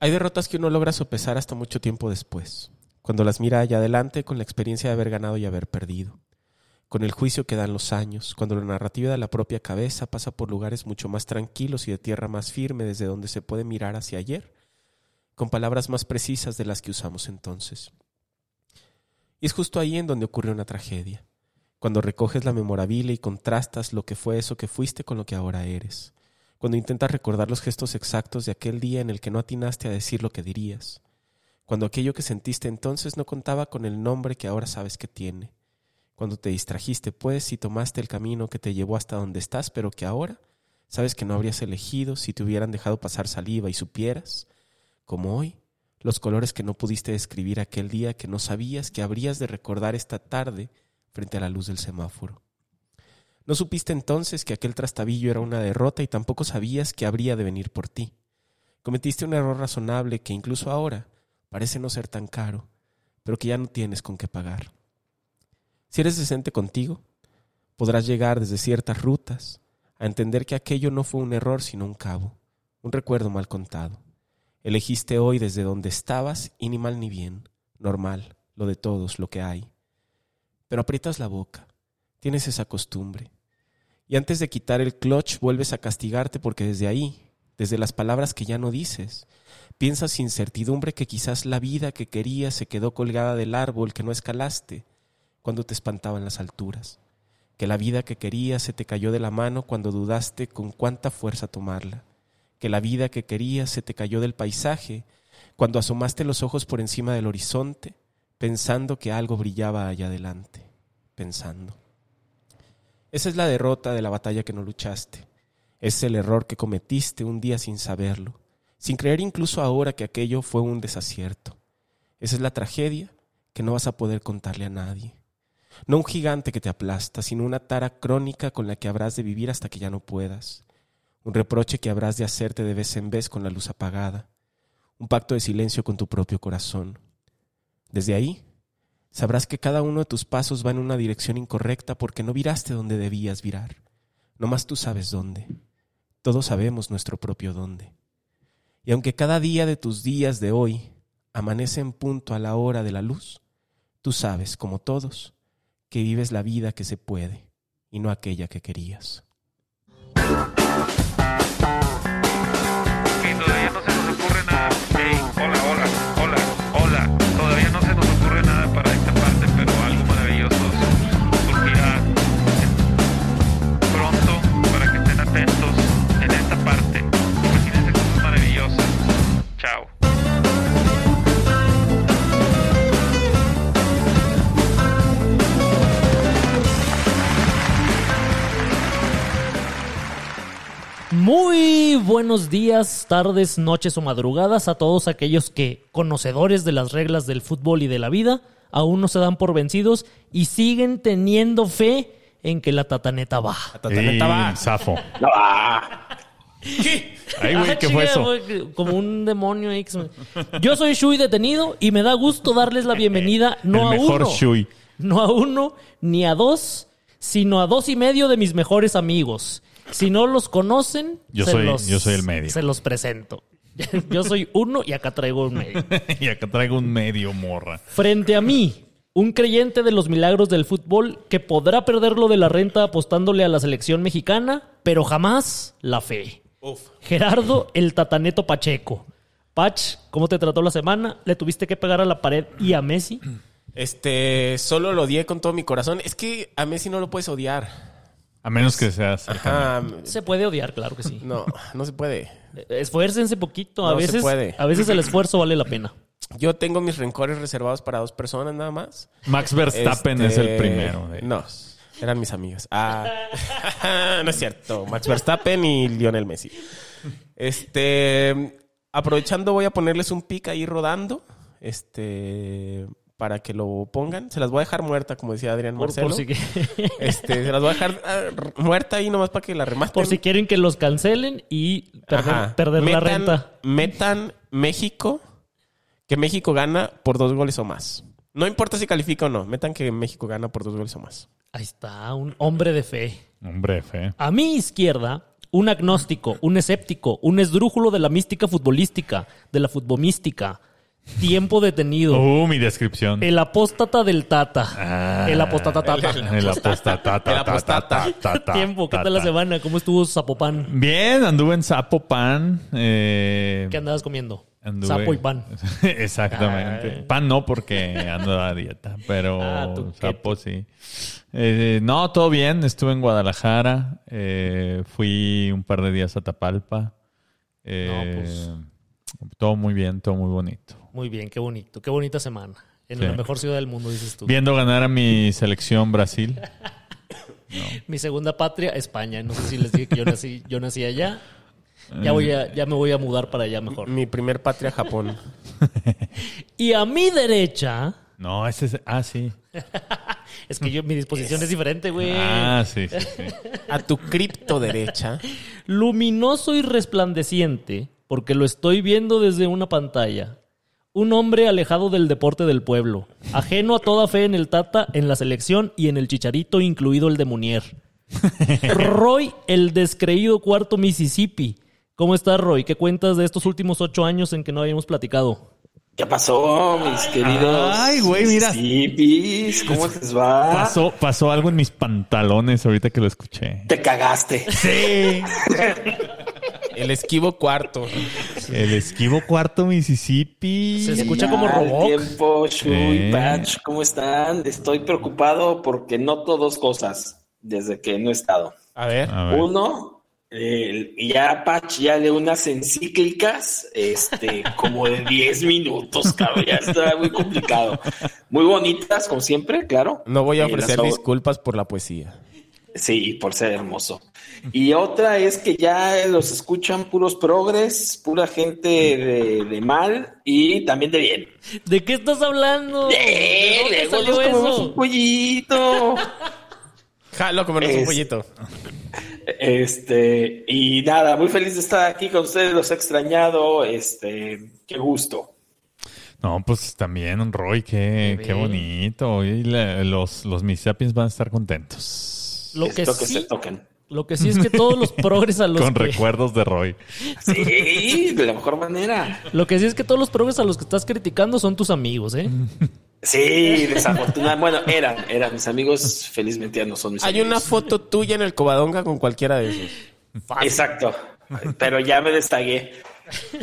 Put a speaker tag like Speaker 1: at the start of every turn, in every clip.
Speaker 1: Hay derrotas que uno logra sopesar hasta mucho tiempo después, cuando las mira allá adelante con la experiencia de haber ganado y haber perdido, con el juicio que dan los años, cuando la narrativa de la propia cabeza pasa por lugares mucho más tranquilos y de tierra más firme desde donde se puede mirar hacia ayer, con palabras más precisas de las que usamos entonces. Y es justo ahí en donde ocurre una tragedia, cuando recoges la memorabilia y contrastas lo que fue eso que fuiste con lo que ahora eres, cuando intentas recordar los gestos exactos de aquel día en el que no atinaste a decir lo que dirías, cuando aquello que sentiste entonces no contaba con el nombre que ahora sabes que tiene, cuando te distrajiste pues y tomaste el camino que te llevó hasta donde estás, pero que ahora sabes que no habrías elegido si te hubieran dejado pasar saliva y supieras, como hoy, los colores que no pudiste describir aquel día que no sabías que habrías de recordar esta tarde frente a la luz del semáforo. No supiste entonces que aquel trastabillo era una derrota y tampoco sabías que habría de venir por ti. Cometiste un error razonable que incluso ahora parece no ser tan caro, pero que ya no tienes con qué pagar. Si eres decente contigo, podrás llegar desde ciertas rutas a entender que aquello no fue un error sino un cabo, un recuerdo mal contado. Elegiste hoy desde donde estabas y ni mal ni bien, normal, lo de todos, lo que hay. Pero aprietas la boca, tienes esa costumbre. Y antes de quitar el clutch vuelves a castigarte porque desde ahí, desde las palabras que ya no dices, piensas sin certidumbre que quizás la vida que querías se quedó colgada del árbol que no escalaste cuando te espantaban las alturas, que la vida que querías se te cayó de la mano cuando dudaste con cuánta fuerza tomarla que la vida que querías se te cayó del paisaje, cuando asomaste los ojos por encima del horizonte, pensando que algo brillaba allá adelante, pensando. Esa es la derrota de la batalla que no luchaste, es el error que cometiste un día sin saberlo, sin creer incluso ahora que aquello fue un desacierto. Esa es la tragedia que no vas a poder contarle a nadie. No un gigante que te aplasta, sino una tara crónica con la que habrás de vivir hasta que ya no puedas un reproche que habrás de hacerte de vez en vez con la luz apagada, un pacto de silencio con tu propio corazón. Desde ahí, sabrás que cada uno de tus pasos va en una dirección incorrecta porque no viraste donde debías virar. Nomás tú sabes dónde. Todos sabemos nuestro propio dónde. Y aunque cada día de tus días de hoy amanece en punto a la hora de la luz, tú sabes, como todos, que vives la vida que se puede y no aquella que querías.
Speaker 2: Y todavía no se nos ocurre nada. Ey, hola, hola, hola, hola. Todavía no se nos ocurre nada para esta parte, pero algo maravilloso surgirá pronto para que estén atentos en esta parte. Imagínense cosas maravillosas. Chao.
Speaker 3: Muy buenos días, tardes, noches o madrugadas a todos aquellos que, conocedores de las reglas del fútbol y de la vida, aún no se dan por vencidos y siguen teniendo fe en que la tataneta va.
Speaker 4: Ey,
Speaker 1: Tataneta va.
Speaker 4: Zafo.
Speaker 1: ¿Qué?
Speaker 4: Ay, güey,
Speaker 3: Ah,
Speaker 4: ¿qué
Speaker 3: chinga,
Speaker 4: fue eso?
Speaker 3: güey, Como un demonio ahí que se me- Yo soy Shui detenido y me da gusto darles la bienvenida no
Speaker 4: El
Speaker 3: a
Speaker 4: mejor
Speaker 3: uno,
Speaker 4: Shui.
Speaker 3: no a uno ni a dos, sino a dos y medio de mis mejores amigos. Si no los conocen,
Speaker 4: Yo
Speaker 3: se
Speaker 4: soy-
Speaker 3: los-
Speaker 4: yo soy el medio.
Speaker 3: Se los presento. Yo soy uno y acá traigo un medio.
Speaker 4: y acá traigo un medio morra.
Speaker 3: Frente a mí, un creyente de los milagros del fútbol que podrá perderlo de la renta apostándole a la selección mexicana, pero jamás la fe. Gerardo el Tataneto Pacheco. Pach, ¿cómo te trató la semana? ¿Le tuviste que pegar a la pared y a Messi?
Speaker 1: Este, solo lo odié con todo mi corazón. Es que a Messi no lo puedes odiar.
Speaker 4: A menos que seas. cercano.
Speaker 1: Ah,
Speaker 3: Se puede odiar, claro que sí.
Speaker 1: no, no se puede.
Speaker 3: Esfuércense poquito. A,
Speaker 1: No se
Speaker 3: veces,
Speaker 1: puede.
Speaker 3: a veces el esfuerzo vale la pena.
Speaker 1: Yo tengo mis rencores reservados para dos personas nada más.
Speaker 4: Max Verstappen
Speaker 1: Este,
Speaker 4: es el primero. güey.
Speaker 1: No, eran mis amigos. Ah, no es cierto. Max Verstappen y Lionel Messi. Este, aprovechando voy a ponerles un pic ahí rodando, este, para que lo pongan. Se las voy a dejar muerta, como decía Adrián
Speaker 3: Por,
Speaker 1: Marcelo.
Speaker 3: por si, que-
Speaker 1: Este, se las voy a dejar ah, muerta ahí nomás para que la rematen.
Speaker 3: por si quieren que los cancelen y perder,
Speaker 1: Em, Ajá.
Speaker 3: perder la
Speaker 1: Metan-
Speaker 3: renta.
Speaker 1: Metan México, que México gana por dos goles o más. No importa si califica o no, metan que México gana por dos goles o más.
Speaker 3: Ahí está, un hombre de fe.
Speaker 4: Hombre, fe.
Speaker 3: A mi izquierda, un agnóstico, un escéptico, un esdrújulo de la mística futbolística, de la futbomística, tiempo detenido,
Speaker 4: Uh, mi descripción.
Speaker 3: el apóstata del Tata,
Speaker 4: Ah.
Speaker 3: el apóstata Tata.
Speaker 4: El apostata.
Speaker 1: El apostata.
Speaker 3: Tiempo, ¿qué tal la semana? ¿Cómo estuvo Zapopan?
Speaker 4: Bien, anduve en Zapopan. Eh,
Speaker 3: ¿Qué andabas comiendo?
Speaker 4: anduve-
Speaker 3: Sapo y pan.
Speaker 4: Exactamente.
Speaker 3: Ay.
Speaker 4: Pan no, porque ando a dieta, pero
Speaker 3: Ah, tú qué-
Speaker 4: sapo sí. Eh, no, todo bien. Estuve en Guadalajara. eh, fui un par de días a Tapalpa.
Speaker 3: pues.
Speaker 4: Eh, Todo muy bien, todo muy bonito.
Speaker 3: Muy bien, qué bonito, qué bonita semana. En
Speaker 4: Sí.
Speaker 3: la mejor ciudad del mundo, dices tú.
Speaker 4: Viendo ganar a mi selección Brasil.
Speaker 3: Mi segunda patria, España. No sé si les dije que yo nací, yo nací allá. Ya, voy a- ya me voy a mudar para allá mejor.
Speaker 1: Mi primer patria, Japón.
Speaker 3: Y a mi derecha,
Speaker 4: No, ese es. Ah, sí.
Speaker 3: es que yo, mi disposición es diferente, güey.
Speaker 4: Ah, sí, sí, sí.
Speaker 1: A tu cripto derecha.
Speaker 3: Luminoso y resplandeciente, porque lo estoy viendo desde una pantalla. Un hombre alejado del deporte del pueblo, ajeno a toda fe en el Tata, en la selección y en el Chicharito, incluido el de Munier. Roy, el descreído cuarto Mississippi. ¿Cómo estás, Roy? ¿Qué cuentas de estos últimos ocho años en que no habíamos platicado?
Speaker 5: ¿Qué pasó, mis queridos?
Speaker 4: ay, güey, mira.
Speaker 5: Mississippis? ¿cómo les va?
Speaker 3: Ah.
Speaker 4: Pasó, pasó algo en mis pantalones ahorita que lo escuché.
Speaker 5: Te cagaste.
Speaker 1: El esquivo cuarto.
Speaker 4: El esquivo cuarto Mississippi.
Speaker 3: Se escucha como
Speaker 5: Mal
Speaker 3: Roboc.
Speaker 5: tiempo, Shui,
Speaker 4: Eh.
Speaker 5: Patch, ¿cómo están? Estoy preocupado porque noto dos cosas desde que no he estado.
Speaker 1: A ver.
Speaker 4: A ver.
Speaker 5: Uno, el- y ya Patch ya de unas encíclicas, este, como de 10 minutos, cabrón, ya está muy complicado. Muy bonitas, como siempre, claro.
Speaker 1: No voy a
Speaker 5: Eh, las
Speaker 1: ofrecer
Speaker 5: ob-
Speaker 1: disculpas por la poesía.
Speaker 5: Sí, por ser hermoso. Y otra es que ya los escuchan puros progres, pura gente de, de mal y también de bien.
Speaker 3: ¿De qué estás hablando? Oh, ¿De dónde
Speaker 5: ¡Eh!
Speaker 3: salió
Speaker 5: Luego nos comemos
Speaker 3: eso?
Speaker 5: un pollito.
Speaker 1: Jalo, comernos un
Speaker 5: Es-
Speaker 1: pollito.
Speaker 5: Este, y nada, muy feliz de estar aquí con ustedes, los he extrañado. Este, qué gusto.
Speaker 4: No, pues también, Roy, qué,
Speaker 3: Bebé.
Speaker 4: qué bonito. Y la- los, los Mississippians van a estar contentos.
Speaker 3: Lo que,
Speaker 5: Esto que se
Speaker 3: sí,
Speaker 5: toquen.
Speaker 3: lo que sí es que todos los progres a los
Speaker 4: Con
Speaker 3: que-
Speaker 4: recuerdos de Roy.
Speaker 5: Sí, de la mejor manera.
Speaker 3: Lo que sí es que todos los progres a los que estás criticando son tus amigos, ¿eh?
Speaker 4: Mm.
Speaker 5: Sí, desafortunadamente. Bueno, eran, eran mis amigos, felizmente ya no son mis
Speaker 1: Hay
Speaker 5: amigos.
Speaker 1: una foto tuya en el Covadonga con cualquiera de esos.
Speaker 5: Exacto, pero ya me destagué.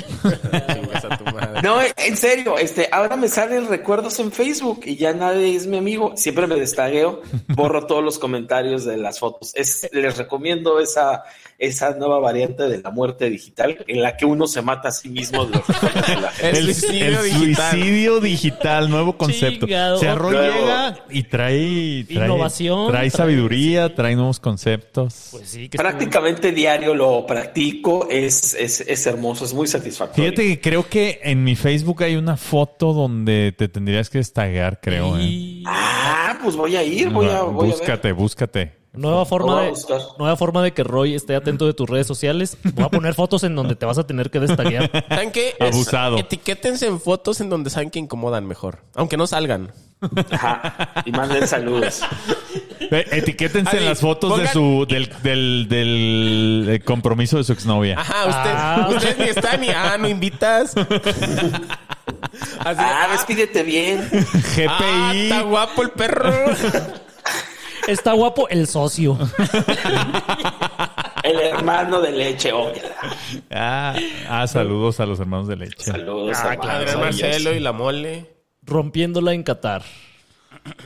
Speaker 1: Chingas a tu madre.
Speaker 5: No, en serio, este, ahora me salen recuerdos en Facebook y ya nadie es mi amigo. Siempre me destagueo, borro todos los comentarios de las fotos. Es, les recomiendo esa, esa nueva variante de la muerte digital en la que uno se mata a sí mismo de los recuerdos de la gente.
Speaker 1: El suicidio
Speaker 4: el
Speaker 1: digital.
Speaker 4: suicidio digital, nuevo concepto.
Speaker 3: Chingado.
Speaker 4: O sea, Roy
Speaker 5: Nuevo.
Speaker 4: llega y trae, trae-
Speaker 3: Innovación, trae-
Speaker 4: trae sabiduría, trae nuevos conceptos.
Speaker 3: Pues sí, que
Speaker 5: Prácticamente diario lo practico, es, es, es hermoso, es muy satisfactorio.
Speaker 4: Fíjate que creo que en mi Facebook hay una foto donde te tendrías que destacar, creo. ¿eh?
Speaker 3: Y-
Speaker 5: Ah, pues voy a ir, voy a, voy a ver.
Speaker 4: búscate, búscate.
Speaker 3: Nueva
Speaker 5: Lo
Speaker 3: forma,
Speaker 5: voy a
Speaker 3: de,
Speaker 5: buscar.
Speaker 3: nueva forma de que Roy esté atento de tus redes sociales. Voy a poner fotos en donde te vas a tener que destacar.
Speaker 1: ¿Saben qué?
Speaker 4: Abusado.
Speaker 1: Etiquétense en fotos en donde saben que incomodan mejor. Aunque no salgan.
Speaker 5: Ajá, y manden saludos.
Speaker 4: Ve, Etiquétense
Speaker 1: Ay,
Speaker 4: en las fotos de
Speaker 1: pongan-
Speaker 4: su del, del, del, eh, compromiso de su exnovia.
Speaker 1: Ajá, usted,
Speaker 3: Ah.
Speaker 1: usted ni está ni. Ah, no invitas. Así,
Speaker 5: Ah, despídete bien.
Speaker 4: GPI.
Speaker 1: ah, está guapo el perro.
Speaker 3: Está guapo el socio.
Speaker 5: El hermano de leche, oh,
Speaker 4: Ah, ah, saludos a los hermanos de leche.
Speaker 5: Saludos,
Speaker 1: Ah,
Speaker 5: hermanos,
Speaker 1: Adrián
Speaker 5: oye,
Speaker 1: Marcelo y la mole.
Speaker 3: Rompiéndola en Qatar.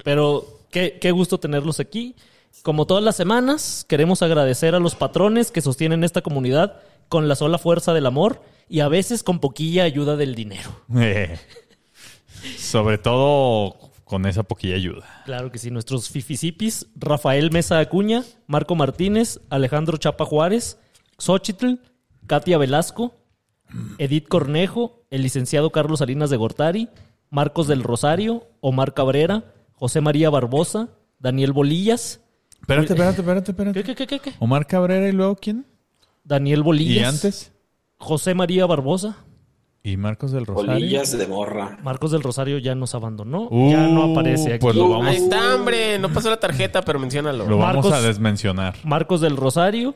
Speaker 3: Pero qué, qué gusto tenerlos aquí. Como todas las semanas, queremos agradecer a los patrones que sostienen esta comunidad con la sola fuerza del amor y a veces con poquilla ayuda del dinero.
Speaker 4: Eh, sobre todo con esa poquilla ayuda.
Speaker 3: Claro que sí, nuestros fifisipis, Rafael Mesa Acuña, Marco Martínez, Alejandro Chapa Juárez, Xochitl, Katia Velasco, Edith Cornejo, el licenciado Carlos Salinas de Gortari, Marcos del Rosario, Omar Cabrera, José María Barbosa, Daniel Bolillas.
Speaker 4: Espérate, espérate, espérate,
Speaker 3: ¿Qué,
Speaker 4: espérate.
Speaker 3: qué, qué, qué, qué?
Speaker 4: Omar Cabrera y luego quién?
Speaker 3: Daniel Bolillas.
Speaker 4: ¿Y antes?
Speaker 3: José María Barbosa.
Speaker 4: ¿Y Marcos del Rosario?
Speaker 5: Bolillas de morra.
Speaker 3: Marcos del Rosario ya nos abandonó.
Speaker 4: Uh,
Speaker 3: ya no aparece aquí.
Speaker 4: Pues lo vamos,
Speaker 1: Ahí está, hombre. No pasó la tarjeta, pero menciónalo.
Speaker 4: lo vamos
Speaker 3: Marcos-
Speaker 4: a desmencionar.
Speaker 3: Marcos del Rosario,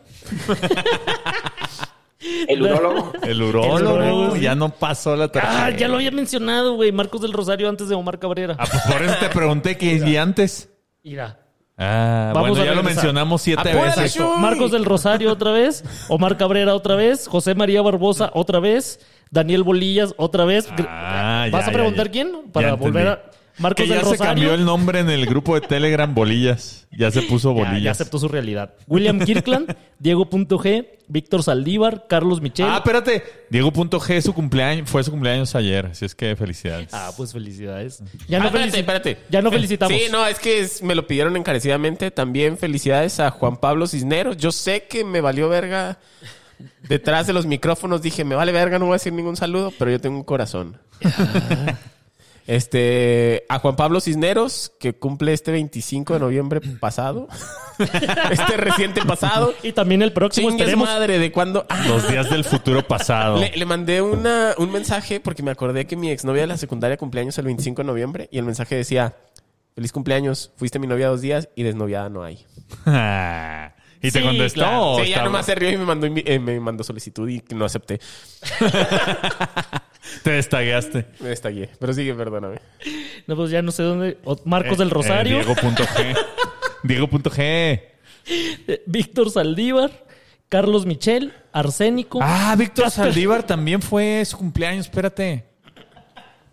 Speaker 5: El urólogo.
Speaker 4: El urólogo ya no pasó la tarjeta.
Speaker 3: Ah, ya lo había mencionado, güey. Marcos del Rosario antes de Omar Cabrera.
Speaker 4: Ah, pues por eso te pregunté que vi antes.
Speaker 3: Mira.
Speaker 4: Ah,
Speaker 3: Vamos
Speaker 4: bueno,
Speaker 3: a
Speaker 4: ya lo
Speaker 3: regresar.
Speaker 4: mencionamos siete
Speaker 1: Apúrate,
Speaker 4: veces.
Speaker 1: Chuy.
Speaker 3: Marcos del Rosario otra vez, Omar Cabrera otra vez, José María Barbosa otra vez, Daniel Bolillas otra vez. Gr-
Speaker 4: Ah, ya,
Speaker 3: ¿Vas
Speaker 4: ya,
Speaker 3: a preguntar
Speaker 4: ya.
Speaker 3: quién?
Speaker 4: Ya
Speaker 3: Para
Speaker 4: entendí.
Speaker 3: volver a... Marcos
Speaker 4: Que ya
Speaker 3: del
Speaker 4: se cambió
Speaker 3: Pues Rosario.
Speaker 4: el nombre en el grupo de Telegram Bolillas. Ya se puso
Speaker 3: Ya, ya
Speaker 4: Bolillas.
Speaker 3: aceptó su realidad. William Kirkland, Diego.g, Víctor Saldívar, Carlos Michel.
Speaker 4: Ah, espérate. Diego.g su cumpleaños, fue su cumpleaños ayer, así es que felicidades.
Speaker 3: Ah, pues felicidades. Ya
Speaker 1: Ah,
Speaker 3: no,
Speaker 1: espérate,
Speaker 3: felici-
Speaker 1: espérate.
Speaker 3: ya no felicitamos.
Speaker 1: Sí, no, es que es- me lo pidieron encarecidamente. También felicidades a Juan Pablo Cisneros. Yo sé que me valió verga. Detrás de los micrófonos dije, me vale verga, no voy a decir ningún saludo, pero yo tengo un corazón.
Speaker 3: Ah.
Speaker 1: Este, a Juan Pablo Cisneros, que cumple este 25 de noviembre pasado. este reciente pasado.
Speaker 3: Y también el próximo
Speaker 1: Chingue su
Speaker 3: esperemos.
Speaker 1: madre, ¿de cuándo? Ah,
Speaker 4: Los días del futuro pasado.
Speaker 1: le, le mandé una, un mensaje porque me acordé que mi exnovia de la secundaria cumpleaños el 25 de noviembre y el mensaje decía, feliz cumpleaños, fuiste mi novia dos días y desnoviada no hay.
Speaker 4: Ah, y te
Speaker 3: Sí,
Speaker 4: contestó.
Speaker 3: claro.
Speaker 4: o
Speaker 1: sí, ya
Speaker 4: estaba-
Speaker 1: nomás se rió y me mandó, invi- eh, me mandó solicitud y no acepté.
Speaker 4: Te destagueaste.
Speaker 1: Me destagué, pero sigue, perdóname.
Speaker 3: No, pues ya no sé dónde. O- Marcos
Speaker 4: Eh,
Speaker 3: del
Speaker 4: eh,
Speaker 3: Rosario,
Speaker 4: Diego.g. Diego.g.
Speaker 3: eh, Víctor Saldívar, Carlos Michel, Arsénico.
Speaker 4: Ah, Víctor
Speaker 3: Casper.
Speaker 4: Saldívar también fue su cumpleaños, espérate.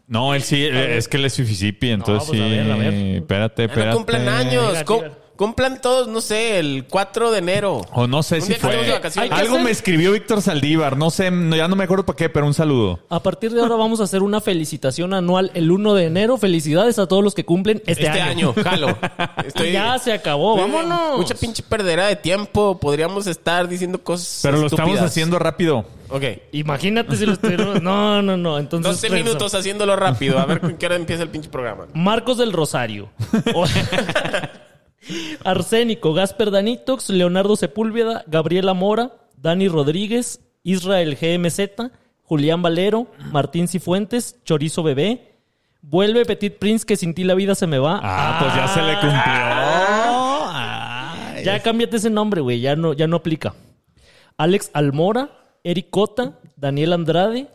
Speaker 4: No, él sí, eh, es que él es Fifisipi, entonces
Speaker 3: pues, a
Speaker 4: sí.
Speaker 3: ver, a ver.
Speaker 4: Espérate,
Speaker 1: Ya
Speaker 4: espérate.
Speaker 1: Ah, no cumplan años,
Speaker 3: Tira,
Speaker 1: cum-
Speaker 3: tira.
Speaker 1: cumplan todos, no sé, el 4 de enero.
Speaker 4: O no sé
Speaker 1: Un
Speaker 4: si
Speaker 1: día que
Speaker 4: fue.
Speaker 1: estemos de vacaciones.
Speaker 3: Hay que
Speaker 4: Algo
Speaker 3: hacer-
Speaker 4: me escribió Víctor Saldívar, no sé, no- ya no me acuerdo para qué, pero un saludo.
Speaker 3: A partir de ahora vamos a hacer una felicitación anual el 1 de enero. Felicidades a todos los que cumplen este,
Speaker 1: Este año, jalo. Estoy-
Speaker 3: Y ya se acabó,
Speaker 1: estoy-
Speaker 3: vámonos.
Speaker 1: Mucha pinche perdera de tiempo. Podríamos estar diciendo cosas.
Speaker 4: Pero lo
Speaker 1: estúpidas.
Speaker 4: estamos haciendo rápido.
Speaker 1: Ok.
Speaker 3: Imagínate si los tuvieron. No, no, no. Entonces.
Speaker 1: 12
Speaker 3: regresamos.
Speaker 1: minutos haciéndolo rápido. A ver con qué hora empieza el pinche programa.
Speaker 3: Marcos del Rosario. O- Arsénico, Gasper Danitox, Leonardo Sepúlveda, Gabriela Mora, Dani Rodríguez, Israel GMZ, Julián Valero, Martín Cifuentes, Chorizo Bebé. Vuelve Petit Prince, que sin ti la vida se me va.
Speaker 4: Ah, pues ya se le cumplió. Ay.
Speaker 3: Ya cámbiate ese nombre, güey. Ya no, ya no aplica. Alex Almora, Eric Cota, Daniel Andrade,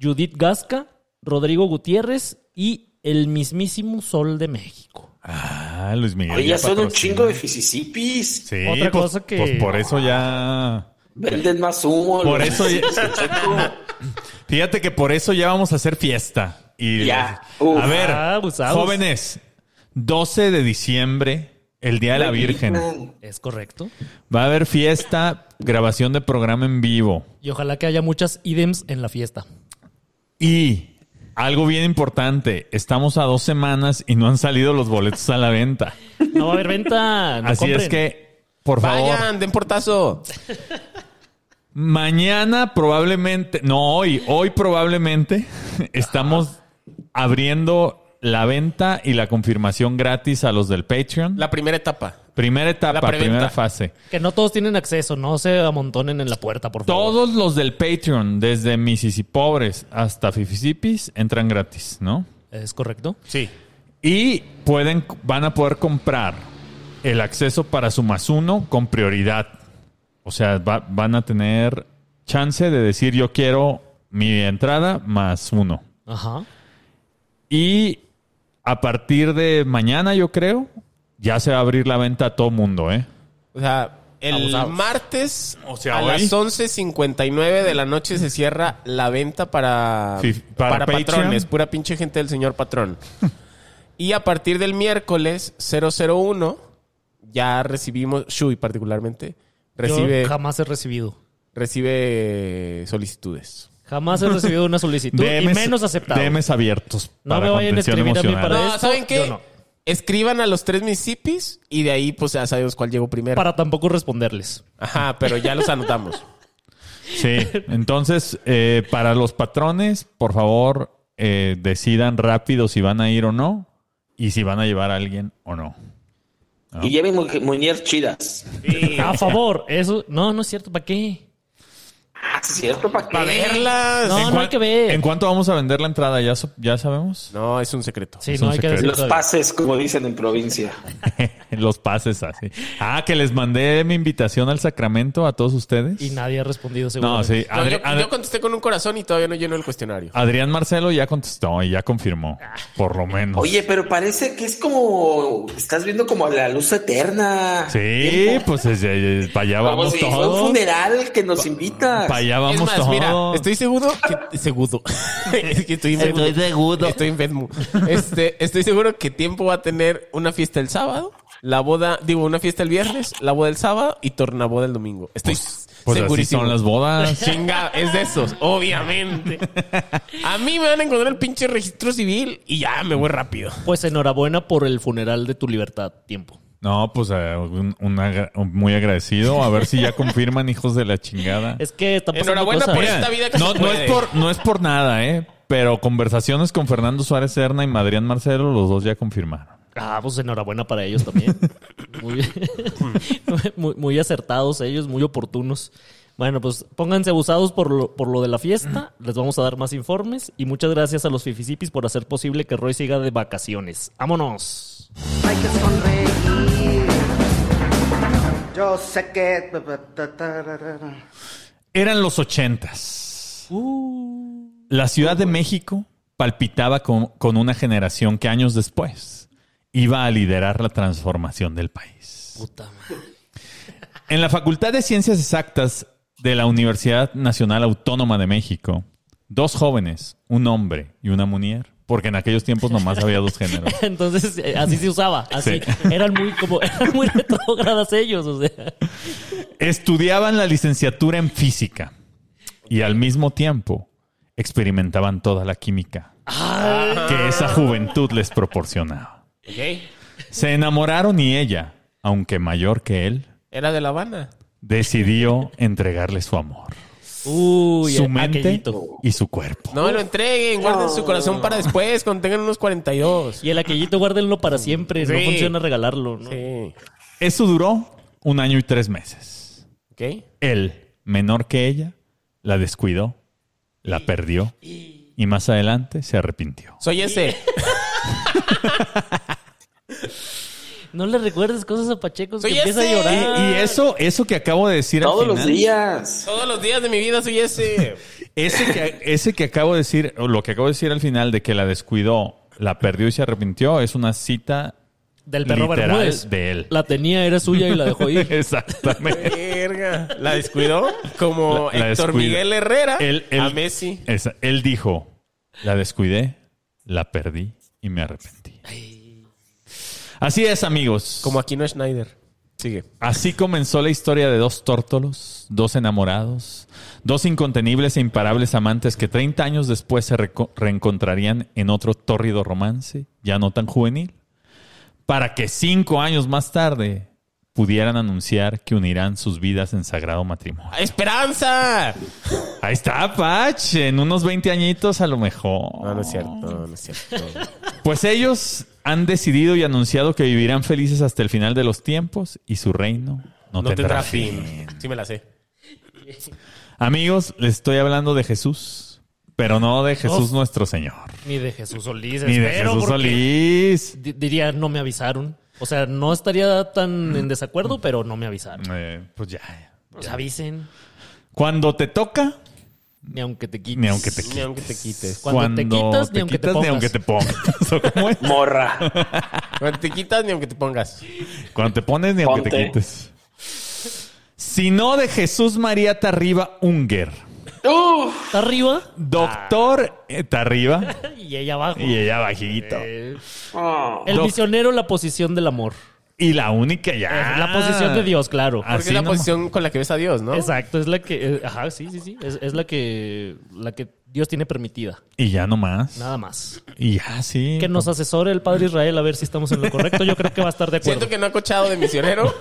Speaker 3: Judith Gasca, Rodrigo Gutiérrez y el mismísimo Sol de México.
Speaker 4: Ah, Luis Miguel.
Speaker 5: Oye, ya son un
Speaker 4: patrocina.
Speaker 5: chingo de fisisipis.
Speaker 4: Sí,
Speaker 3: Otra
Speaker 4: pues-
Speaker 3: cosa que-
Speaker 4: pues por eso ya.
Speaker 5: Venden más humo.
Speaker 4: Por
Speaker 5: los
Speaker 4: eso ya-
Speaker 5: fisichitos.
Speaker 4: Fíjate que por eso ya vamos a hacer fiesta. Y
Speaker 5: Ya. Uf.
Speaker 4: a ver,
Speaker 3: Ah, abusados.
Speaker 4: jóvenes, 12 de diciembre, el Día de la Virgen.
Speaker 3: Es correcto.
Speaker 4: Va a haber fiesta, grabación de programa en vivo.
Speaker 3: Y ojalá que haya muchas idems en la fiesta.
Speaker 4: Y algo bien importante, estamos a dos semanas y no han salido los boletos a la venta.
Speaker 3: No va a haber venta. no
Speaker 4: Así es
Speaker 3: compren.
Speaker 4: que, por favor,
Speaker 1: Vayan, den portazo.
Speaker 4: mañana probablemente, no hoy, hoy probablemente estamos abriendo la venta y la confirmación gratis a los del Patreon.
Speaker 1: La primera etapa.
Speaker 4: Primera etapa,
Speaker 1: La preventa.
Speaker 4: primera fase.
Speaker 3: Que no todos tienen acceso, no se amontonen en la puerta, por favor.
Speaker 4: Todos los del Patreon, desde Mississippi Pobres hasta Fifisipis, entran gratis, ¿no?
Speaker 3: Es correcto.
Speaker 1: Sí.
Speaker 4: Y pueden, van a poder comprar el acceso para su más uno con prioridad. O sea, va- van a tener chance de decir yo quiero mi entrada más uno.
Speaker 3: Ajá.
Speaker 4: Y a partir de mañana, yo creo, ya se va a abrir la venta a todo mundo, ¿eh?
Speaker 1: O sea, el
Speaker 3: Abusados.
Speaker 1: martes
Speaker 4: O sea,
Speaker 1: a
Speaker 4: hoy.
Speaker 1: las 11.59 de la noche se cierra la venta para,
Speaker 4: Sí, para
Speaker 1: para,
Speaker 4: Patreon.
Speaker 1: patrones. Pura pinche gente del señor patrón. y a partir del miércoles 001 ya recibimos, Shui particularmente, recibe,
Speaker 3: Yo jamás he recibido.
Speaker 1: recibe solicitudes.
Speaker 3: Jamás he recibido una solicitud y menos aceptado.
Speaker 4: DMs abiertos.
Speaker 3: No
Speaker 4: para
Speaker 3: me vayan a
Speaker 4: contención
Speaker 3: escribir a mí
Speaker 4: emocional.
Speaker 3: para-
Speaker 1: No,
Speaker 3: esto,
Speaker 1: ¿saben qué?
Speaker 3: yo no.
Speaker 1: Escriban a los tres municipios y de ahí, pues, ya sabemos cuál llegó primero.
Speaker 3: Para tampoco responderles.
Speaker 1: Ajá, pero ya los anotamos.
Speaker 4: Sí, entonces, eh, para los patrones, por favor, eh, decidan rápido si van a ir o no y si van a llevar a alguien o no.
Speaker 5: Y lleven mu- muñeras chidas.
Speaker 3: A favor, eso. No, no es cierto. ¿Para qué?
Speaker 5: Ah, sí, cierto, para
Speaker 1: ¡Para verlas!
Speaker 3: No,
Speaker 4: ¿En
Speaker 3: no
Speaker 4: cuán-
Speaker 3: hay que ver.
Speaker 4: ¿En cuánto vamos a vender la entrada? ¿Ya, so- ya sabemos?
Speaker 1: No, es un secreto.
Speaker 3: Sí,
Speaker 4: Es
Speaker 3: no
Speaker 4: un
Speaker 3: hay que
Speaker 4: secreto.
Speaker 3: decir
Speaker 5: Los
Speaker 3: todavía.
Speaker 5: pases, como dicen en provincia.
Speaker 4: Los pases así. Ah, que les mandé mi invitación al sacramento a todos ustedes.
Speaker 3: Y nadie ha respondido seguro.
Speaker 4: no, sí.
Speaker 1: No, yo,
Speaker 4: Adri- Adri-
Speaker 1: yo contesté con un corazón y todavía no lleno el cuestionario.
Speaker 4: Adrián Marcelo ya contestó y ya confirmó. Por lo menos.
Speaker 5: Oye, pero parece que es como. Estás viendo como la luz eterna.
Speaker 4: Sí, pues es- es- es- para allá
Speaker 5: Como
Speaker 4: vamos
Speaker 5: si fuera un
Speaker 4: todos.
Speaker 5: funeral que nos invita.
Speaker 4: Para allá
Speaker 1: Es
Speaker 4: vamos Pues,
Speaker 1: más,
Speaker 4: todos.
Speaker 1: mira, estoy seguro que... Seguro. Es que estoy seguro. Estoy seguro. Estoy en Venmo. Este, estoy seguro que tiempo va a tener una fiesta el sábado, la boda... Digo, una fiesta el viernes, la boda el sábado y tornaboda el domingo. Estoy
Speaker 4: Pues así
Speaker 1: segurísimo.
Speaker 4: son las bodas.
Speaker 1: Ah, Chinga, es de esos, obviamente. A mí me van a encontrar el pinche registro civil y ya me voy rápido.
Speaker 3: Pues enhorabuena por el funeral de tu libertad. Tiempo.
Speaker 4: No, pues eh, un- un agra- un- muy agradecido. A ver si ya confirman, hijos de la chingada.
Speaker 3: Es que está pasando
Speaker 1: Enhorabuena
Speaker 3: cosas.
Speaker 1: por
Speaker 4: Mira,
Speaker 1: esta vida que
Speaker 4: no,
Speaker 1: se
Speaker 4: no
Speaker 1: puede.
Speaker 4: es por, no es por nada, ¿eh? Pero conversaciones con Fernando Suárez Serna y Madrián Marcelo, los dos ya confirmaron.
Speaker 3: Ah, pues enhorabuena para ellos también. muy, muy, muy acertados ellos, muy oportunos. Bueno, pues pónganse abusados por lo, por lo de la fiesta. Les vamos a dar más informes. Y muchas gracias a los Fifisipis por hacer posible que Roy siga de vacaciones. ¡Vámonos!
Speaker 6: hay que sonreír. Yo sé que...
Speaker 4: Eran los ochentas. La Ciudad de México palpitaba con, con una generación que años después iba a liderar la transformación del país. En la Facultad de Ciencias Exactas de la Universidad Nacional Autónoma de México, dos jóvenes, un hombre y una mujer, porque en aquellos tiempos nomás había dos géneros.
Speaker 3: Entonces, eh, así se usaba. Así.
Speaker 4: Sí.
Speaker 3: Eran muy como, eran muy retrógradas ellos. O sea,
Speaker 4: Estudiaban la licenciatura en física y al mismo tiempo experimentaban toda la química que esa juventud les proporcionaba. Se enamoraron y ella, aunque mayor que él,
Speaker 1: Era de La Habana.
Speaker 4: decidió entregarle su amor,
Speaker 3: uy,
Speaker 4: su mente
Speaker 3: aquellito.
Speaker 4: y su cuerpo.
Speaker 1: No me lo entreguen, guarden su corazón para después, cuando tengan unos 42.
Speaker 3: Y el aquellito, guárdenlo para siempre. No
Speaker 1: Sí.
Speaker 3: funciona regalarlo. ¿no?
Speaker 1: Sí.
Speaker 4: Eso duró un año y tres meses.
Speaker 1: ¿Ok?
Speaker 4: Él, menor que ella, la descuidó, la perdió y más adelante se arrepintió.
Speaker 1: Soy ese.
Speaker 3: No le recuerdes cosas a Pacheco que
Speaker 1: Soy
Speaker 3: empieza
Speaker 1: ese.
Speaker 3: a llorar.
Speaker 4: Y eso, eso que acabo de decir al
Speaker 5: Todos los
Speaker 4: final,
Speaker 5: días.
Speaker 1: Todos los días de mi vida soy ese.
Speaker 4: Ese que, ese que acabo de decir, o lo que acabo de decir al final de que la descuidó, la perdió y se arrepintió, es una cita
Speaker 3: Del perro
Speaker 4: literal
Speaker 3: Bermúdez.
Speaker 4: de él.
Speaker 3: La tenía, era suya y la dejó ir.
Speaker 4: Exactamente.
Speaker 1: Verga. La descuidó como
Speaker 4: La- la
Speaker 1: Héctor
Speaker 4: descuida.
Speaker 1: Miguel Herrera
Speaker 4: Él- él-
Speaker 1: a Messi.
Speaker 4: Esa- él dijo, la descuidé, la perdí y me arrepentí. Así es, amigos.
Speaker 1: Como Aquino Schneider. Sigue.
Speaker 4: Así comenzó la historia de dos tórtolos, dos enamorados, dos incontenibles e imparables amantes que 30 años después se reco- reencontrarían en otro tórrido romance, ya no tan juvenil, para que cinco años más tarde pudieran anunciar que unirán sus vidas en sagrado matrimonio.
Speaker 1: ¡Esperanza!
Speaker 4: Ahí está, Pach, en unos 20 añitos a lo mejor.
Speaker 1: No, no es cierto, no, no es cierto.
Speaker 4: Pues ellos han decidido y anunciado que vivirán felices hasta el final de los tiempos y su reino no,
Speaker 1: No tendrá
Speaker 4: tendrá
Speaker 1: fin. Sí me la sé.
Speaker 4: Amigos, les estoy hablando de Jesús, pero no de Jesús nuestro Señor,
Speaker 3: Ni de Jesús Solís.
Speaker 4: ni de
Speaker 3: espero,
Speaker 4: Jesús
Speaker 3: porque
Speaker 4: Solís.
Speaker 3: di- Diría, no me avisaron. O sea, no estaría tan en desacuerdo, pero no me avisaron.
Speaker 4: Eh, pues Mm. ya.
Speaker 3: Pues avisen,
Speaker 4: Cuando te toca,
Speaker 3: ni aunque te quites.
Speaker 4: ni aunque te
Speaker 1: Ni
Speaker 4: quites.
Speaker 1: aunque te quites.
Speaker 3: Cuando te quitas, ni aunque te
Speaker 4: quitas, ni aunque te pongas. ¿O cómo es?
Speaker 5: Morra.
Speaker 1: No te quitas ni aunque te pongas.
Speaker 4: Cuando te pones, ni aunque te
Speaker 5: Ponte.
Speaker 4: quites. Sino de Jesús María Tarriba Unger,
Speaker 5: Uf,
Speaker 3: Está arriba
Speaker 4: doctor eh, Tarriba
Speaker 3: y ella abajo.
Speaker 4: y ella bajito.
Speaker 3: Ah. Eh,
Speaker 5: oh.
Speaker 3: El
Speaker 4: Doc.
Speaker 3: misionero, la posición del amor.
Speaker 4: Y la única
Speaker 3: Es
Speaker 4: ya.
Speaker 3: La posición de Dios, claro.
Speaker 4: Ah,
Speaker 1: Porque
Speaker 4: Así
Speaker 1: es la
Speaker 4: nomás.
Speaker 1: posición con la que ves a Dios, ¿no?
Speaker 3: Exacto, es la que. eh, ajá, sí, sí, sí. Es, es la que la que Dios tiene permitida.
Speaker 4: Y ya nomás.
Speaker 3: Nada más.
Speaker 4: Y ya sí.
Speaker 3: Que nos asesore el padre Israel a ver si estamos en lo correcto. Yo creo que va a estar de acuerdo.
Speaker 1: Siento que no ha cochado de misionero.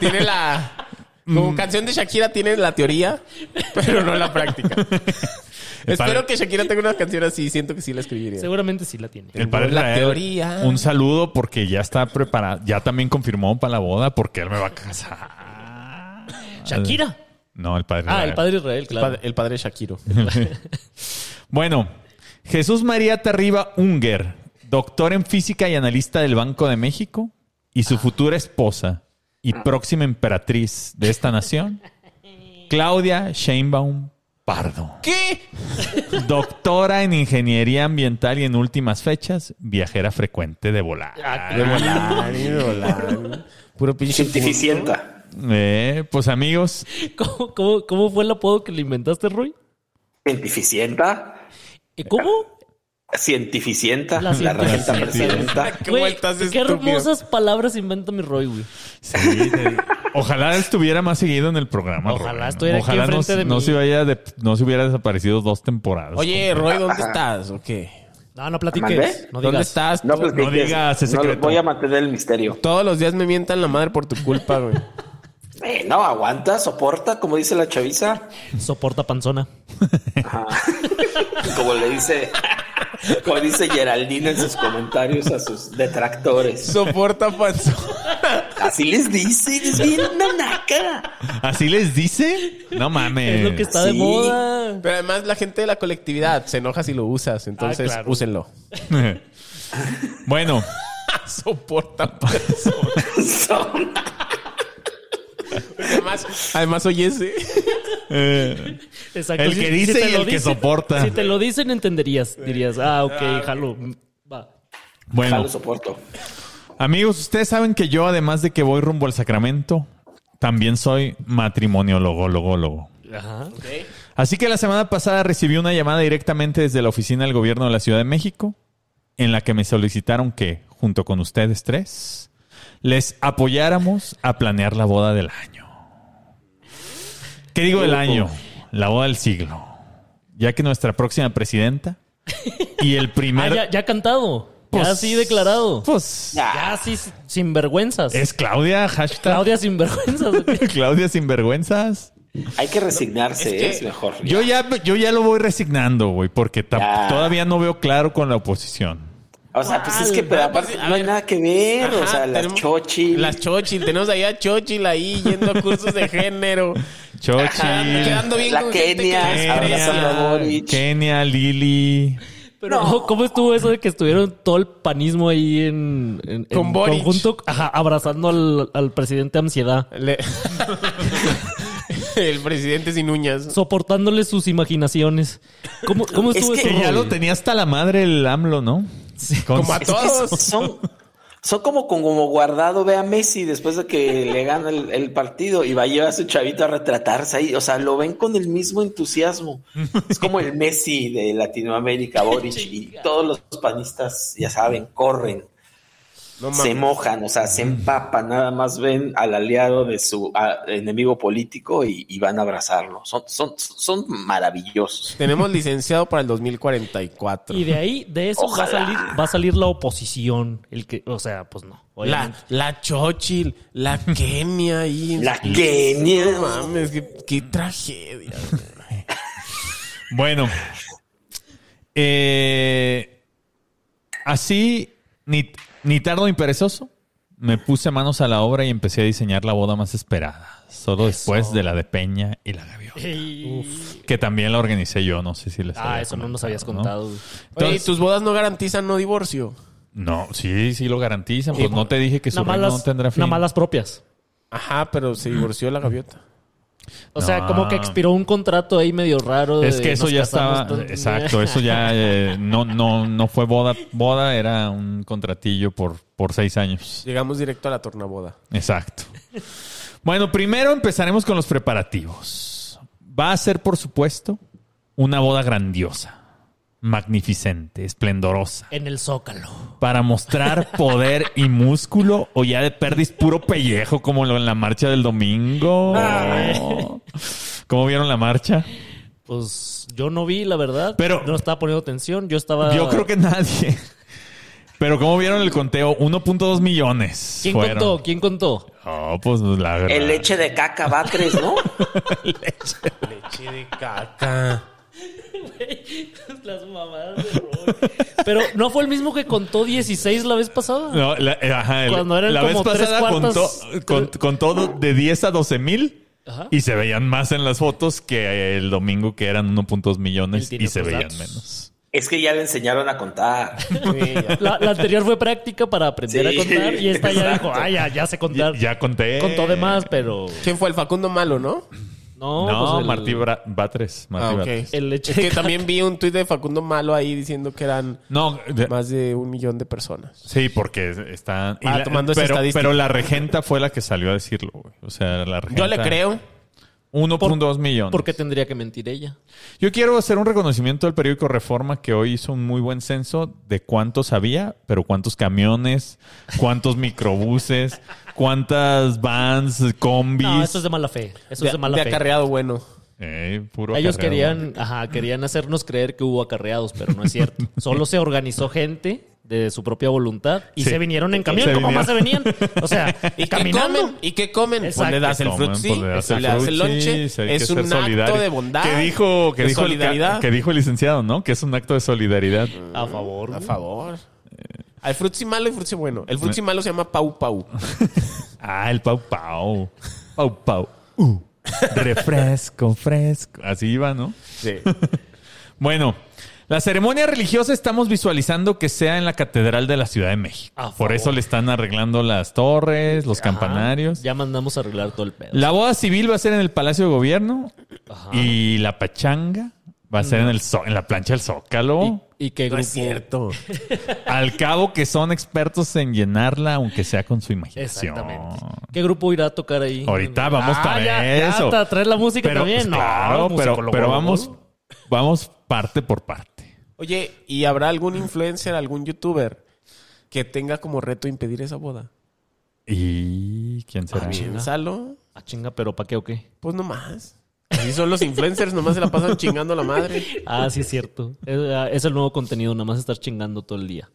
Speaker 1: tiene la.
Speaker 3: Mm.
Speaker 1: Como canción de Shakira, tiene la teoría, pero no la práctica. Espero que Shakira tenga una canción así. Siento que sí la escribiría.
Speaker 3: Seguramente sí la tiene.
Speaker 4: El padre
Speaker 1: la
Speaker 4: Israel,
Speaker 1: teoría.
Speaker 4: Un saludo porque ya está preparado. Ya también confirmó para la boda porque él me va a casar.
Speaker 3: Shakira.
Speaker 4: No, el padre.
Speaker 3: Ah,
Speaker 4: Israel.
Speaker 3: el padre Israel,
Speaker 1: El,
Speaker 3: claro.
Speaker 1: padre, el padre Shakiro.
Speaker 4: Bueno, Jesús María Tarriba Unger, doctor en física y analista del Banco de México, y su futura esposa y próxima emperatriz de esta nación, Claudia Sheinbaum Pardo. ¿Qué? Doctora en ingeniería ambiental y en últimas fechas, viajera frecuente de volar.
Speaker 1: De volar y de
Speaker 3: Ah.
Speaker 1: volar. Puro pinche.
Speaker 5: Cientificienta.
Speaker 4: Eh, pues amigos,
Speaker 3: ¿Cómo, cómo, cómo fue el apodo que le inventaste, Roy?
Speaker 5: Cientificienta.
Speaker 3: ¿Eh, ¿Cómo?
Speaker 5: Cientificienta.
Speaker 3: La
Speaker 5: La, regenta
Speaker 4: cientificienta.
Speaker 5: presidenta.
Speaker 1: Qué
Speaker 3: Güey,
Speaker 1: vueltas,
Speaker 3: qué
Speaker 1: estúpido.
Speaker 3: hermosas palabras inventa mi Roy, güey.
Speaker 4: Sí, te digo. Ojalá estuviera más seguido en el programa.
Speaker 3: Ojalá
Speaker 4: Rubén, ¿no?
Speaker 3: estuviera aquí
Speaker 4: Ojalá no,
Speaker 3: enfrente de
Speaker 4: no
Speaker 3: mí.
Speaker 4: Se vaya de- no se hubiera desaparecido dos temporadas.
Speaker 1: Oye, Roy, ¿dónde estás? ¿O qué?
Speaker 3: No, no platiques.
Speaker 5: ¿Mandé?
Speaker 3: No
Speaker 1: ¿Dónde
Speaker 3: digas.
Speaker 1: estás?
Speaker 5: No, pues,
Speaker 1: Tú-
Speaker 5: platiques.
Speaker 4: no digas ese
Speaker 5: No,
Speaker 4: secreto.
Speaker 5: voy a mantener el misterio.
Speaker 1: Todos los días me mientan la madre por tu culpa, güey.
Speaker 5: Eh, no, aguanta, soporta, como dice la chaviza.
Speaker 3: Soporta panzona.
Speaker 5: Ajá. como le dice, como dice Geraldine en sus comentarios a sus detractores.
Speaker 1: Soporta falso.
Speaker 5: Así les dice, es bien nanaca.
Speaker 4: ¿Así les dice? No mames.
Speaker 3: Es lo que está de
Speaker 5: Sí.
Speaker 3: moda.
Speaker 1: Pero además la gente de la colectividad se enoja si lo usas, entonces
Speaker 3: Ah, claro.
Speaker 1: úsenlo.
Speaker 4: bueno,
Speaker 1: Soporta falso.
Speaker 5: Son-
Speaker 1: Pues Además, además oye ese.
Speaker 4: eh,
Speaker 3: Exacto.
Speaker 4: el que dice
Speaker 3: te
Speaker 4: y
Speaker 3: lo
Speaker 4: el que
Speaker 3: dicen-
Speaker 4: soporta.
Speaker 3: Si te lo dicen, entenderías. Dirías, ah, ok, jalo. Va. Ah,
Speaker 4: Bueno,
Speaker 5: Jalo, soporto.
Speaker 4: amigos, ustedes saben que yo, además de que voy rumbo al sacramento, también soy matrimoniólogo, logólogo.
Speaker 3: Ajá.
Speaker 4: Así que la semana pasada recibí una llamada directamente desde la oficina del gobierno de la Ciudad de México, en la que me solicitaron que, junto con ustedes tres, les apoyáramos a planear la boda del año. ¿Qué digo del año? La boda del siglo. Ya que nuestra próxima presidenta y el
Speaker 3: Ah,
Speaker 4: primer...
Speaker 3: ya, ya cantado.
Speaker 4: pues,
Speaker 3: ya así declarado.
Speaker 4: Pues
Speaker 3: ya así s- sinvergüenzas.
Speaker 4: es Claudia, hashtag Claudia,
Speaker 3: Claudia sinvergüenzas.
Speaker 4: sinvergüenzas.
Speaker 5: Hay que resignarse, es,
Speaker 1: que
Speaker 5: mejor.
Speaker 4: Yo ya, yo ya lo voy resignando, güey, porque ta-
Speaker 5: Ya.
Speaker 4: todavía no veo claro con la oposición.
Speaker 5: O sea, pues es que pero aparte no hay nada que ver. o sea, las
Speaker 1: tenemos-
Speaker 5: chochi.
Speaker 1: Las chochil. Tenemos ahí a chochil ahí yendo a cursos de género.
Speaker 4: Chochi,
Speaker 1: Quedando bien
Speaker 5: La
Speaker 1: con gente que-
Speaker 5: Kenia, abrazando a
Speaker 4: Kenia,
Speaker 5: Boric.
Speaker 4: Kenia, Lili.
Speaker 3: Pero, ¿cómo estuvo eso de que estuvieron todo el panismo ahí en, en-
Speaker 1: Con
Speaker 3: en
Speaker 1: Boric.
Speaker 3: conjunto? Ajá, abrazando al, al presidente ansiedad.
Speaker 1: Le- el presidente sin uñas.
Speaker 3: Soportándole sus imaginaciones. ¿Cómo, cómo
Speaker 5: Es
Speaker 3: estuvo
Speaker 5: que
Speaker 3: eso,
Speaker 4: Que ya
Speaker 3: Roy?
Speaker 4: lo tenía hasta la madre el AMLO, ¿no? Con-
Speaker 1: Como a
Speaker 5: Es que
Speaker 1: todos.
Speaker 5: son, son como, como guardado, ve a Messi después de que le gana el, el partido y va a llevar a su chavito a retratarse ahí. O sea, lo ven con el mismo entusiasmo. Es como el Messi de Latinoamérica, Boric, y todos los panistas, ya saben, corren,
Speaker 1: No mames.
Speaker 5: se mojan, o sea, se empapan, nada más ven al aliado de su a- enemigo político y, y van a abrazarlo. Son, son, son maravillosos.
Speaker 1: Tenemos licenciado para el 2044.
Speaker 3: Y de ahí, de eso va a
Speaker 5: Ojalá.
Speaker 3: salir, va a salir la oposición. El que, o sea, pues no.
Speaker 1: La,
Speaker 3: obviamente.
Speaker 1: la Chochil, la Kenia y
Speaker 5: La Kenia.
Speaker 1: No mames, qué, qué tragedia.
Speaker 4: Bueno. Eh, así, ni, ni tardo ni perezoso, me puse manos a la obra y empecé a diseñar la boda más esperada. Solo después de la de Peña y la Gaviota.
Speaker 3: Ey.
Speaker 4: Que también la organicé yo, no sé si les
Speaker 3: Ah,
Speaker 4: había
Speaker 3: eso no nos
Speaker 4: comentado,
Speaker 3: habías
Speaker 4: ¿no?
Speaker 3: contado. güey.
Speaker 1: Oye, ¿y
Speaker 4: Entonces-
Speaker 1: tus bodas no garantizan no divorcio.
Speaker 4: No, sí, sí lo garantizan. Pues no te dije que su
Speaker 3: Nada más
Speaker 4: reino
Speaker 3: las-
Speaker 4: no tendrá fin.
Speaker 3: nada más las propias.
Speaker 1: Ajá, pero se divorció la gaviota.
Speaker 3: O sea,
Speaker 4: No.
Speaker 3: como que expiró un contrato ahí medio raro.
Speaker 4: Ah. Es
Speaker 3: de
Speaker 4: que eso
Speaker 3: nos
Speaker 4: ya
Speaker 3: casamos
Speaker 4: estaba,
Speaker 3: tan-
Speaker 4: exacto, eso ya eh, no, no, no fue boda, boda era un contratillo por, por seis años.
Speaker 1: Llegamos directo a la tornaboda.
Speaker 4: Exacto. Bueno, primero empezaremos con los preparativos. Va a ser, por supuesto, una boda grandiosa, magnificente, esplendorosa,
Speaker 3: En el zócalo.
Speaker 4: para mostrar poder y músculo o ya de perdis puro pellejo como lo en la marcha del domingo. ¿Cómo vieron la marcha?
Speaker 3: Pues yo no vi, la verdad.
Speaker 4: Pero-
Speaker 3: no estaba poniendo atención. Yo estaba.
Speaker 4: Yo creo que nadie. Pero como vieron el conteo, 1.2 millones.
Speaker 3: ¿Quién
Speaker 4: fueron.
Speaker 3: contó? ¿Quién contó?
Speaker 4: Oh, pues la verdad.
Speaker 5: El leche de caca, Batres, ¿no?
Speaker 1: Leche de caca.
Speaker 3: Las mamadas de Roy. Pero no fue el mismo que contó 16 la vez pasada.
Speaker 4: No, la, eh, ajá, el-
Speaker 3: Cuando eran
Speaker 4: la
Speaker 3: como
Speaker 4: vez
Speaker 3: tres
Speaker 4: pasada
Speaker 3: cuartas-
Speaker 4: contó, con- contó de 10 a 12 mil
Speaker 3: Ajá.
Speaker 4: Y se veían más en las fotos que el domingo que eran 1.2 millones
Speaker 3: Él tiene
Speaker 4: y se
Speaker 3: otros
Speaker 4: veían
Speaker 3: datos.
Speaker 4: menos.
Speaker 5: Es que ya le enseñaron a contar.
Speaker 3: La, la anterior fue práctica para aprender
Speaker 5: Sí,
Speaker 3: a contar y esta ya
Speaker 5: exacto.
Speaker 3: dijo, ah, ya, ya sé contar.
Speaker 4: Ya, ya conté.
Speaker 3: Contó de más, pero
Speaker 1: ¿Quién fue el Facundo Malo, no?
Speaker 3: no.
Speaker 4: No,
Speaker 3: pues el-
Speaker 4: Martí Bra- Batres.
Speaker 1: Oh, Ah,
Speaker 4: Martí
Speaker 1: ok.
Speaker 4: Batres.
Speaker 3: El leche
Speaker 1: Es que
Speaker 3: de cat-
Speaker 1: también vi un tuit de Facundo Malo ahí diciendo que eran
Speaker 4: No, de-
Speaker 1: más de un millón de personas.
Speaker 4: sí, porque están... y
Speaker 1: Ah,
Speaker 4: la-
Speaker 1: tomando esa
Speaker 4: pero,
Speaker 1: estadística.
Speaker 4: pero la regenta fue la que salió a decirlo, güey. O sea, la regenta...
Speaker 1: Yo le creo.
Speaker 4: 1.2 millones.
Speaker 3: ¿Por qué tendría que mentir ella?
Speaker 4: Yo quiero hacer un reconocimiento al periódico Reforma que hoy hizo un muy buen censo de cuántos había, pero cuántos camiones, cuántos microbuses, cuántas vans, combis.
Speaker 3: No, eso es de mala fe. Eso
Speaker 1: De,
Speaker 3: es de mala
Speaker 1: de
Speaker 3: fe.
Speaker 1: acarreado bueno.
Speaker 4: Eh, puro
Speaker 3: Ellos
Speaker 4: acarreo.
Speaker 3: querían, ajá, querían hacernos creer que hubo acarreados, pero no es cierto. Solo se organizó gente de su propia voluntad y
Speaker 4: Sí.
Speaker 3: se vinieron en camión.
Speaker 4: Se
Speaker 3: ¿Cómo más se venían?
Speaker 4: vinieron.
Speaker 3: O sea,
Speaker 1: ¿Y qué
Speaker 3: caminando.
Speaker 1: comen? ¿Y qué comen? Pues
Speaker 3: Exacto.
Speaker 1: le das el
Speaker 4: Toman,
Speaker 1: frutzi,
Speaker 4: pues,
Speaker 1: le das
Speaker 4: el
Speaker 1: el
Speaker 4: frutzi,
Speaker 1: lonche.
Speaker 4: sí, hay que
Speaker 1: Es
Speaker 4: ser
Speaker 1: un acto
Speaker 4: solidario.
Speaker 1: de bondad.
Speaker 4: Que dijo, que
Speaker 1: de
Speaker 4: dijo, el-
Speaker 1: solidaridad.
Speaker 4: que dijo el licenciado, ¿no? Que es un acto de solidaridad.
Speaker 3: A favor.
Speaker 4: Ah,
Speaker 1: A
Speaker 3: güey.
Speaker 1: favor. Hay frutzi malo y frutzi bueno. El frutzi malo se llama Pau Pau.
Speaker 4: Ah, el Pau Pau. Pau Pau. Uh. Refresco, fresco. Así iba, ¿no?
Speaker 1: Sí.
Speaker 4: Bueno, la ceremonia religiosa estamos visualizando que sea en la Catedral de la Ciudad de México.
Speaker 1: Ah,
Speaker 3: A
Speaker 4: Por
Speaker 3: favor.
Speaker 4: eso le están arreglando las torres, los
Speaker 3: Ajá.
Speaker 4: campanarios.
Speaker 3: Ya mandamos a arreglar todo el pedo.
Speaker 4: La boda civil va a ser en el Palacio de Gobierno y la pachanga va a
Speaker 1: Mm.
Speaker 4: ser en, el Zó- en la plancha del Zócalo.
Speaker 3: Y, y que
Speaker 1: No es
Speaker 3: grupo-
Speaker 1: cierto.
Speaker 4: Al cabo que son expertos en llenarla, aunque sea con su imaginación.
Speaker 3: Exactamente. ¿Qué grupo irá a tocar ahí?
Speaker 4: Ahorita vamos
Speaker 3: Ah,
Speaker 4: para
Speaker 3: ya, ya,
Speaker 4: eso.
Speaker 3: hasta traer la música
Speaker 4: Pero,
Speaker 3: también.
Speaker 4: pues,
Speaker 3: No,
Speaker 4: claro, pero,
Speaker 3: musicólogo,
Speaker 4: pero
Speaker 3: ¿no?
Speaker 4: vamos, vamos parte por parte.
Speaker 1: Oye, ¿y habrá algún influencer, algún youtuber que tenga como reto impedir esa boda?
Speaker 4: ¿Y quién será?
Speaker 1: Piénsalo.
Speaker 3: Ah, chinga, pero ¿para qué o qué?
Speaker 1: Pues nomás. Así son los influencers, nomás se la pasan chingando a la madre.
Speaker 3: Ah, sí es cierto. Es, ah, es el nuevo contenido, nada más estar chingando todo el día.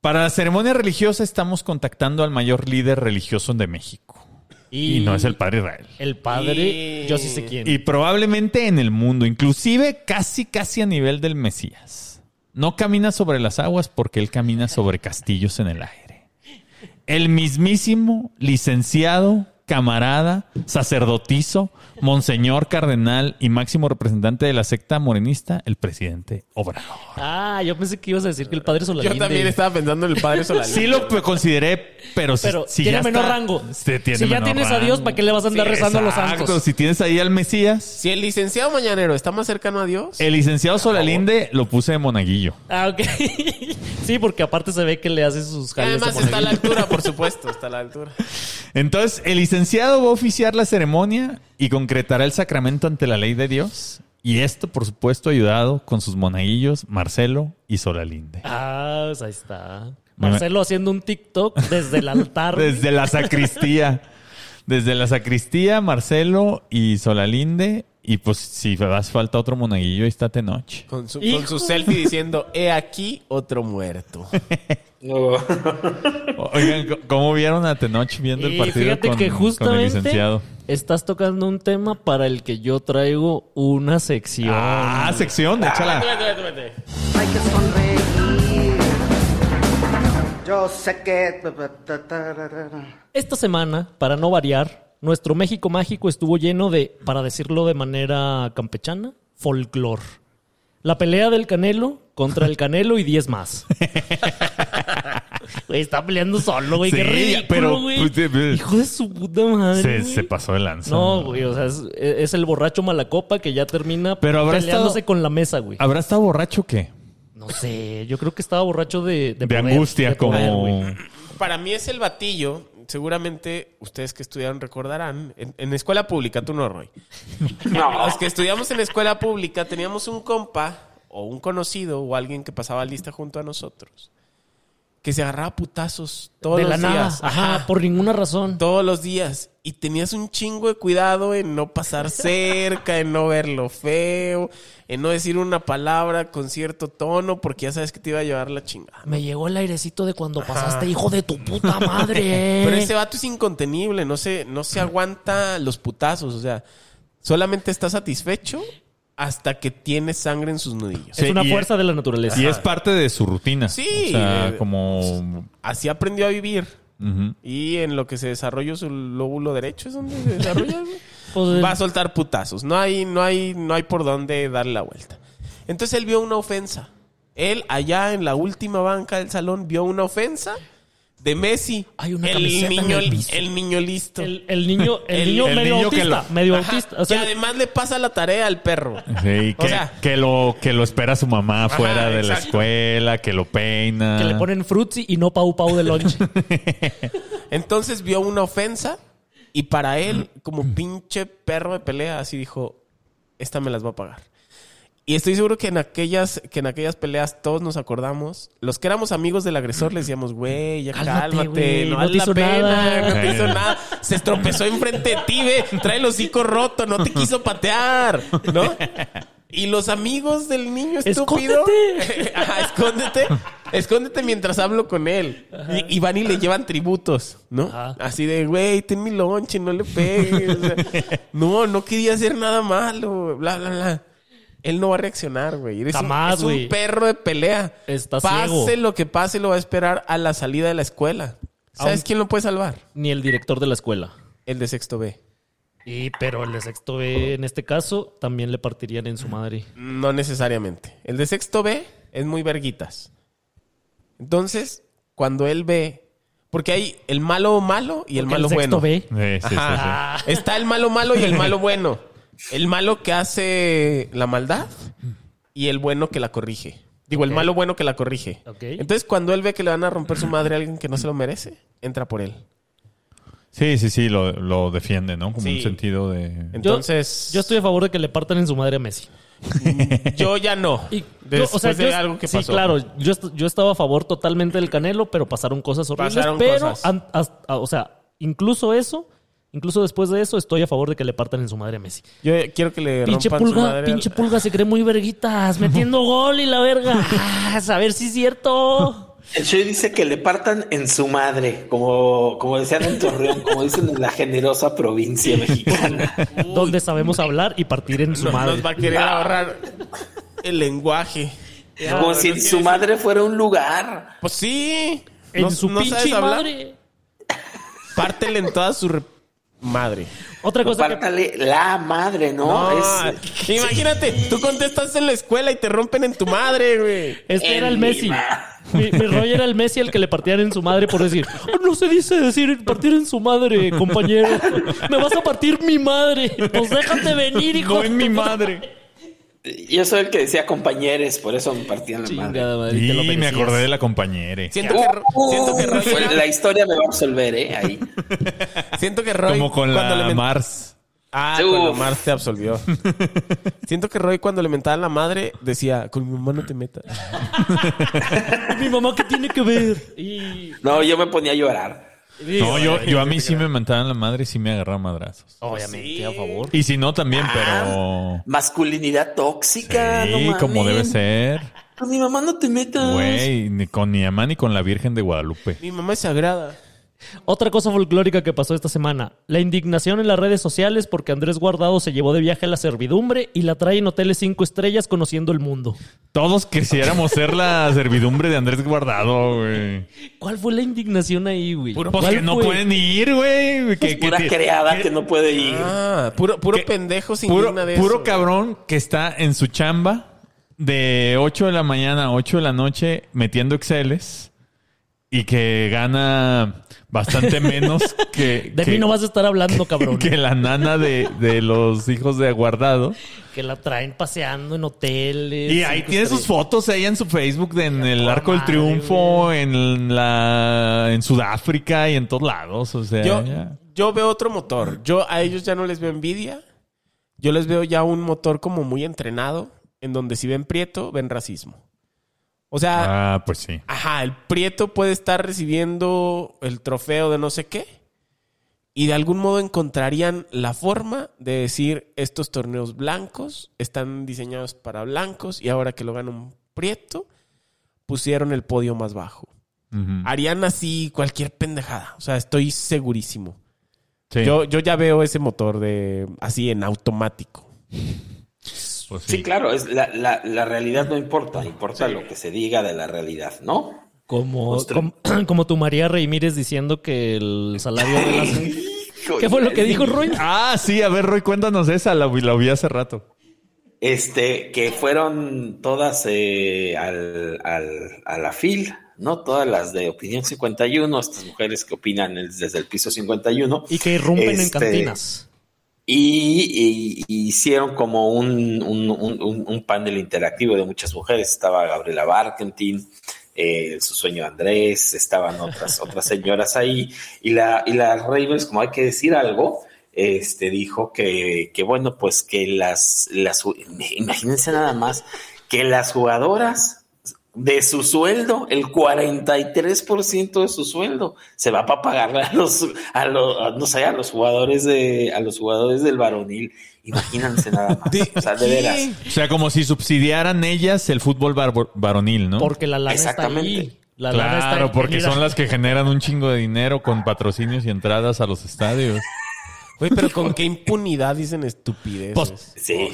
Speaker 4: Para la ceremonia religiosa estamos contactando al mayor líder religioso de México. Y, no es el Padre Israel.
Speaker 3: El padre,
Speaker 1: Y-
Speaker 3: yo sí sé quién.
Speaker 4: Y probablemente en el mundo, inclusive casi casi a nivel del Mesías. No camina sobre las aguas porque él camina sobre castillos en el aire. El mismísimo licenciado, camarada, sacerdotizo, monseñor cardenal y máximo representante de la secta morenista, el presidente Obrador.
Speaker 3: Ah, yo pensé que ibas a decir que el padre Solalinde.
Speaker 1: Yo también estaba pensando en el padre Solalinde.
Speaker 4: Sí lo pe- consideré, pero si,
Speaker 3: Pero
Speaker 4: si
Speaker 3: tiene
Speaker 4: ya
Speaker 3: menor
Speaker 4: está-
Speaker 3: rango.
Speaker 4: Sí, tiene
Speaker 3: si ya
Speaker 4: menor
Speaker 3: tienes a
Speaker 4: rango.
Speaker 3: Dios, ¿para qué le vas a andar
Speaker 4: Sí,
Speaker 3: rezando a los
Speaker 4: exacto.
Speaker 3: santos?
Speaker 4: Si tienes ahí al Mesías,
Speaker 1: Si el licenciado mañanero está más cercano a Dios,
Speaker 4: el licenciado Solalinde lo puse de monaguillo.
Speaker 3: Ah, ok. sí, porque aparte se ve que le hace sus
Speaker 1: y
Speaker 3: jales.
Speaker 1: además
Speaker 3: a
Speaker 1: está a la
Speaker 3: Monaguillo.
Speaker 1: altura, por supuesto, está a la altura.
Speaker 4: Entonces, el licenciado va a oficiar la ceremonia y concretará el sacramento ante la ley de Dios. Y esto, por supuesto, ayudado con sus monaguillos, Marcelo y Solalinde.
Speaker 3: Ah, pues ahí está. Marcelo haciendo un TikTok desde el altar.
Speaker 4: Desde la sacristía. Desde la sacristía, Marcelo y Solalinde. Y pues, si hace falta otro monaguillo, ahí está Tenoch.
Speaker 1: Con su,
Speaker 3: Hijo.
Speaker 1: con su selfie diciendo, he aquí otro muerto.
Speaker 5: No.
Speaker 4: O- Oigan, co- ¿cómo vieron a Tenoch viendo el
Speaker 3: Y
Speaker 4: partido
Speaker 3: fíjate
Speaker 4: con,
Speaker 3: que
Speaker 4: con el
Speaker 3: justamente
Speaker 4: licenciado?
Speaker 3: estás tocando un tema para el que yo traigo una sección.
Speaker 4: Ah, sección, échala.
Speaker 6: Hay que sonreír. Yo sé que. Yo
Speaker 3: Esta semana, para no variar, nuestro México mágico estuvo lleno de, para decirlo de manera campechana, folclor. La pelea del Canelo contra el Canelo y 10 más. Güey, está peleando solo, güey.
Speaker 4: Sí,
Speaker 3: Qué ridículo,
Speaker 4: pero-
Speaker 3: güey. Hijo de su puta madre.
Speaker 4: Se,
Speaker 3: güey.
Speaker 4: se pasó de lanza.
Speaker 3: No, güey, o sea, es, es el borracho malacopa que ya termina
Speaker 4: Pero habrá
Speaker 3: peleándose
Speaker 4: estado-
Speaker 3: con la mesa, güey.
Speaker 4: ¿Habrá estado borracho o qué?
Speaker 3: No sé, yo creo que estaba borracho de...
Speaker 4: De,
Speaker 3: poder,
Speaker 4: angustia,
Speaker 3: de
Speaker 4: como.
Speaker 3: poder, güey.
Speaker 1: Para mí es el batillo. Seguramente ustedes que estudiaron recordarán. En, en escuela pública, tú no, Roy. Los que estudiamos en escuela pública teníamos un compa o un conocido o alguien que pasaba lista junto a nosotros. Que se agarraba a putazos todos
Speaker 3: de
Speaker 1: los
Speaker 3: la nada.
Speaker 1: días.
Speaker 3: Ajá, por ninguna razón.
Speaker 1: Todos los días. Y tenías un chingo de cuidado en no pasar cerca, en no verlo feo, en no decir una palabra con cierto tono, porque ya sabes que te iba a llevar la chingada.
Speaker 3: Me llegó el airecito de cuando pasaste, hijo de tu puta madre.
Speaker 1: Pero ese vato es incontenible, no se, no se aguanta los putazos, o sea, solamente está satisfecho hasta que tiene sangre en sus nudillos.
Speaker 3: es
Speaker 4: Sí,
Speaker 3: una
Speaker 4: y
Speaker 3: fuerza de la naturaleza.
Speaker 4: Y es parte de su rutina.
Speaker 1: Sí.
Speaker 4: O sea, como.
Speaker 1: Así aprendió a vivir.
Speaker 4: Ujú.
Speaker 1: Y en lo que se desarrolla su lóbulo derecho es donde se desarrolla. güey.
Speaker 3: Pues,
Speaker 1: va a soltar putazos. No hay, no hay, no hay por dónde darle la vuelta. Entonces él vio una ofensa. Él allá en la última banca del salón vio una ofensa de Messi.
Speaker 3: Hay una
Speaker 1: el
Speaker 3: camiseta en
Speaker 1: niño,
Speaker 3: el piso.
Speaker 1: el niño listo.
Speaker 3: El, el niño, el, niño
Speaker 4: el
Speaker 3: medio
Speaker 4: niño que
Speaker 3: autista.
Speaker 4: lo-
Speaker 3: Medio
Speaker 1: Ajá.
Speaker 3: autista. O sea,
Speaker 1: que además le pasa la tarea al perro.
Speaker 4: Sí,
Speaker 1: O
Speaker 4: que,
Speaker 1: sea-
Speaker 4: que lo, que lo espera su mamá fuera de la
Speaker 1: exacto.
Speaker 4: escuela, que lo peina.
Speaker 3: que le ponen frutzi y no pau pau de lonche.
Speaker 1: Entonces vio una ofensa y para él, como pinche perro de pelea, así dijo, esta me las va a pagar. Y estoy seguro que en aquellas, que en aquellas peleas todos nos acordamos. Los que éramos amigos del agresor le decíamos, güey, ya
Speaker 3: Cálmate,
Speaker 1: cálmate,
Speaker 3: güey,
Speaker 1: no,
Speaker 3: no
Speaker 1: haz
Speaker 3: te
Speaker 1: la
Speaker 3: hizo
Speaker 1: pena,
Speaker 3: nada".
Speaker 1: no te hizo
Speaker 4: Sí.
Speaker 1: nada. Se estropezó enfrente de ti, ve, trae el hocico roto, no te quiso patear, ¿no? Y los amigos del niño estúpido.
Speaker 3: Escóndete.
Speaker 1: Ajá, escóndete. Escóndete mientras hablo con él. Y, y van y le llevan tributos, ¿no?
Speaker 3: Ajá.
Speaker 1: Así de, güey, ten mi lonche, no le pegues. O sea, no, no quería hacer nada malo, bla, bla, bla. Él no va a reaccionar, güey. Eres un-
Speaker 3: Jamás,
Speaker 1: es un,
Speaker 3: güey.
Speaker 1: perro de pelea.
Speaker 3: Está
Speaker 1: pase
Speaker 3: ciego.
Speaker 1: lo que pase, lo va a esperar a la salida de la escuela. ¿Sabes
Speaker 3: Aun-
Speaker 1: quién lo puede salvar?
Speaker 3: Ni el director de la escuela.
Speaker 1: El de sexto B.
Speaker 3: Y pero el de sexto B, en este caso, también le partirían en su madre.
Speaker 1: No necesariamente. El de sexto B es muy verguitas. Entonces, cuando él ve. Porque hay el malo malo y el
Speaker 3: Porque
Speaker 1: malo
Speaker 3: el sexto
Speaker 1: bueno.
Speaker 3: B.
Speaker 4: Sí, sí, sí, sí.
Speaker 3: Ah.
Speaker 1: Ajá. Está el malo malo y el malo bueno. El malo que hace la maldad y el bueno que la corrige. Digo, el
Speaker 3: Ok.
Speaker 1: malo bueno que la corrige.
Speaker 3: Ok.
Speaker 1: Entonces, cuando él ve que le van a romper su madre a alguien que no se lo merece, entra por él.
Speaker 4: Sí, sí, sí, lo, lo defiende, ¿no? Como
Speaker 1: Sí.
Speaker 4: un sentido de...
Speaker 3: Yo-
Speaker 1: Entonces,
Speaker 3: Yo estoy a favor de que le partan en su madre a Messi.
Speaker 1: yo ya no.
Speaker 3: Y- yo,
Speaker 1: Después de
Speaker 3: yo-
Speaker 1: algo que
Speaker 3: sí,
Speaker 1: pasó.
Speaker 3: claro. Yo, est- yo estaba a favor totalmente del Canelo, pero pasaron cosas horribles.
Speaker 1: Pasaron
Speaker 3: pero,
Speaker 1: cosas.
Speaker 3: an- as- ah, o sea, incluso eso, incluso después de eso, estoy a favor de que le partan en su madre a Messi.
Speaker 1: Yo quiero que le
Speaker 3: Pinche
Speaker 1: rompan su
Speaker 3: pulga,
Speaker 1: madre al-
Speaker 3: pinche pulga se cree muy verguitas, metiendo gol y la verga. Ah, a ver si es cierto.
Speaker 5: El show dice que le partan en su madre, como, como decían en Torreón, como dicen en la generosa provincia mexicana.
Speaker 3: Donde sabemos hablar y partir en su
Speaker 1: No-
Speaker 3: madre.
Speaker 1: Nos va a querer
Speaker 5: Ah.
Speaker 1: ahorrar el lenguaje.
Speaker 5: Como si su madre fuera un lugar.
Speaker 1: Pues sí.
Speaker 3: En
Speaker 1: No-
Speaker 3: su
Speaker 1: no sabes
Speaker 3: pinche
Speaker 1: hablar.
Speaker 3: madre.
Speaker 1: Pártele en toda su re- madre.
Speaker 3: Otra cosa que
Speaker 5: Pártale la madre, ¿no?
Speaker 1: No, ah.
Speaker 5: Es-
Speaker 1: imagínate, tú contestas en la escuela y te rompen en tu madre, güey.
Speaker 3: Este
Speaker 5: En
Speaker 3: era el
Speaker 5: mi
Speaker 3: Messi.
Speaker 5: ma-
Speaker 3: Mi, mi rollo era el Messi el que le partían en su madre por decir, "Ah, no se dice decir partir en su madre, compañero. Me vas a partir mi madre. Pues déjate venir, hijo.
Speaker 4: No
Speaker 3: de
Speaker 4: en mi
Speaker 3: tu puta
Speaker 4: madre.
Speaker 5: Yo soy el que decía compañeros, por eso me partían la madre.
Speaker 3: Chingada madre, te lo
Speaker 4: Y me
Speaker 3: merecías.
Speaker 4: acordé de la compañera.
Speaker 1: Siento que, Ro-
Speaker 5: Uh,
Speaker 1: siento que Roy,
Speaker 5: fue-
Speaker 1: era-
Speaker 5: la historia me va a absolver, ¿eh? Ahí.
Speaker 1: siento que Roy
Speaker 4: Como con
Speaker 1: cuando
Speaker 4: la
Speaker 1: le men-
Speaker 4: Mars.
Speaker 1: Ah, con la
Speaker 5: Uf.
Speaker 1: Mars te absolvió. siento que Roy cuando le mentaba la madre decía, con mi mamá no te metas.
Speaker 3: ¿Y mi mamá qué tiene que ver? Y...
Speaker 5: No, yo me ponía a llorar.
Speaker 4: No, yo, yo a mí sí me mentaban la madre y sí me agarraba madrazos.
Speaker 3: Obviamente, a favor.
Speaker 4: Y si no, también, pero...
Speaker 5: Masculinidad tóxica.
Speaker 4: Sí,
Speaker 5: no
Speaker 4: como debe
Speaker 5: mames.
Speaker 4: ser.
Speaker 5: Con mi mamá no te metas.
Speaker 4: Güey, ni con mi mamá ni con la Virgen de Guadalupe.
Speaker 1: Mi mamá es sagrada.
Speaker 3: Otra cosa folclórica que pasó esta semana. La indignación en las redes sociales porque Andrés Guardado se llevó de viaje a la servidumbre y la trae en hoteles cinco estrellas conociendo el mundo.
Speaker 4: Todos quisiéramos ser la servidumbre de Andrés Guardado, güey.
Speaker 3: ¿Cuál fue la indignación ahí, güey?
Speaker 4: Pues
Speaker 3: ¿Cuál
Speaker 4: que no
Speaker 3: fue?
Speaker 4: pueden ir,
Speaker 1: Pues
Speaker 4: güey. Que, que
Speaker 5: Pura
Speaker 4: te-
Speaker 5: creada que no puede ir.
Speaker 1: Ah, puro, puro
Speaker 4: ¿Qué?
Speaker 1: pendejo sin
Speaker 4: puro,
Speaker 1: de
Speaker 4: puro
Speaker 1: eso.
Speaker 4: cabrón que está en su chamba de 8 de la mañana a 8 de la noche metiendo Exceles y que gana bastante menos que,
Speaker 3: De
Speaker 4: que,
Speaker 3: mí no vas a estar hablando, cabrón.
Speaker 4: que la nana de, de los hijos de Aguardado.
Speaker 3: Que la traen paseando en hoteles.
Speaker 4: Y ahí
Speaker 3: cinco
Speaker 4: tiene sus
Speaker 3: estrellas.
Speaker 4: fotos ella en su Facebook de en el
Speaker 3: toda
Speaker 4: Arco del
Speaker 3: madre,
Speaker 4: Triunfo, en la en Sudáfrica y en todos lados. O sea,
Speaker 1: Yo,
Speaker 4: ya.
Speaker 1: yo veo otro motor. Yo a ellos ya no les veo envidia. Yo les veo ya un motor como muy entrenado, en donde si ven prieto, ven racismo. O sea,
Speaker 4: Ah, pues sí.
Speaker 1: ajá, el prieto puede estar recibiendo el trofeo de no sé qué. Y de algún modo encontrarían la forma de decir estos torneos blancos están diseñados para blancos y ahora que lo gana un prieto, pusieron el podio más bajo.
Speaker 4: Ujú.
Speaker 1: Harían así cualquier pendejada. O sea, estoy segurísimo.
Speaker 4: Sí,
Speaker 1: Yo, yo ya veo ese motor de así en automático.
Speaker 4: pues sí.
Speaker 5: Sí, claro, es la, la, la realidad no importa, importa lo que se diga de la realidad, ¿no?
Speaker 3: Como,
Speaker 5: Ostras.
Speaker 3: com- como tu María Reimírez diciendo que el salario de las,
Speaker 5: Hijo,
Speaker 3: ¿Qué fue lo que
Speaker 5: es
Speaker 3: dijo
Speaker 5: divino.
Speaker 3: Ruin?
Speaker 4: Ah, sí, a ver, Roy, cuéntanos esa, la, vi- la vi hace rato.
Speaker 5: Este, que fueron todas eh, al, al- a la FIL, ¿no? Todas las de Opinión 51, estas mujeres que opinan el- desde el piso 51.
Speaker 3: Y que irrumpen en
Speaker 5: Este,
Speaker 3: cantinas.
Speaker 5: Y, y- y hicieron como un, un- un- un- un panel interactivo de muchas mujeres. Estaba Gabriela Barkentin, eh, su sueño Andrés, estaban otras, otras señoras ahí. Y la, y la Ravens, como hay que decir algo, este, dijo que, que bueno, pues que las, las, imagínense nada más, que las jugadoras de su sueldo, el 43% de su sueldo se va para pagarle a los, a los, a- no sé, a los jugadores de, a los jugadores del varonil. Imagínense nada más. o sea, de veras.
Speaker 4: O sea, como si subsidiaran ellas el fútbol bar- varonil, ¿no?
Speaker 3: Porque la lana
Speaker 5: Exactamente.
Speaker 3: está ahí. La lana está
Speaker 4: claro,
Speaker 3: ahí.
Speaker 4: porque
Speaker 3: Mira,
Speaker 4: son las que generan un chingo de dinero con patrocinios y entradas a los estadios.
Speaker 1: Güey, pero con qué impunidad dicen estupideces.
Speaker 5: Sí.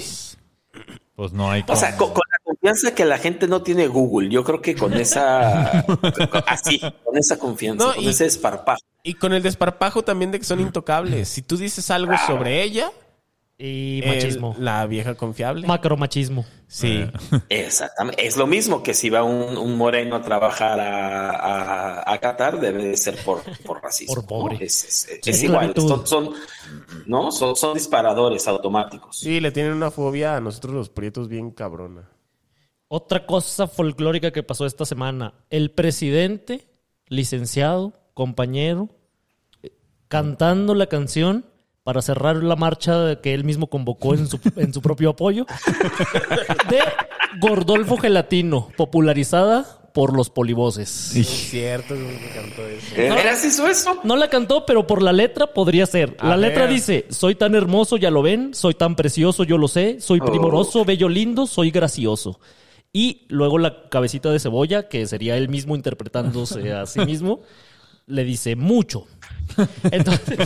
Speaker 4: Pues no hay
Speaker 5: O sea, con,
Speaker 4: cómo.
Speaker 5: con la confianza que la gente no tiene Google, yo creo que con esa, así, con esa confianza,
Speaker 1: No,
Speaker 5: con
Speaker 1: y-
Speaker 5: ese esparpajo.
Speaker 1: Y con el desparpajo también de que son intocables. Si tú dices algo sobre ella,
Speaker 3: Y
Speaker 1: el-
Speaker 3: machismo. Eh.
Speaker 1: la vieja confiable.
Speaker 3: Macromachismo.
Speaker 1: sí.
Speaker 5: Exactamente. Es lo mismo que si va un, un moreno a trabajar a, a- a Qatar, debe de ser por, por racismo.
Speaker 3: Por pobre.
Speaker 5: ¿no? Es, es- es-
Speaker 3: Sí,
Speaker 5: es igual.
Speaker 3: esclavitud.
Speaker 5: Son, son- ¿no? son, son disparadores automáticos.
Speaker 1: Sí, le tienen una fobia a nosotros los prietos bien cabrona.
Speaker 3: Otra cosa folclórica que pasó esta semana. El presidente, licenciado, compañero, eh, cantando la canción para cerrar la marcha que él mismo convocó en su, en su propio apoyo, de Gordolfo Gelatino, popularizada por los polivoces.
Speaker 1: Es cierto, me encantó eso.
Speaker 5: ¿De veras hizo ¿Eh? eso?
Speaker 3: No la cantó, pero por la letra podría ser. La
Speaker 1: A
Speaker 3: letra
Speaker 1: ver.
Speaker 3: dice, soy tan hermoso, ya lo ven, soy tan precioso, yo lo sé, soy
Speaker 5: Oh.
Speaker 3: primoroso, bello, lindo, soy gracioso. Y luego la cabecita de cebolla, que sería él mismo interpretándose a sí mismo, le dice mucho. Entonces,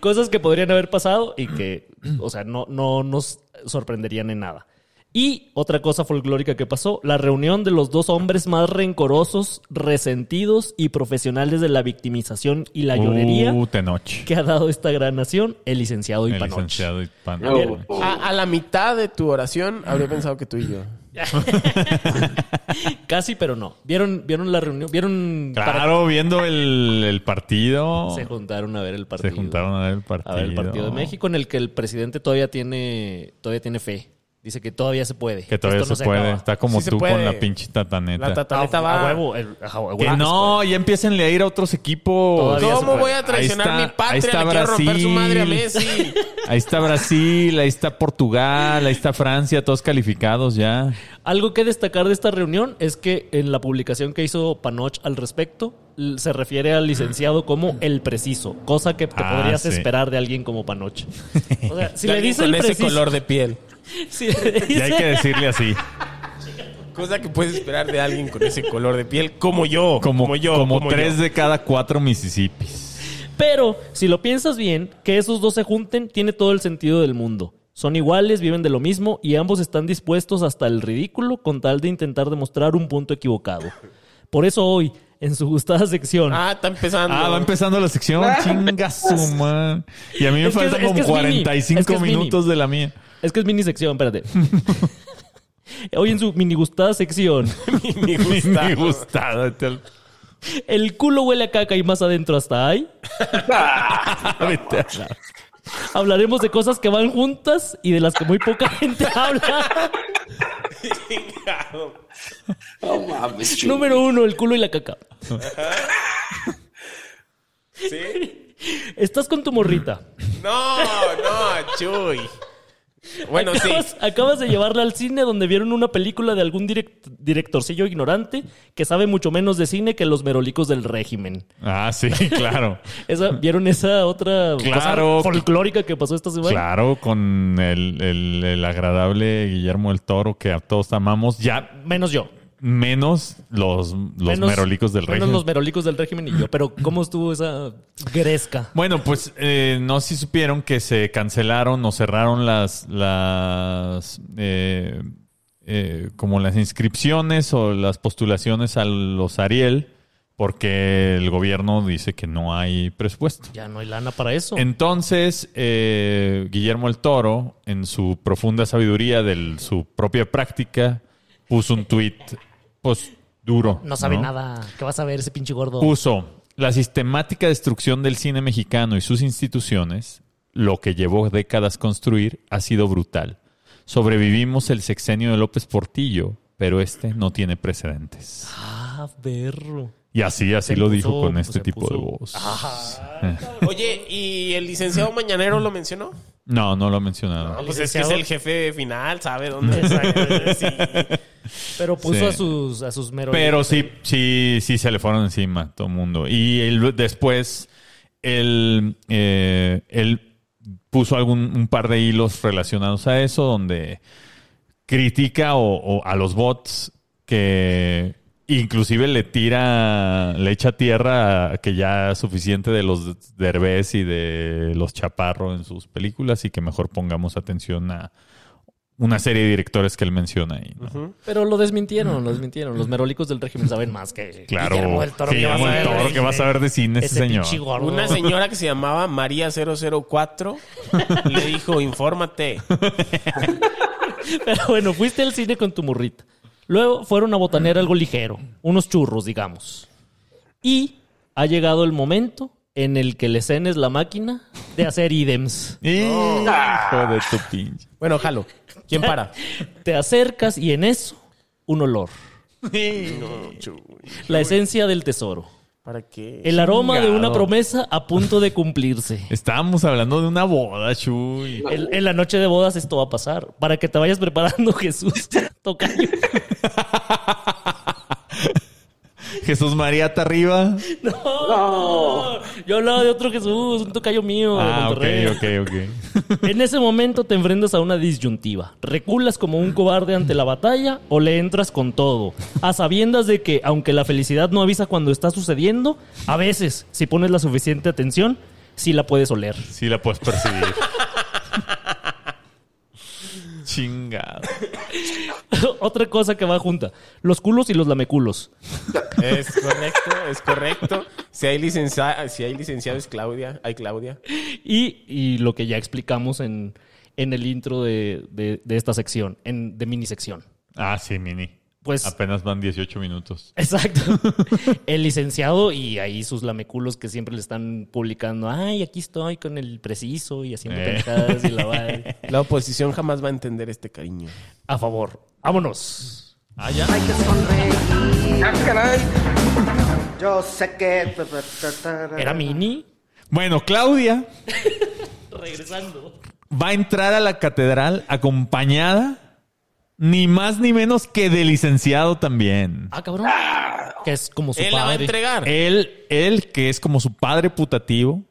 Speaker 3: cosas que podrían haber pasado y que, o sea, no, no nos sorprenderían en nada. Y otra cosa folclórica que pasó, la reunión de los dos hombres más rencorosos, resentidos y profesionales de la victimización y la llorería
Speaker 4: Uh, Tenoch.
Speaker 3: que ha dado esta gran nación, el licenciado
Speaker 4: El
Speaker 3: Ipanoch.
Speaker 4: licenciado
Speaker 5: No.
Speaker 4: Ipanoch.
Speaker 1: A, ah, a la mitad de tu oración habría pensado que tú y yo.
Speaker 3: Casi, pero no. ¿Vieron, vieron la reunión? ¿Vieron? para-
Speaker 4: Claro, viendo el, el partido.
Speaker 3: Se juntaron a ver el partido.
Speaker 4: Se juntaron a ver el partido.
Speaker 3: a ver el partido de México en el que el presidente todavía tiene, todavía tiene fe. Dice que todavía se puede.
Speaker 4: Que todavía
Speaker 3: Esto no
Speaker 4: se puede.
Speaker 3: acaba.
Speaker 4: Está como
Speaker 1: Sí se
Speaker 4: tú
Speaker 1: puede.
Speaker 4: con la pinche tataneta.
Speaker 1: La tataneta
Speaker 3: Ah,
Speaker 1: va.
Speaker 3: a huevo, el- a huevo.
Speaker 4: que no, ya empiecen a ir a otros equipos.
Speaker 3: Todavía se
Speaker 1: ¿Cómo
Speaker 3: puede.
Speaker 1: voy a traicionar
Speaker 4: Ahí está-
Speaker 1: mi patria?
Speaker 4: ahí está
Speaker 1: Le quiero romper su
Speaker 4: Brasil.
Speaker 1: madre a Messi.
Speaker 4: Ahí está Brasil, ahí está Portugal, ahí está Francia, todos calificados ya.
Speaker 3: Algo que destacar de esta reunión es que en la publicación que hizo Panoch al respecto, l- se refiere al licenciado como el preciso, cosa que te
Speaker 4: Ah,
Speaker 3: podrías
Speaker 4: sí.
Speaker 3: esperar de alguien como Panoch. O sea, si
Speaker 1: De
Speaker 3: le
Speaker 1: alguien
Speaker 3: dice
Speaker 1: con
Speaker 3: el
Speaker 1: ese
Speaker 3: preciso,
Speaker 1: color de piel.
Speaker 3: si le
Speaker 4: Y hay
Speaker 3: dice-
Speaker 4: que decirle así.
Speaker 1: Cosa que puedes esperar de alguien con ese color de piel, como yo.
Speaker 4: Como,
Speaker 1: Como, yo.
Speaker 4: como
Speaker 1: como
Speaker 4: tres
Speaker 1: yo.
Speaker 4: de cada cuatro Mississippis.
Speaker 3: Pero si lo piensas bien, que esos dos se junten tiene todo el sentido del mundo. Son iguales, viven de lo mismo y ambos están dispuestos hasta el ridículo con tal de intentar demostrar un punto equivocado. Por eso hoy, en su gustada sección,
Speaker 1: Ah, está empezando.
Speaker 4: Ah, va empezando la sección. Chinga su man. Y a mí me
Speaker 3: Es que es-
Speaker 4: faltan
Speaker 3: es que
Speaker 4: como
Speaker 3: es mini.
Speaker 4: 45
Speaker 3: Es que es mini.
Speaker 4: minutos de la mía.
Speaker 3: Es que es mini sección, espérate. Hoy en su mini gustada sección,
Speaker 1: Me gusta.
Speaker 4: Me gustaba. tal.
Speaker 3: el culo huele a caca y más adentro hasta ahí.
Speaker 4: Vete a la-
Speaker 3: Hablaremos de cosas que van juntas y de las que muy poca gente habla.
Speaker 5: No oh, mames, chulo.
Speaker 3: Número uno, el culo y la caca. Estás con tu morrita.
Speaker 1: No, no, Chuy. Bueno, sí.
Speaker 3: acabas, acabas de llevarla al cine donde vieron una película de algún direct- directorcillo ignorante que sabe mucho menos de cine que los merolicos del régimen.
Speaker 4: Ah, sí, claro.
Speaker 3: Esa, ¿Vieron esa otra
Speaker 4: Claro.
Speaker 3: cosa folclórica que pasó esta semana?
Speaker 4: Claro, con el, el- el agradable Guillermo el Toro que a todos amamos, ya
Speaker 3: Menos yo.
Speaker 4: menos los, los
Speaker 3: Menos-
Speaker 4: merolicos del
Speaker 3: menos
Speaker 4: régimen.
Speaker 3: los merolicos del régimen y yo. Pero ¿cómo estuvo esa gresca?
Speaker 4: Bueno, pues eh, no sé si supieron que se cancelaron o cerraron las, las eh, eh, como las inscripciones o las postulaciones a los Ariel porque el gobierno dice que no hay presupuesto.
Speaker 3: Ya no hay lana para eso.
Speaker 4: Entonces, eh, Guillermo el Toro, en su profunda sabiduría de su propia práctica, puso un tuit, pues, duro.
Speaker 3: no sabe nada. ¿Qué vas a ver ese pinche gordo?
Speaker 4: Puso la sistemática destrucción del cine mexicano y sus instituciones, lo que llevó décadas construir, ha sido brutal. Sobrevivimos el sexenio de López Portillo, pero este no tiene precedentes.
Speaker 3: Ah, berro.
Speaker 4: Y así, así
Speaker 3: Se
Speaker 4: lo
Speaker 3: puso,
Speaker 4: dijo con
Speaker 3: pues,
Speaker 4: este
Speaker 3: se
Speaker 4: tipo de
Speaker 3: puso.
Speaker 4: voz.
Speaker 1: Oye, ¿y el licenciado Mañanero lo mencionó?
Speaker 4: No, no lo ha mencionado.
Speaker 1: Pues es que es
Speaker 3: licenciado.
Speaker 1: el jefe final, ¿sabe dónde? Sí.
Speaker 3: Pero puso
Speaker 4: Sí.
Speaker 3: a sus a sus meros.
Speaker 4: Pero sí, sí, sí se le fueron encima a todo el mundo. Y él, después, él, eh, él puso algún, un par de hilos relacionados a eso, donde critica o, o a los bots que inclusive le tira, le echa tierra a que ya es suficiente de los Derbez y de los Chaparro en sus películas y que mejor pongamos atención a una serie de directores que él menciona ahí. ¿no?
Speaker 3: Pero lo desmintieron, lo desmintieron. Los merólicos del régimen saben más que
Speaker 4: Claro.
Speaker 3: Guillermo del Toro,
Speaker 4: Sí,
Speaker 3: que vas a
Speaker 4: Guillermo del
Speaker 3: ver
Speaker 4: Toro,
Speaker 3: de-
Speaker 4: ¿qué vas a ver de cine este
Speaker 3: ese
Speaker 4: señor?
Speaker 3: pinche gordo.
Speaker 1: Una señora que se llamaba María 004 le dijo, infórmate.
Speaker 3: Pero bueno, fuiste al cine con tu morrita. Luego fueron a botanear algo ligero, unos churros, digamos. Y ha llegado el momento en el que le cenes la máquina de hacer ídems. Ah.
Speaker 4: Hijo de tu pinche.
Speaker 1: Bueno, jalo. ¿Quién para?
Speaker 3: Te acercas y en eso, un olor. La esencia del tesoro.
Speaker 1: ¿Para qué?
Speaker 3: El aroma de una
Speaker 4: Chingado.
Speaker 3: promesa a punto de cumplirse.
Speaker 4: Estábamos hablando de una boda, Chuy.
Speaker 3: El- en la noche de bodas esto va a pasar. Para que te vayas preparando, Jesús. Tocayo.
Speaker 4: Jesús María está arriba.
Speaker 3: No. Yo hablaba de otro Jesús, un tocayo mío. de
Speaker 4: Ah, ok,
Speaker 3: Monterrey.
Speaker 4: ok, ok.
Speaker 3: En ese momento te enfrentas a una disyuntiva. ¿Reculas como un cobarde ante la batalla o le entras con todo? A sabiendas de que, aunque la felicidad no avisa cuando está sucediendo, a veces, si pones la suficiente atención, sí la puedes oler.
Speaker 4: Sí la puedes percibir. Chingado.
Speaker 3: Otra cosa que va junta. Los culos y los lameculos.
Speaker 1: Es correcto, es correcto. Si hay, licencia, si hay licenciado es Claudia. Hay Claudia.
Speaker 3: Y, y lo que ya explicamos en, en el intro de, de- de esta sección, en, de mini sección.
Speaker 4: Ah, sí, Mini.
Speaker 3: Pues-
Speaker 4: Apenas van 18 minutos.
Speaker 3: Exacto. el licenciado y ahí sus lameculos que siempre le están publicando. Ay, aquí estoy con el preciso y haciendo
Speaker 4: Eh.
Speaker 3: pendejadas y la madre".
Speaker 1: La oposición jamás va a entender este cariño.
Speaker 3: A favor. Vámonos.
Speaker 6: Hay que sonreír.
Speaker 5: Ah, caray.
Speaker 6: Yo sé que. ta, ta, ta, ta,
Speaker 3: Era mini.
Speaker 4: Bueno, Claudia
Speaker 3: Regresando.
Speaker 4: va a entrar a la catedral acompañada ni más ni menos que de licenciado también.
Speaker 3: Ah, cabrón. Que es como su
Speaker 1: Él la va a
Speaker 3: padre. Eh,
Speaker 1: entregar.
Speaker 4: Él, él, que es como su padre putativo,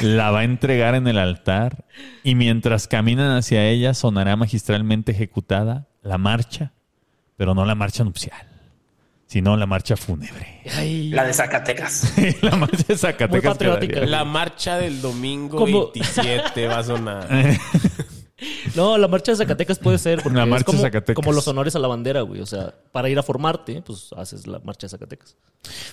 Speaker 4: la va a entregar en el altar y mientras caminan hacia ella sonará magistralmente ejecutada la marcha, pero no la marcha nupcial, sino la marcha fúnebre.
Speaker 3: Ay,
Speaker 5: La de Zacatecas.
Speaker 4: la marcha de Zacatecas.
Speaker 3: Muy patriótica.
Speaker 4: quedaría.
Speaker 1: La marcha del domingo
Speaker 3: Como-
Speaker 1: 27 va a sonar.
Speaker 3: No, la marcha de Zacatecas puede ser. Porque
Speaker 4: La
Speaker 3: es
Speaker 4: marcha de
Speaker 3: como,
Speaker 4: Zacatecas.
Speaker 3: como los honores a la bandera, güey. O sea, para ir a formarte, pues haces la marcha de Zacatecas.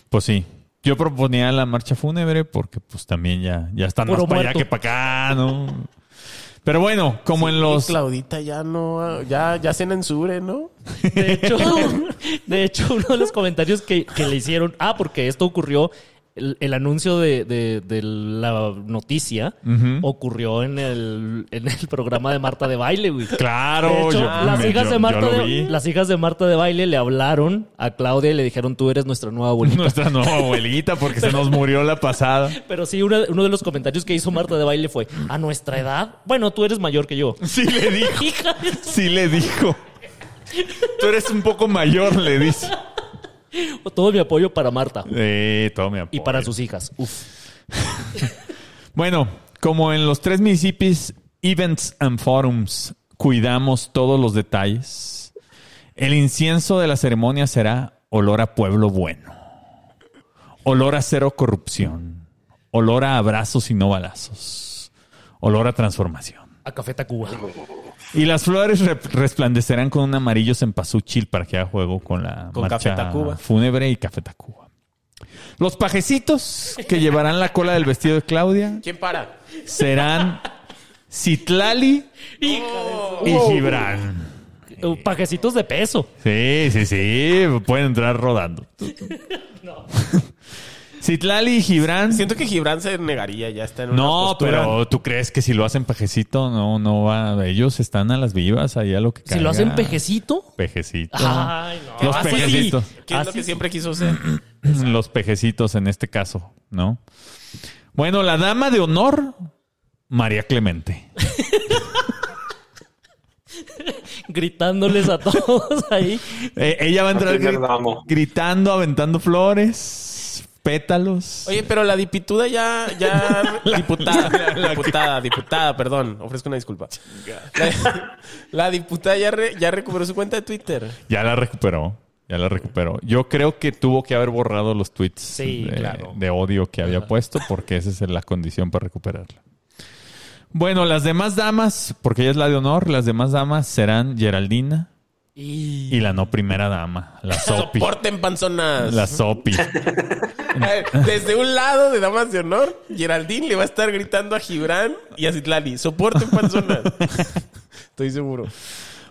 Speaker 4: Pues sí. Yo proponía la marcha fúnebre porque pues también ya, ya están
Speaker 3: Puro
Speaker 4: más para allá
Speaker 3: muerto.
Speaker 4: que para acá, ¿no? Pero bueno, como en los...
Speaker 1: Y Claudita ya no, ya, ya se censure, ¿no?
Speaker 3: De hecho, de hecho, uno de los comentarios que, que le hicieron, ah, porque esto ocurrió, el, el anuncio de, de- de la noticia ocurrió en el, en el programa de Marta de Baile, güey.
Speaker 4: Claro,
Speaker 3: De hecho,
Speaker 4: yo-
Speaker 3: las,
Speaker 4: me-
Speaker 3: hijas
Speaker 4: yo-
Speaker 3: de Marta
Speaker 4: yo lo
Speaker 3: de,
Speaker 4: vi.
Speaker 3: las hijas de Marta de Baile le hablaron a Claudia y le dijeron, tú eres nuestra nueva abuelita.
Speaker 4: Nuestra nueva abuelita, porque se nos murió la pasada.
Speaker 3: Pero sí, una- uno de los comentarios que hizo Marta de Baile fue, a nuestra edad, bueno, tú eres mayor que yo.
Speaker 4: Sí le dijo.
Speaker 3: Hija de su-
Speaker 4: Sí le dijo. Tú eres un poco mayor, le dice.
Speaker 3: Todo mi apoyo para Marta
Speaker 4: Eh, todo mi
Speaker 3: y
Speaker 4: apoyo.
Speaker 3: para sus hijas. Uf.
Speaker 4: Bueno, como en los tres municipios, events and forums, cuidamos todos los detalles. El incienso de la ceremonia será olor a pueblo bueno. Olor a cero corrupción. Olor a abrazos y no balazos. Olor a transformación.
Speaker 3: A Café Tacuba.
Speaker 4: Y las flores re- resplandecerán con un amarillo cempasúchil para que haga juego con la
Speaker 1: Con
Speaker 4: marcha
Speaker 1: Café Tacuba.
Speaker 4: fúnebre y Café Tacuba. Los pajecitos que llevarán la cola del vestido de Claudia
Speaker 1: ¿Quién para?
Speaker 4: serán Citlali y Gibran.
Speaker 3: Eh, Pajecitos de peso.
Speaker 4: Sí, sí, sí, pueden entrar rodando. Citlali y Gibran.
Speaker 1: Siento que Gibran se negaría, ya está en una
Speaker 4: No,
Speaker 1: postura-
Speaker 4: pero tú crees que si lo hacen pajecito, no, no va. Ellos están a las vivas, ahí a lo que
Speaker 3: Si lo hacen
Speaker 4: caiga.
Speaker 3: pejecito.
Speaker 4: Pejecito.
Speaker 3: Ay, no.
Speaker 4: Los
Speaker 3: Ah, sí.
Speaker 4: pejecitos.
Speaker 1: ¿Qué es lo
Speaker 3: Así
Speaker 1: que
Speaker 3: sí.
Speaker 1: siempre quiso ser?
Speaker 4: Los pejecitos en este caso, ¿no? Bueno, la dama de honor, María Clemente.
Speaker 3: Gritándoles a todos ahí.
Speaker 4: Eh, ella va a entrar
Speaker 5: primer
Speaker 4: gri-
Speaker 5: damo.
Speaker 4: gritando, aventando flores, pétalos.
Speaker 1: Oye, pero la dipituda ya, ya diputada, diputada, diputada, perdón, ofrezco una disculpa. La, la diputada ya, re- ya recuperó su cuenta de Twitter.
Speaker 4: Ya la recuperó. Ya la recuperó. Yo creo que tuvo que haber borrado los tweets
Speaker 3: Sí,
Speaker 4: de,
Speaker 3: claro.
Speaker 4: de odio que había puesto, porque esa es la condición para recuperarla. Bueno, las demás damas, porque ella es la de honor, las demás damas serán Geraldina
Speaker 3: Y...
Speaker 4: y la no primera dama, la Sopi.
Speaker 1: Soporten panzonas.
Speaker 4: La Sopi.
Speaker 1: Eh, Desde un lado de Damas de Honor, Geraldine le va a estar gritando a Gibran y a Citlali. Soporten panzonas. Estoy seguro.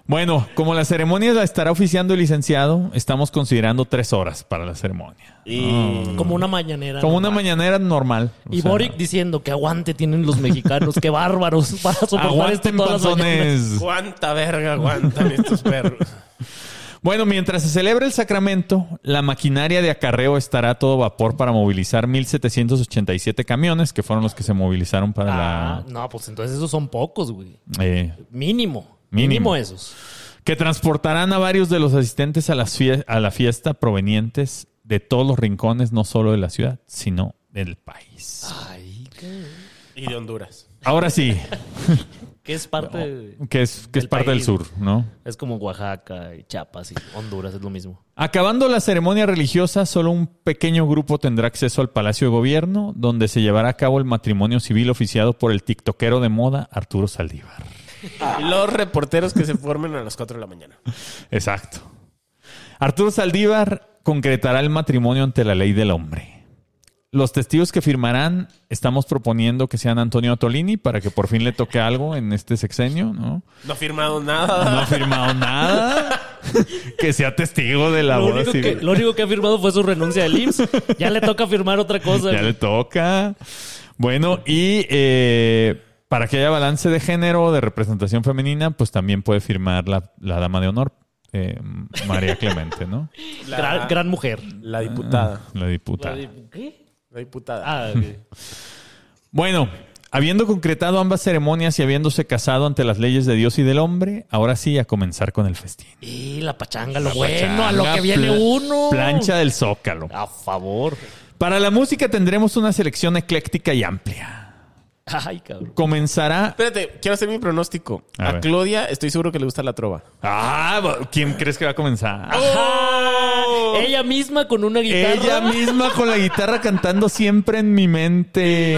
Speaker 4: Bueno, como la ceremonia la estará oficiando el licenciado, estamos considerando tres horas para la ceremonia.
Speaker 1: Y
Speaker 3: Como una mañanera.
Speaker 4: Mm. Como
Speaker 3: ¿no?
Speaker 4: una mañanera normal. O
Speaker 3: Y
Speaker 4: sea,
Speaker 3: Boric diciendo que aguante tienen los mexicanos, qué bárbaros para soportar esto
Speaker 4: Aguanten
Speaker 3: todas las mañanas.
Speaker 4: panzones.
Speaker 1: cuánta verga aguantan estos perros.
Speaker 4: Bueno, mientras se celebra el sacramento, la maquinaria de acarreo estará a todo vapor para movilizar 1.787 camiones, que fueron los que se movilizaron para
Speaker 3: Ah, no, pues entonces esos son pocos, güey.
Speaker 4: la... eh,
Speaker 3: Mínimo. Mínimo.
Speaker 4: Mínimo.
Speaker 3: esos.
Speaker 4: que transportarán a varios de los asistentes a, las fie- a la fiesta provenientes de todos los rincones, no solo de la ciudad, sino del país.
Speaker 3: Ay, qué,
Speaker 1: Y de Honduras.
Speaker 4: Ahora sí,
Speaker 3: qué es parte... de-
Speaker 4: que es, que es
Speaker 3: Del
Speaker 4: parte del
Speaker 3: país.
Speaker 4: sur, ¿no?
Speaker 3: Es como Oaxaca y Chiapas y Honduras, es lo mismo.
Speaker 4: Acabando la ceremonia religiosa, solo un pequeño grupo tendrá acceso al Palacio de Gobierno, donde se llevará a cabo el matrimonio civil oficiado por el tiktokero de moda Arturo Saldívar.
Speaker 1: Y los reporteros que se formen a las 4 de la mañana.
Speaker 4: Exacto. Arturo Saldívar concretará el matrimonio ante la ley del hombre. Los testigos que firmarán, estamos proponiendo que sean Antonio Tolini para que por fin le toque algo en este sexenio, ¿no?
Speaker 1: No ha firmado
Speaker 4: No
Speaker 1: nada.
Speaker 4: ha firmado nada. que sea testigo de la
Speaker 3: Lo
Speaker 4: boda
Speaker 3: único, que,
Speaker 4: civil.
Speaker 3: lo único que ha firmado fue su renuncia al IMSS. Ya le toca firmar otra cosa.
Speaker 4: Ya le toca. Bueno, y eh, para que haya balance de género, de representación femenina, pues también puede firmar la, la dama de honor, eh, María Clemente, ¿no?
Speaker 3: Gran, gran mujer.
Speaker 1: La diputada.
Speaker 4: La diputada.
Speaker 3: ¿Qué?
Speaker 1: La diputada.
Speaker 3: Ah, ok.
Speaker 4: Bueno, habiendo concretado ambas ceremonias y habiéndose casado ante las leyes de Dios y del hombre, ahora sí a comenzar con el festín.
Speaker 3: Y la pachanga, lo bueno, a lo
Speaker 4: Pachanga,
Speaker 3: que viene
Speaker 4: pla-
Speaker 3: uno. Ah.
Speaker 4: Plancha del zócalo.
Speaker 3: A favor.
Speaker 4: Para la música tendremos una selección ecléctica y amplia.
Speaker 3: Ay, cabrón.
Speaker 4: Comenzará.
Speaker 1: Espérate, quiero hacer mi pronóstico.
Speaker 4: A
Speaker 1: A,
Speaker 4: ver.
Speaker 1: Claudia estoy seguro que le gusta la trova.
Speaker 4: Ah, ¿quién crees que va a comenzar?
Speaker 3: Oh, Ah, Ella misma con una guitarra.
Speaker 4: Ella misma con la guitarra cantando siempre en mi mente.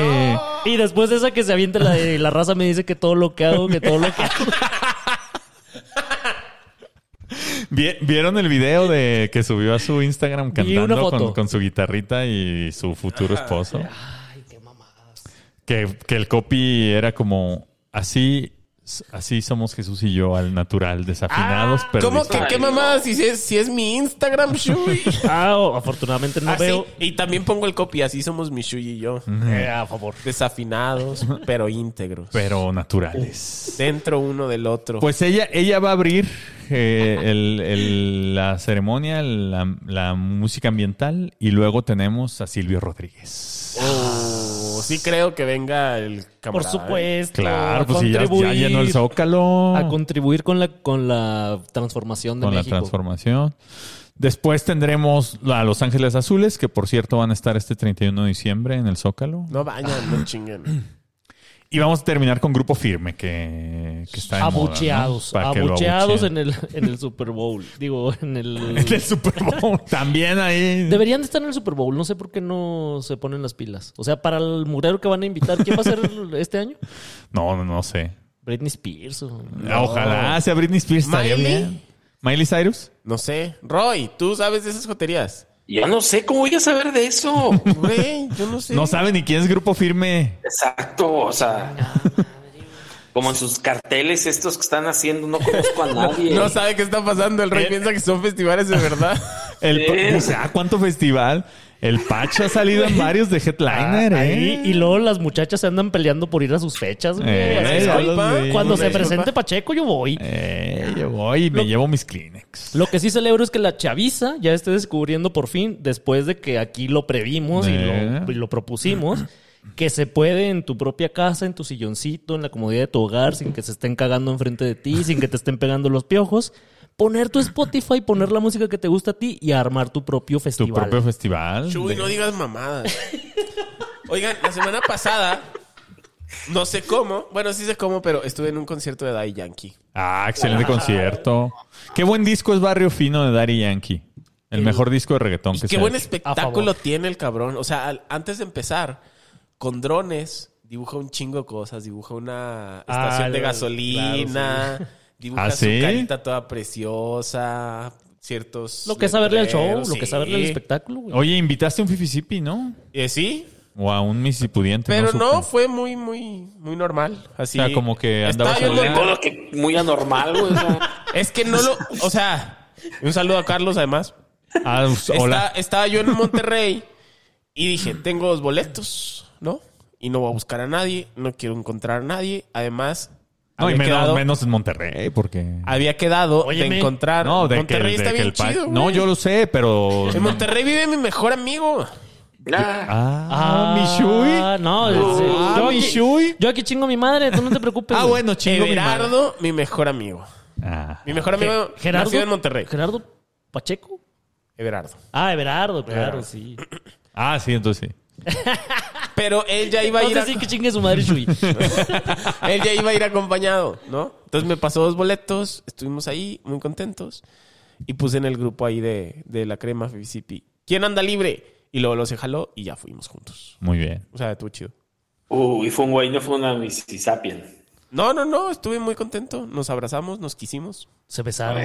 Speaker 3: Y después de esa que se avienta la de la raza me dice que todo lo que hago, que todo lo que hago.
Speaker 4: Vi- ¿Vieron el video de que subió a su Instagram
Speaker 3: Vi una
Speaker 4: cantando
Speaker 3: foto.
Speaker 4: con, con su guitarrita y su futuro esposo?
Speaker 3: Ay, qué mamadas.
Speaker 4: Que, que el copy era como así, así somos Jesús y yo al natural, desafinados,
Speaker 3: Ah,
Speaker 4: pero
Speaker 1: ¿Cómo que
Speaker 4: disfrutados.
Speaker 1: qué mamá? Si es, si es mi Instagram, Shui.
Speaker 3: Ah, oh, afortunadamente no
Speaker 1: Así,
Speaker 3: veo.
Speaker 1: y también pongo el copy, así somos mi Shui y yo.
Speaker 3: Eh, a favor.
Speaker 1: Desafinados, pero íntegros.
Speaker 4: pero naturales?
Speaker 1: Dentro uno del otro.
Speaker 4: Pues ella, ella va a abrir eh, el- el- la ceremonia, la, la música ambiental y luego tenemos a Silvio Rodríguez.
Speaker 1: Oh, sí creo que venga el
Speaker 3: Por
Speaker 1: camarada. ¿eh?
Speaker 3: supuesto.
Speaker 4: Claro,
Speaker 3: a
Speaker 4: pues sí, ya, ya
Speaker 3: contribuir-
Speaker 4: llenó el zócalo
Speaker 3: A contribuir con la, con la transformación de
Speaker 4: con la
Speaker 3: México.
Speaker 4: transformación. Después tendremos a Los Ángeles Azules, que por cierto van a estar este 31 de diciembre en el zócalo.
Speaker 1: No vayan, no chinguen.
Speaker 4: Y vamos a terminar con Grupo Firme, que, que está en moda, ¿no?
Speaker 3: abucheados.
Speaker 4: Para que lo
Speaker 3: abucheados
Speaker 4: abucheen.
Speaker 3: en el, en el Super Bowl. Digo, en
Speaker 4: En el
Speaker 3: el...
Speaker 4: Super Bowl. También ahí.
Speaker 3: Deberían de estar en el Super Bowl. No sé por qué no se ponen las pilas. O sea, para el murero que van a invitar, ¿quién va a ser el- este año?
Speaker 4: No, no, no sé.
Speaker 3: Britney Spears. o-
Speaker 4: Ojalá sea Britney Spears. Estaría
Speaker 1: Miley.
Speaker 4: bien. Miley Cyrus.
Speaker 1: No sé. Roy, tú sabes de esas joterías.
Speaker 5: Yo no sé cómo voy a saber de eso.
Speaker 1: Güey, yo no sé.
Speaker 4: No sabe ni quién es grupo firme.
Speaker 5: Exacto, o sea. Como en sus carteles estos que están haciendo, no conozco a nadie.
Speaker 1: No sabe qué está pasando.
Speaker 4: Eh.
Speaker 1: El Roy piensa que son festivales de verdad.
Speaker 4: El,
Speaker 5: Sí.
Speaker 4: O sea, ¿cuánto festival? El Pacho ha salido en varios de headliner,
Speaker 1: Ah,
Speaker 3: Ahí,
Speaker 4: ¿eh?
Speaker 3: y luego las muchachas se andan peleando por ir a sus fechas. güey.
Speaker 4: Eh,
Speaker 3: Así
Speaker 4: ya
Speaker 3: es,
Speaker 4: los
Speaker 3: compa.
Speaker 4: vi.
Speaker 3: Cuando
Speaker 1: Una
Speaker 3: se
Speaker 1: disculpa.
Speaker 3: presente Pacheco, yo voy.
Speaker 4: Eh, yo voy y me llevo mis Kleenex.
Speaker 3: Lo que sí celebro es que la chaviza ya esté descubriendo por fin, después de que aquí lo previmos y,
Speaker 4: Eh.
Speaker 3: lo, y lo propusimos, que se puede en tu propia casa, en tu silloncito, en la comodidad de tu hogar, sin que se estén cagando enfrente de ti, sin que te estén pegando los piojos, poner tu Spotify, poner la música que te gusta a ti y armar tu propio
Speaker 4: Tu
Speaker 3: festival.
Speaker 4: propio festival.
Speaker 1: Chuy,
Speaker 4: de-
Speaker 1: no digas mamadas. Oigan, la semana pasada, no sé cómo, bueno, sí sé cómo, pero estuve en un concierto de Daddy Yankee.
Speaker 4: Ah, excelente concierto. Qué buen disco es Barrio Fino de Daddy Yankee. El mejor disco de reggaetón que
Speaker 1: Y qué
Speaker 4: se ha
Speaker 1: buen
Speaker 4: hecho.
Speaker 1: espectáculo tiene el cabrón. O sea, al- antes de empezar, con drones, dibuja un chingo de cosas. Dibuja una
Speaker 3: Ah,
Speaker 1: estación de
Speaker 3: claro,
Speaker 1: gasolina, dibuja
Speaker 4: ¿Ah, sí?
Speaker 1: su carita toda preciosa, ciertos...
Speaker 3: Lo que es saberle al show,
Speaker 1: letreros,
Speaker 3: lo que es
Speaker 1: sí.
Speaker 3: saberle al espectáculo. güey.
Speaker 4: Oye, invitaste a un Fifisipi, ¿no?
Speaker 1: Eh, sí,
Speaker 4: O a un Misipudiente.
Speaker 1: pero no,
Speaker 4: supe.
Speaker 1: fue muy, muy, muy normal. Así.
Speaker 4: O sea, como que andaba
Speaker 1: Estaba yo
Speaker 4: sola.
Speaker 1: en el
Speaker 5: Todo lo que muy anormal, güey. o sea.
Speaker 1: Es que no lo. O sea, un saludo a Carlos, además.
Speaker 4: Ah, pues,
Speaker 1: Está-
Speaker 4: hola.
Speaker 1: estaba yo en Monterrey y dije: Tengo dos boletos, ¿no? Y no voy a buscar a nadie, no quiero encontrar a nadie. Además,
Speaker 4: No, y
Speaker 1: había,
Speaker 4: menos,
Speaker 1: quedado,
Speaker 4: menos en Monterrey, porque.
Speaker 1: había quedado
Speaker 3: Óyeme.
Speaker 1: de encontrar.
Speaker 4: No, de que,
Speaker 1: Monterrey
Speaker 4: de
Speaker 1: está
Speaker 4: que
Speaker 1: bien
Speaker 4: el pa-
Speaker 1: chido.
Speaker 4: No,
Speaker 1: güey.
Speaker 4: yo lo sé, pero.
Speaker 1: En Monterrey vive mi mejor amigo.
Speaker 5: Ah,
Speaker 4: Ah, mi Chuy.
Speaker 3: No, sí.
Speaker 4: Ah,
Speaker 3: yo,
Speaker 4: mi
Speaker 3: aquí,
Speaker 4: Chuy.
Speaker 3: yo aquí chingo a mi madre, tú no te preocupes.
Speaker 4: Ah,
Speaker 3: güey.
Speaker 4: bueno, chingo. mi madre.
Speaker 1: Everardo, mi, mejor amigo.
Speaker 4: Ah.
Speaker 1: Mi mejor amigo
Speaker 3: Gerardo.
Speaker 1: nació en Monterrey.
Speaker 3: Gerardo Pacheco.
Speaker 1: Everardo.
Speaker 3: Ah, Everardo, claro, sí.
Speaker 4: Ah, sí, entonces sí.
Speaker 1: Pero él ya iba a ir
Speaker 3: Entonces
Speaker 1: a-
Speaker 3: sí que chingue su madre Chuy.
Speaker 1: Él ya iba a ir acompañado, ¿no? Entonces me pasó dos boletos, estuvimos ahí muy contentos y puse en el grupo ahí de, de la crema Fibicipi. ¿Quién anda libre? Y luego lo se jaló y ya fuimos juntos.
Speaker 4: Muy bien.
Speaker 1: O sea, estuvo chido.
Speaker 5: Uy, fue un güey, no fue una misisapien.
Speaker 1: No, no, no, estuve muy contento. Nos abrazamos, nos quisimos.
Speaker 3: Se besaron.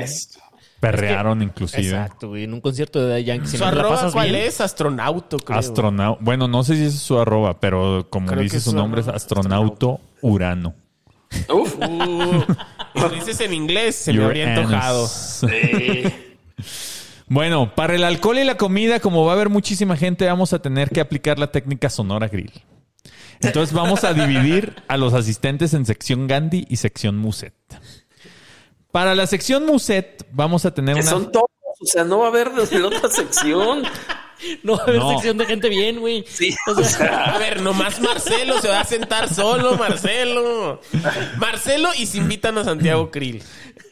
Speaker 4: Perrearon, inclusive.
Speaker 3: Pues, Exacto, güey. En un concierto de Daddy Yankee. Si
Speaker 1: ¿Su
Speaker 3: no te la
Speaker 1: arroba
Speaker 3: pasas
Speaker 1: cuál
Speaker 3: bien,
Speaker 1: es? Astronauta, creo.
Speaker 4: Astronauta. Bueno, no sé si ese es su arroba, pero como
Speaker 1: Creo que
Speaker 4: dice
Speaker 1: es
Speaker 4: su
Speaker 1: su
Speaker 4: nombre, es
Speaker 1: arroba,
Speaker 4: astronauto Urano.
Speaker 5: Uf,
Speaker 1: Uh, y lo dices en inglés, se me
Speaker 4: Your
Speaker 1: habría antojado.
Speaker 4: anus.
Speaker 5: eh,
Speaker 4: Bueno, para el alcohol y la comida, como va a haber muchísima gente, vamos a tener que aplicar la técnica Sonora Grill. Entonces vamos a dividir a los asistentes en sección Gandhi y sección Muset. Para la sección Muset vamos a tener
Speaker 5: que
Speaker 4: una...
Speaker 5: son todos, o sea, no va a haber desde la otra sección.
Speaker 3: No va a haber
Speaker 4: No.
Speaker 3: sección de gente bien, güey.
Speaker 5: Sí, o sea,
Speaker 1: A ver, nomás Marcelo se va a sentar solo, Marcelo. Marcelo y se invitan a Santiago Krill.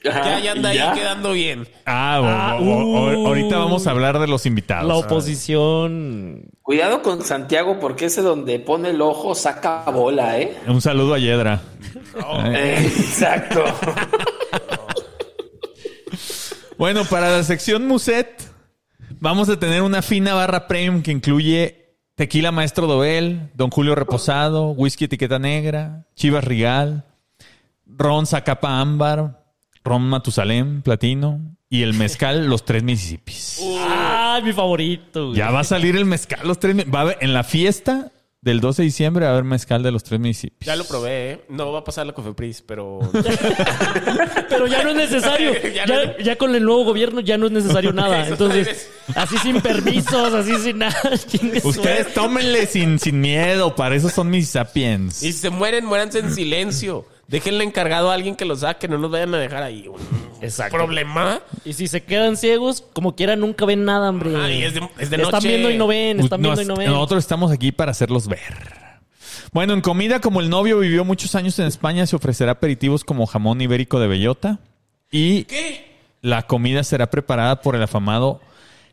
Speaker 1: Ya, ya anda
Speaker 5: y ya.
Speaker 1: ahí quedando bien.
Speaker 4: Ah, o-
Speaker 3: Ah,
Speaker 4: o- o-
Speaker 3: uh.
Speaker 4: ahorita vamos a hablar de los invitados.
Speaker 3: La oposición.
Speaker 5: Cuidado con Santiago, porque ese donde pone el ojo saca bola, ¿eh?
Speaker 4: Un saludo a Yedra.
Speaker 5: Eh, Exacto.
Speaker 4: Bueno, para la sección Muset, vamos a tener una fina barra premium que incluye tequila Maestro Dobel, Don Julio Reposado, whisky etiqueta negra, Chivas Rigal, ron Zacapa Ámbar, ron Matusalem Platino y el mezcal Los Tres Mississippis.
Speaker 3: Ah, mi favorito, güey.
Speaker 4: ya va a salir el mezcal Los Tres Mi- va a haber- En la fiesta del 12 de diciembre va a haber mezcal de Los Tres Mississippis.
Speaker 1: Ya lo probé, ¿eh? No va a pasar la Cofepris, pero...
Speaker 3: Pero ya no es necesario. ya,
Speaker 1: Ya no-
Speaker 3: ya con el nuevo gobierno ya no es necesario nada.
Speaker 1: Eso
Speaker 3: Entonces, así sin permisos, así sin nada. Chingue su madre.
Speaker 4: Ustedes tómenle sin, sin miedo, para eso son mis sapiens.
Speaker 1: Y si se mueren, muéranse en silencio. Déjenle encargado a alguien que lo saque, no nos vayan a dejar ahí. Un
Speaker 3: Exacto.
Speaker 1: problema.
Speaker 3: Y si se quedan ciegos, como quiera, nunca ven nada, hombre.
Speaker 1: Ah, y es de- es de
Speaker 3: están
Speaker 1: noche.
Speaker 3: viendo y no ven, están
Speaker 4: Pues, Nos-
Speaker 3: viendo y no ven.
Speaker 4: Nosotros estamos aquí para hacerlos ver. Bueno, en comida, como el novio vivió muchos años en España, se ofrecerá aperitivos como jamón ibérico de bellota. Y la comida será preparada por el afamado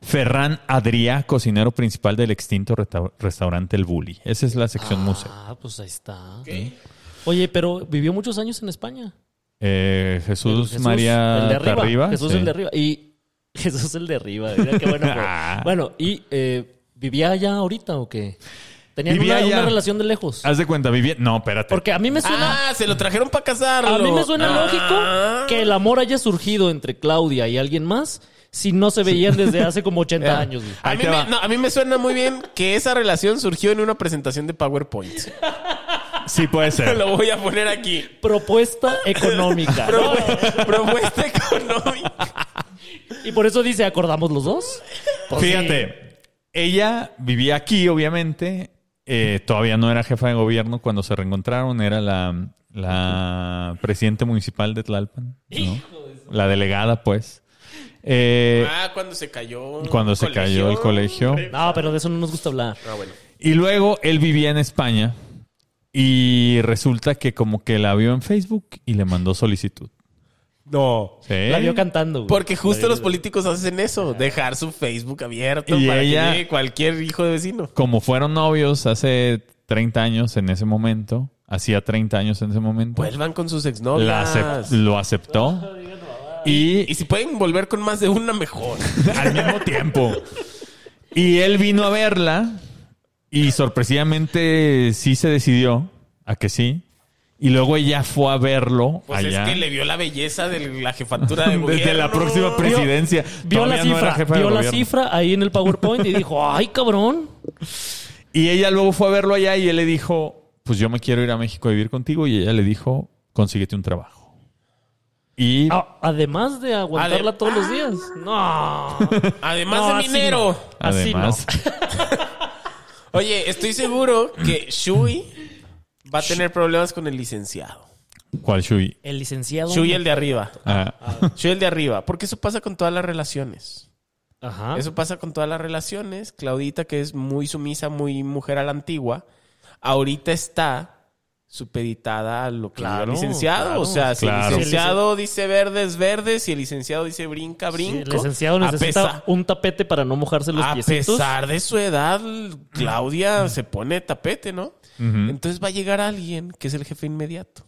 Speaker 4: Ferran Adrià, cocinero principal del extinto resta- restaurante El Bully. Esa es la sección museo.
Speaker 3: Ah, pues ahí está. Oye, pero vivió muchos años en España.
Speaker 4: Eh, Jesús, María
Speaker 3: el de arriba.
Speaker 4: Tarriba,
Speaker 3: Jesús
Speaker 4: sí.
Speaker 3: el de arriba. Y Jesús el de arriba. mira qué bueno. fue.
Speaker 4: Ah.
Speaker 3: Bueno, y eh, ¿vivía allá ahorita o qué? Tenían
Speaker 4: Vivía
Speaker 3: una,
Speaker 4: allá.
Speaker 3: una relación de lejos.
Speaker 4: Haz de cuenta, vivía. No, espérate.
Speaker 3: Porque a mí me suena...
Speaker 1: Ah, se lo trajeron para casarlo.
Speaker 3: A mí me suena
Speaker 1: Ah.
Speaker 3: lógico que el amor haya surgido entre Claudia y alguien más si no se veían desde hace como 80 años. güey.
Speaker 1: A
Speaker 4: Ahí
Speaker 1: mí,
Speaker 4: te
Speaker 1: me,
Speaker 4: va.
Speaker 1: no, a mí me suena muy bien que esa relación surgió en una presentación de PowerPoint.
Speaker 4: Sí, puede ser.
Speaker 1: Lo voy a poner aquí.
Speaker 3: Propuesta económica. ¿no?
Speaker 1: Propu- propuesta económica.
Speaker 3: Y por eso dice, ¿acordamos los dos? Pues sí.
Speaker 4: Fíjate, ella vivía aquí, obviamente. Eh, todavía no era jefa de gobierno cuando se reencontraron. Era la, la presidenta municipal de Tlalpan. ¿no? La delegada, pues. Eh,
Speaker 1: Ah, cuando se cayó. el
Speaker 4: Cuando se cayó el colegio.
Speaker 3: No, pero de eso no nos gusta hablar.
Speaker 1: Ah, bueno.
Speaker 4: Y luego él vivía en España y resulta que como que la vio en Facebook y le mandó solicitud.
Speaker 1: No.
Speaker 4: ¿Sí?
Speaker 3: La vio cantando. güey.
Speaker 1: Porque
Speaker 3: La
Speaker 1: justo
Speaker 3: vio-
Speaker 1: los políticos hacen eso, dejar su Facebook abierto
Speaker 4: Y
Speaker 1: para
Speaker 4: ella-
Speaker 1: que llegue cualquier hijo de vecino.
Speaker 4: Como fueron novios hace 30 años en ese momento, hacía 30 años en ese
Speaker 3: Pues
Speaker 4: momento,
Speaker 1: Vuelvan Pues con sus
Speaker 4: la
Speaker 1: exnovias.
Speaker 4: acep- lo aceptó
Speaker 1: Y
Speaker 4: y
Speaker 1: si pueden volver con más de una, mejor.
Speaker 4: al mismo tiempo. Y él vino a verla y sorpresivamente sí se decidió a que sí. Y luego ella fue a verlo
Speaker 1: Pues
Speaker 4: allá.
Speaker 1: es que le vio la belleza de la jefatura de gobierno.
Speaker 4: Desde la próxima presidencia.
Speaker 3: Vio la
Speaker 4: Todavía no era
Speaker 3: cifra,
Speaker 4: jefa de
Speaker 3: vio la
Speaker 4: gobierno.
Speaker 3: cifra ahí en el PowerPoint y dijo, ay, cabrón.
Speaker 4: Y ella luego fue a verlo allá y él le dijo, pues yo me quiero ir a México a vivir contigo. Y ella le dijo, consíguete un trabajo. Y
Speaker 3: A- Ah, además de aguantarla
Speaker 1: Adem-
Speaker 3: todos los días. No.
Speaker 1: Además
Speaker 3: No,
Speaker 1: Ah. de
Speaker 3: así
Speaker 1: minero.
Speaker 3: no. así
Speaker 4: además,
Speaker 1: Oye, estoy seguro que Shui va a tener problemas con el licenciado.
Speaker 4: ¿cuál Shui?
Speaker 3: El licenciado.
Speaker 1: Shui el de arriba.
Speaker 4: Ah,
Speaker 1: Shui el de arriba. Porque eso pasa con todas las relaciones.
Speaker 3: Ajá.
Speaker 1: Eso pasa con todas las relaciones. Claudita, que es muy sumisa, muy mujer a la antigua, ahorita está supeditada a lo que diga
Speaker 3: Claro,
Speaker 1: el licenciado.
Speaker 3: claro,
Speaker 1: o sea, si
Speaker 4: claro.
Speaker 1: el licenciado dice verdes, verdes, y el licenciado dice brinca,
Speaker 3: Sí,
Speaker 1: brinco.
Speaker 3: el licenciado
Speaker 1: a
Speaker 3: necesita
Speaker 1: pesar-
Speaker 3: un tapete para no mojarse los
Speaker 1: a
Speaker 3: piecitos.
Speaker 1: pesar de su edad, Claudia se pone tapete, ¿no? Entonces va a llegar alguien que es el jefe inmediato.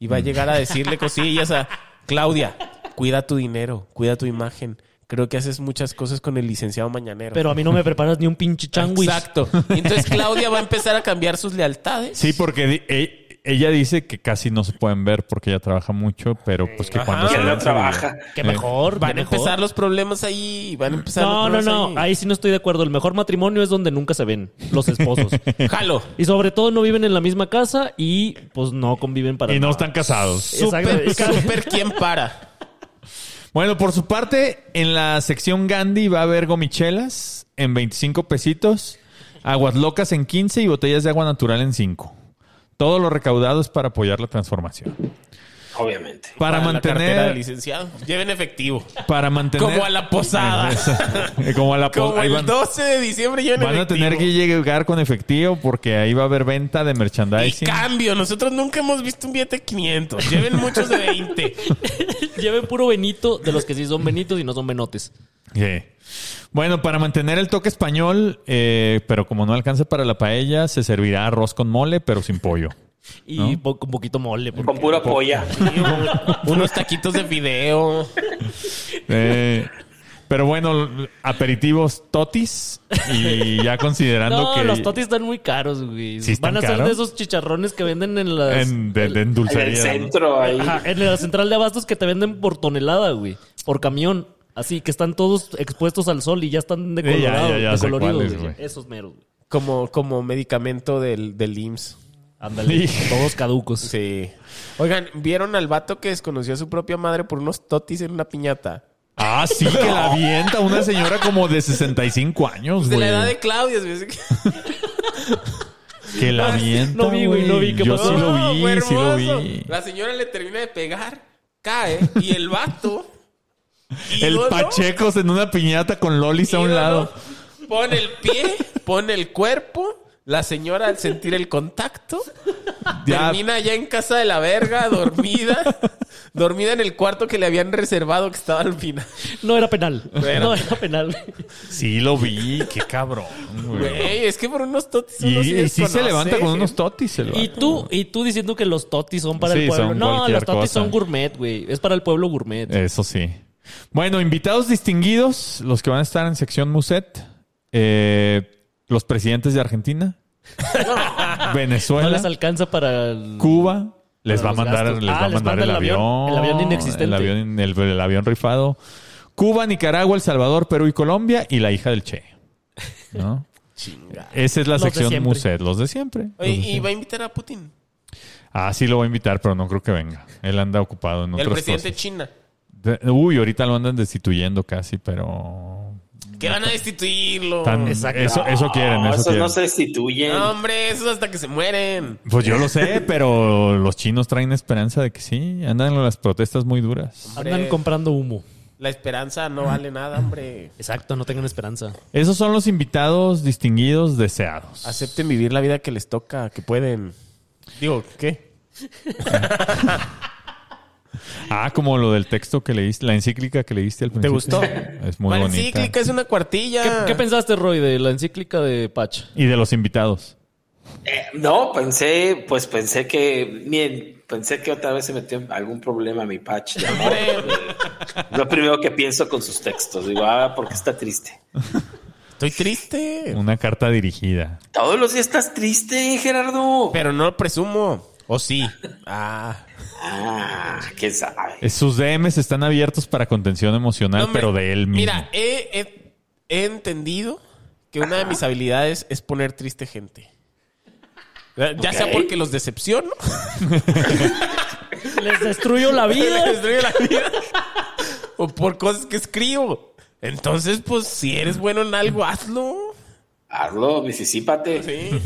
Speaker 1: Y
Speaker 4: Mm.
Speaker 1: va a llegar a decirle cosillas a Claudia, cuida tu dinero, cuida tu imagen. Creo que haces muchas cosas con el licenciado mañanero.
Speaker 3: Pero a mí no me preparas ni un pinche changuis.
Speaker 1: Exacto. Y entonces Claudia va a empezar a cambiar sus lealtades.
Speaker 4: sí, porque di- e- ella dice que casi no se pueden ver porque ella trabaja mucho, pero pues que cuando
Speaker 1: Ajá.
Speaker 4: se
Speaker 1: Que
Speaker 5: no
Speaker 4: ven, se
Speaker 5: trabaja.
Speaker 4: ven.
Speaker 3: Que
Speaker 4: Eh,
Speaker 3: mejor. qué
Speaker 1: Van a
Speaker 3: mejor.
Speaker 1: empezar los problemas ahí. Van a empezar
Speaker 3: No, no,
Speaker 1: los
Speaker 3: no.
Speaker 1: problemas
Speaker 3: Ahí sí no estoy de acuerdo. El mejor matrimonio es donde nunca se ven los esposos.
Speaker 1: Jalo.
Speaker 3: y sobre todo no viven en la misma casa y pues no conviven para
Speaker 4: Y no
Speaker 3: nada.
Speaker 4: están casados.
Speaker 3: Exacto.
Speaker 1: Súper,
Speaker 3: Y cada-
Speaker 1: súper quién para.
Speaker 4: Bueno, por su parte, en la sección Gandhi va a haber gomichelas en 25 pesitos, aguas locas en 15 y botellas de agua natural en 5. Todo lo recaudado es para apoyar la transformación.
Speaker 5: Obviamente.
Speaker 4: Para,
Speaker 1: la cartera del
Speaker 4: mantener,
Speaker 1: licenciado. Lleven efectivo.
Speaker 4: para mantener...
Speaker 1: Como a la posada.
Speaker 4: Esa- como a la po-
Speaker 1: Como
Speaker 4: Ah, pues, ahí
Speaker 1: el
Speaker 4: van,
Speaker 1: 12 de diciembre lleven
Speaker 4: van a
Speaker 1: efectivo.
Speaker 4: tener que llegar con efectivo porque ahí va a haber venta de
Speaker 1: Y
Speaker 4: merchandising.
Speaker 1: cambio, nosotros nunca hemos visto un billete de 500. Lleven muchos de 20.
Speaker 3: Lleven puro Benito de los que sí son Benitos y no son Benotes.
Speaker 4: Sí. Bueno, para mantener el toque español, eh, pero como no alcanza para la paella, se servirá arroz con mole, pero sin pollo.
Speaker 3: Y po- un poquito mole. porque-
Speaker 5: Con pura polla.
Speaker 1: Unos taquitos de video.
Speaker 4: Eh, pero bueno, aperitivos totis y ya considerando
Speaker 3: No,
Speaker 4: Ah, que
Speaker 3: los totis están muy caros, güey.
Speaker 4: ¿Sí están
Speaker 3: Van a ser
Speaker 4: caros?
Speaker 3: de esos chicharrones que venden en las...
Speaker 4: en, de, de en
Speaker 5: En
Speaker 4: dulcería,
Speaker 5: el
Speaker 4: ¿no?
Speaker 5: centro ahí.
Speaker 3: Ajá, en la central de abastos que te venden por tonelada, güey. Por camión. Así que están todos expuestos al sol y ya están de
Speaker 4: Sí, ya,
Speaker 3: colorado,
Speaker 4: ya, ya
Speaker 3: de
Speaker 4: sé
Speaker 3: colorido,
Speaker 4: cuáles,
Speaker 3: güey.
Speaker 4: güey.
Speaker 3: Esos meros, güey.
Speaker 1: Como, como medicamento del, del IMSS.
Speaker 3: Ándale,
Speaker 4: Sí.
Speaker 3: todos caducos.
Speaker 1: Sí. Oigan, ¿vieron al vato que desconoció a su propia madre por unos totis en una piñata?
Speaker 4: Ah, sí, que la avienta una señora como de 65 años,
Speaker 1: Pues de
Speaker 4: güey.
Speaker 1: la edad de Claudia. así que-
Speaker 4: Ah, Que la avienta,
Speaker 3: No vi, güey, no vi qué
Speaker 4: Yo
Speaker 3: pasó.
Speaker 4: sí lo
Speaker 1: No, fue
Speaker 4: vi, sí lo
Speaker 1: oh, hermoso.
Speaker 4: vi.
Speaker 1: La señora le termina de pegar, cae y el vato.
Speaker 4: El
Speaker 1: ídolo,
Speaker 4: Pachecos en una piñata con lolis a un
Speaker 1: ídolo,
Speaker 4: lado.
Speaker 1: Pone el pie, pone el cuerpo. La señora al sentir el contacto
Speaker 4: Ya,
Speaker 1: termina ya en casa de la verga, dormida, dormida en el cuarto que le habían reservado que estaba al final.
Speaker 3: No era penal.
Speaker 1: Bueno.
Speaker 3: No era penal.
Speaker 4: sí lo vi, qué cabrón, güey.
Speaker 1: Güey, es que por unos totis
Speaker 4: Y,
Speaker 1: uno
Speaker 4: y sí se
Speaker 1: desconoce,
Speaker 4: levanta con
Speaker 1: ¿eh?
Speaker 4: unos totis el
Speaker 3: Y
Speaker 4: vato.
Speaker 3: tú, y tú diciendo que los totis son para
Speaker 4: Sí,
Speaker 3: el pueblo.
Speaker 4: son
Speaker 3: No,
Speaker 4: cualquier
Speaker 3: los totis
Speaker 4: cosa.
Speaker 3: son gourmet, güey. Es para el pueblo gourmet.
Speaker 4: Eso sí. Bueno, invitados distinguidos, los que van a estar en sección Muset. Eh, los presidentes de Argentina,
Speaker 3: No
Speaker 4: Venezuela,
Speaker 3: les alcanza para... el-
Speaker 4: Cuba, les
Speaker 3: para
Speaker 4: va
Speaker 3: los
Speaker 4: a mandar,
Speaker 3: gastos.
Speaker 4: les
Speaker 3: Ah,
Speaker 4: va a
Speaker 3: les
Speaker 4: mandar
Speaker 3: manda
Speaker 4: el
Speaker 3: el avión,
Speaker 4: avión,
Speaker 3: el avión inexistente.
Speaker 4: el avión, el- el avión rifado. Cuba, Nicaragua, El Salvador, Perú y Colombia y la hija del Che. ¿No? Esa es la
Speaker 3: Los de
Speaker 4: sección
Speaker 3: siempre.
Speaker 4: Muset, los de siempre.
Speaker 1: Oye,
Speaker 4: Los de
Speaker 1: y va a invitar a Putin,
Speaker 4: Ah, sí lo voy a invitar, pero no creo que venga. Él anda ocupado en
Speaker 1: el
Speaker 4: otras
Speaker 1: presidente de
Speaker 4: cosas.
Speaker 1: China.
Speaker 4: De- Uy, ahorita lo andan destituyendo casi, pero...
Speaker 1: Que van a destituirlo.
Speaker 4: tan-
Speaker 3: Exacto.
Speaker 4: Eso, eso quieren,
Speaker 5: No,
Speaker 4: eso,
Speaker 5: esos
Speaker 4: quieren.
Speaker 5: no se destituyen.
Speaker 1: No, hombre, eso hasta que se mueren.
Speaker 4: Pues yo lo sé, pero los chinos traen esperanza de que sí. Andan en las protestas muy duras.
Speaker 3: Andan comprando humo.
Speaker 1: La esperanza no vale nada, hombre.
Speaker 3: Exacto, no tengan esperanza.
Speaker 4: Esos son los invitados distinguidos deseados.
Speaker 1: Acepten vivir la vida que les toca, que pueden. Digo, ¿qué?
Speaker 4: Ah, como lo del texto que leíste, la encíclica que leíste al principio.
Speaker 1: gustó?
Speaker 4: Es muy
Speaker 1: ¿Cuál
Speaker 4: bonita.
Speaker 1: encíclica? Es una
Speaker 4: Ah.
Speaker 1: cuartilla.
Speaker 3: ¿Qué pensaste, Roy, de la encíclica de Pach?
Speaker 4: Y de los invitados.
Speaker 5: Eh, no, pensé, pues pensé que, miren, pensé que otra vez se metió en algún problema mi patch. de amor. Lo primero que pienso con sus textos, digo, ah, porque está triste.
Speaker 1: Estoy triste.
Speaker 4: Una carta dirigida.
Speaker 5: Todos los días estás triste, Gerardo.
Speaker 1: Pero no lo presumo. ¿O sí? Ah.
Speaker 5: Ah, quién sabe.
Speaker 4: Eh, Sus DMs están abiertos para contención emocional,
Speaker 1: Hombre,
Speaker 4: Ah, pero de él mismo.
Speaker 1: Mira, he, he- he entendido que una de mis habilidades es poner triste gente. Ya sea
Speaker 5: Ok.
Speaker 1: porque los decepciono,
Speaker 3: Les destruyo la
Speaker 1: les
Speaker 3: vida.
Speaker 1: destruyo la vida, o por cosas que escribo. Entonces, pues, si eres bueno en algo, hazlo.
Speaker 5: Hazlo, misisípate.
Speaker 1: Sí.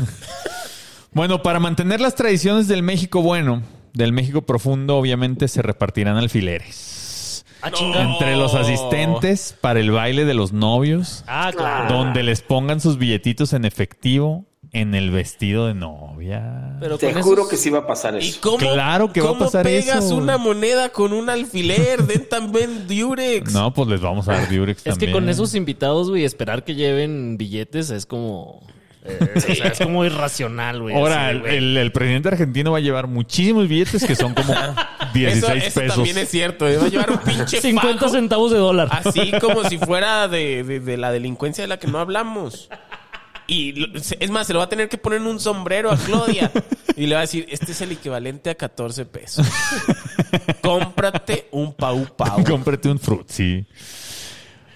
Speaker 4: Bueno, para mantener las tradiciones del México bueno, del México profundo, obviamente se repartirán alfileres.
Speaker 3: Ah, chinga.
Speaker 4: Entre los asistentes para el baile de los novios,
Speaker 3: Ah, claro.
Speaker 4: donde les pongan sus billetitos en efectivo en el vestido de novia.
Speaker 3: Pero
Speaker 5: Te
Speaker 3: con
Speaker 5: juro
Speaker 3: esos-
Speaker 5: que sí va a pasar
Speaker 1: ¿Y
Speaker 5: eso.
Speaker 1: cómo,
Speaker 4: Claro que va a
Speaker 1: cómo
Speaker 4: pasar
Speaker 1: pegas
Speaker 4: eso.
Speaker 1: una moneda con un alfiler? Den también Durex.
Speaker 4: No, pues les vamos a dar Durex
Speaker 3: Es
Speaker 4: también.
Speaker 3: que con esos invitados, güey, esperar que lleven billetes es como... eh, o sea, es como irracional, güey.
Speaker 4: Ahora,
Speaker 3: así de,
Speaker 4: el,
Speaker 3: güey.
Speaker 4: el presidente argentino va a llevar muchísimos billetes que son como 16
Speaker 1: Eso, eso
Speaker 4: pesos.
Speaker 1: también es cierto. eh. Va a llevar un pinche
Speaker 3: 50
Speaker 1: fajo.
Speaker 3: centavos de dólar.
Speaker 1: Así como si fuera de, de- de la delincuencia de la que no hablamos. Y lo- es más, se lo va a tener que poner en un sombrero a Claudia. Y le va a decir, este es el equivalente a 14 pesos. Cómprate un Pau Pau.
Speaker 4: Cómprate un fruit, sí.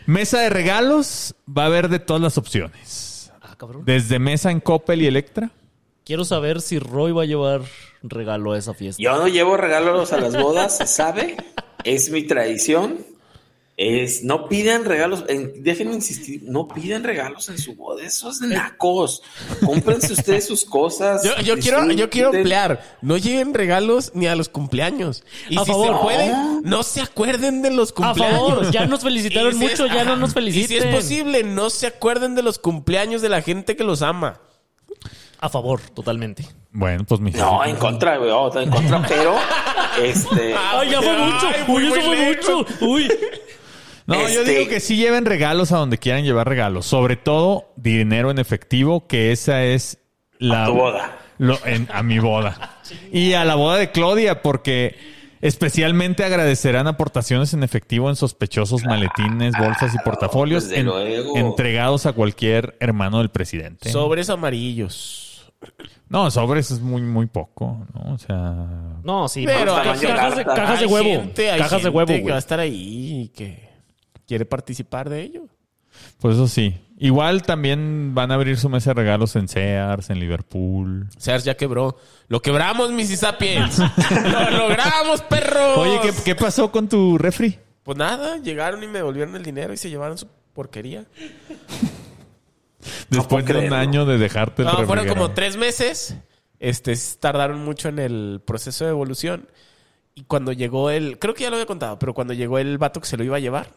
Speaker 4: Mesa de regalos va a haber de todas las opciones.
Speaker 3: Ah, cabrón.
Speaker 4: Desde mesa en Coppel y Electra.
Speaker 3: Quiero saber si Roy va a llevar regalo a esa fiesta.
Speaker 5: Yo no llevo regalos a las bodas, se sabe. Es mi tradición. Es, no pidan regalos, en- déjenme insistir, no pidan regalos en su boda, esos nacos. Cómprense ustedes sus cosas.
Speaker 1: Eh. Yo, yo quiero, yo quiero
Speaker 5: disfruten.
Speaker 1: emplear. No lleven regalos ni a los cumpleaños. Y
Speaker 3: A
Speaker 1: si
Speaker 3: favor.
Speaker 1: se puede, no se acuerden de los
Speaker 3: A
Speaker 1: cumpleaños.
Speaker 3: favor, ya nos felicitaron
Speaker 1: Y si es-
Speaker 3: mucho, ya no nos
Speaker 1: ajá. Y
Speaker 3: feliciten.
Speaker 1: si es posible, no se acuerden de los cumpleaños de la gente que los ama.
Speaker 3: A favor, totalmente.
Speaker 4: Bueno, pues mi
Speaker 5: No, en contra, güey, oh, en contra, pero este,
Speaker 3: Ay, ya fue
Speaker 1: Ay,
Speaker 3: mucho.
Speaker 1: Ah, muy,
Speaker 3: Uy, eso
Speaker 1: muy
Speaker 3: fue
Speaker 1: lejos.
Speaker 3: mucho. Uy.
Speaker 4: No, yo
Speaker 5: Este-
Speaker 4: digo que sí lleven regalos a donde quieran llevar regalos. Sobre todo dinero en efectivo, que esa es la...
Speaker 5: tu boda.
Speaker 4: Lo- en- a mi boda. y a la boda de Claudia, porque especialmente agradecerán aportaciones en efectivo en sospechosos maletines, bolsas y portafolios
Speaker 5: desde
Speaker 4: en-
Speaker 5: luego.
Speaker 4: entregados a cualquier hermano del presidente.
Speaker 1: Sobres amarillos.
Speaker 4: no, sobres es muy, muy poco, ¿no? O sea...
Speaker 3: No, sí.
Speaker 1: Pero
Speaker 3: ca-
Speaker 5: hay
Speaker 3: cajas, de,
Speaker 5: carta,
Speaker 3: cajas de
Speaker 1: Hay
Speaker 3: huevo.
Speaker 1: gente- hay
Speaker 3: cajas de
Speaker 1: gente
Speaker 3: huevo,
Speaker 1: que va a
Speaker 3: güey.
Speaker 1: estar ahí y que quiere participar de ello.
Speaker 4: Pues eso sí. Igual también van a abrir su mesa de regalos en Sears, en Liverpool.
Speaker 1: Sears ya quebró. Lo quebramos, Mrs. Sapiens. Lo logramos, perro.
Speaker 4: Oye, ¿qué, qué pasó con tu refri?
Speaker 1: Pues nada, llegaron y me devolvieron el dinero y se llevaron su porquería.
Speaker 4: Después
Speaker 5: puedo
Speaker 4: de un
Speaker 5: creerlo.
Speaker 4: año de dejarte el
Speaker 1: No, fueron
Speaker 4: refrigerador.
Speaker 1: Ah, como tres meses. Este, s- tardaron mucho en el proceso de evolución. Y cuando llegó el... Creo que ya lo había contado, pero cuando llegó el vato que se lo iba a llevar,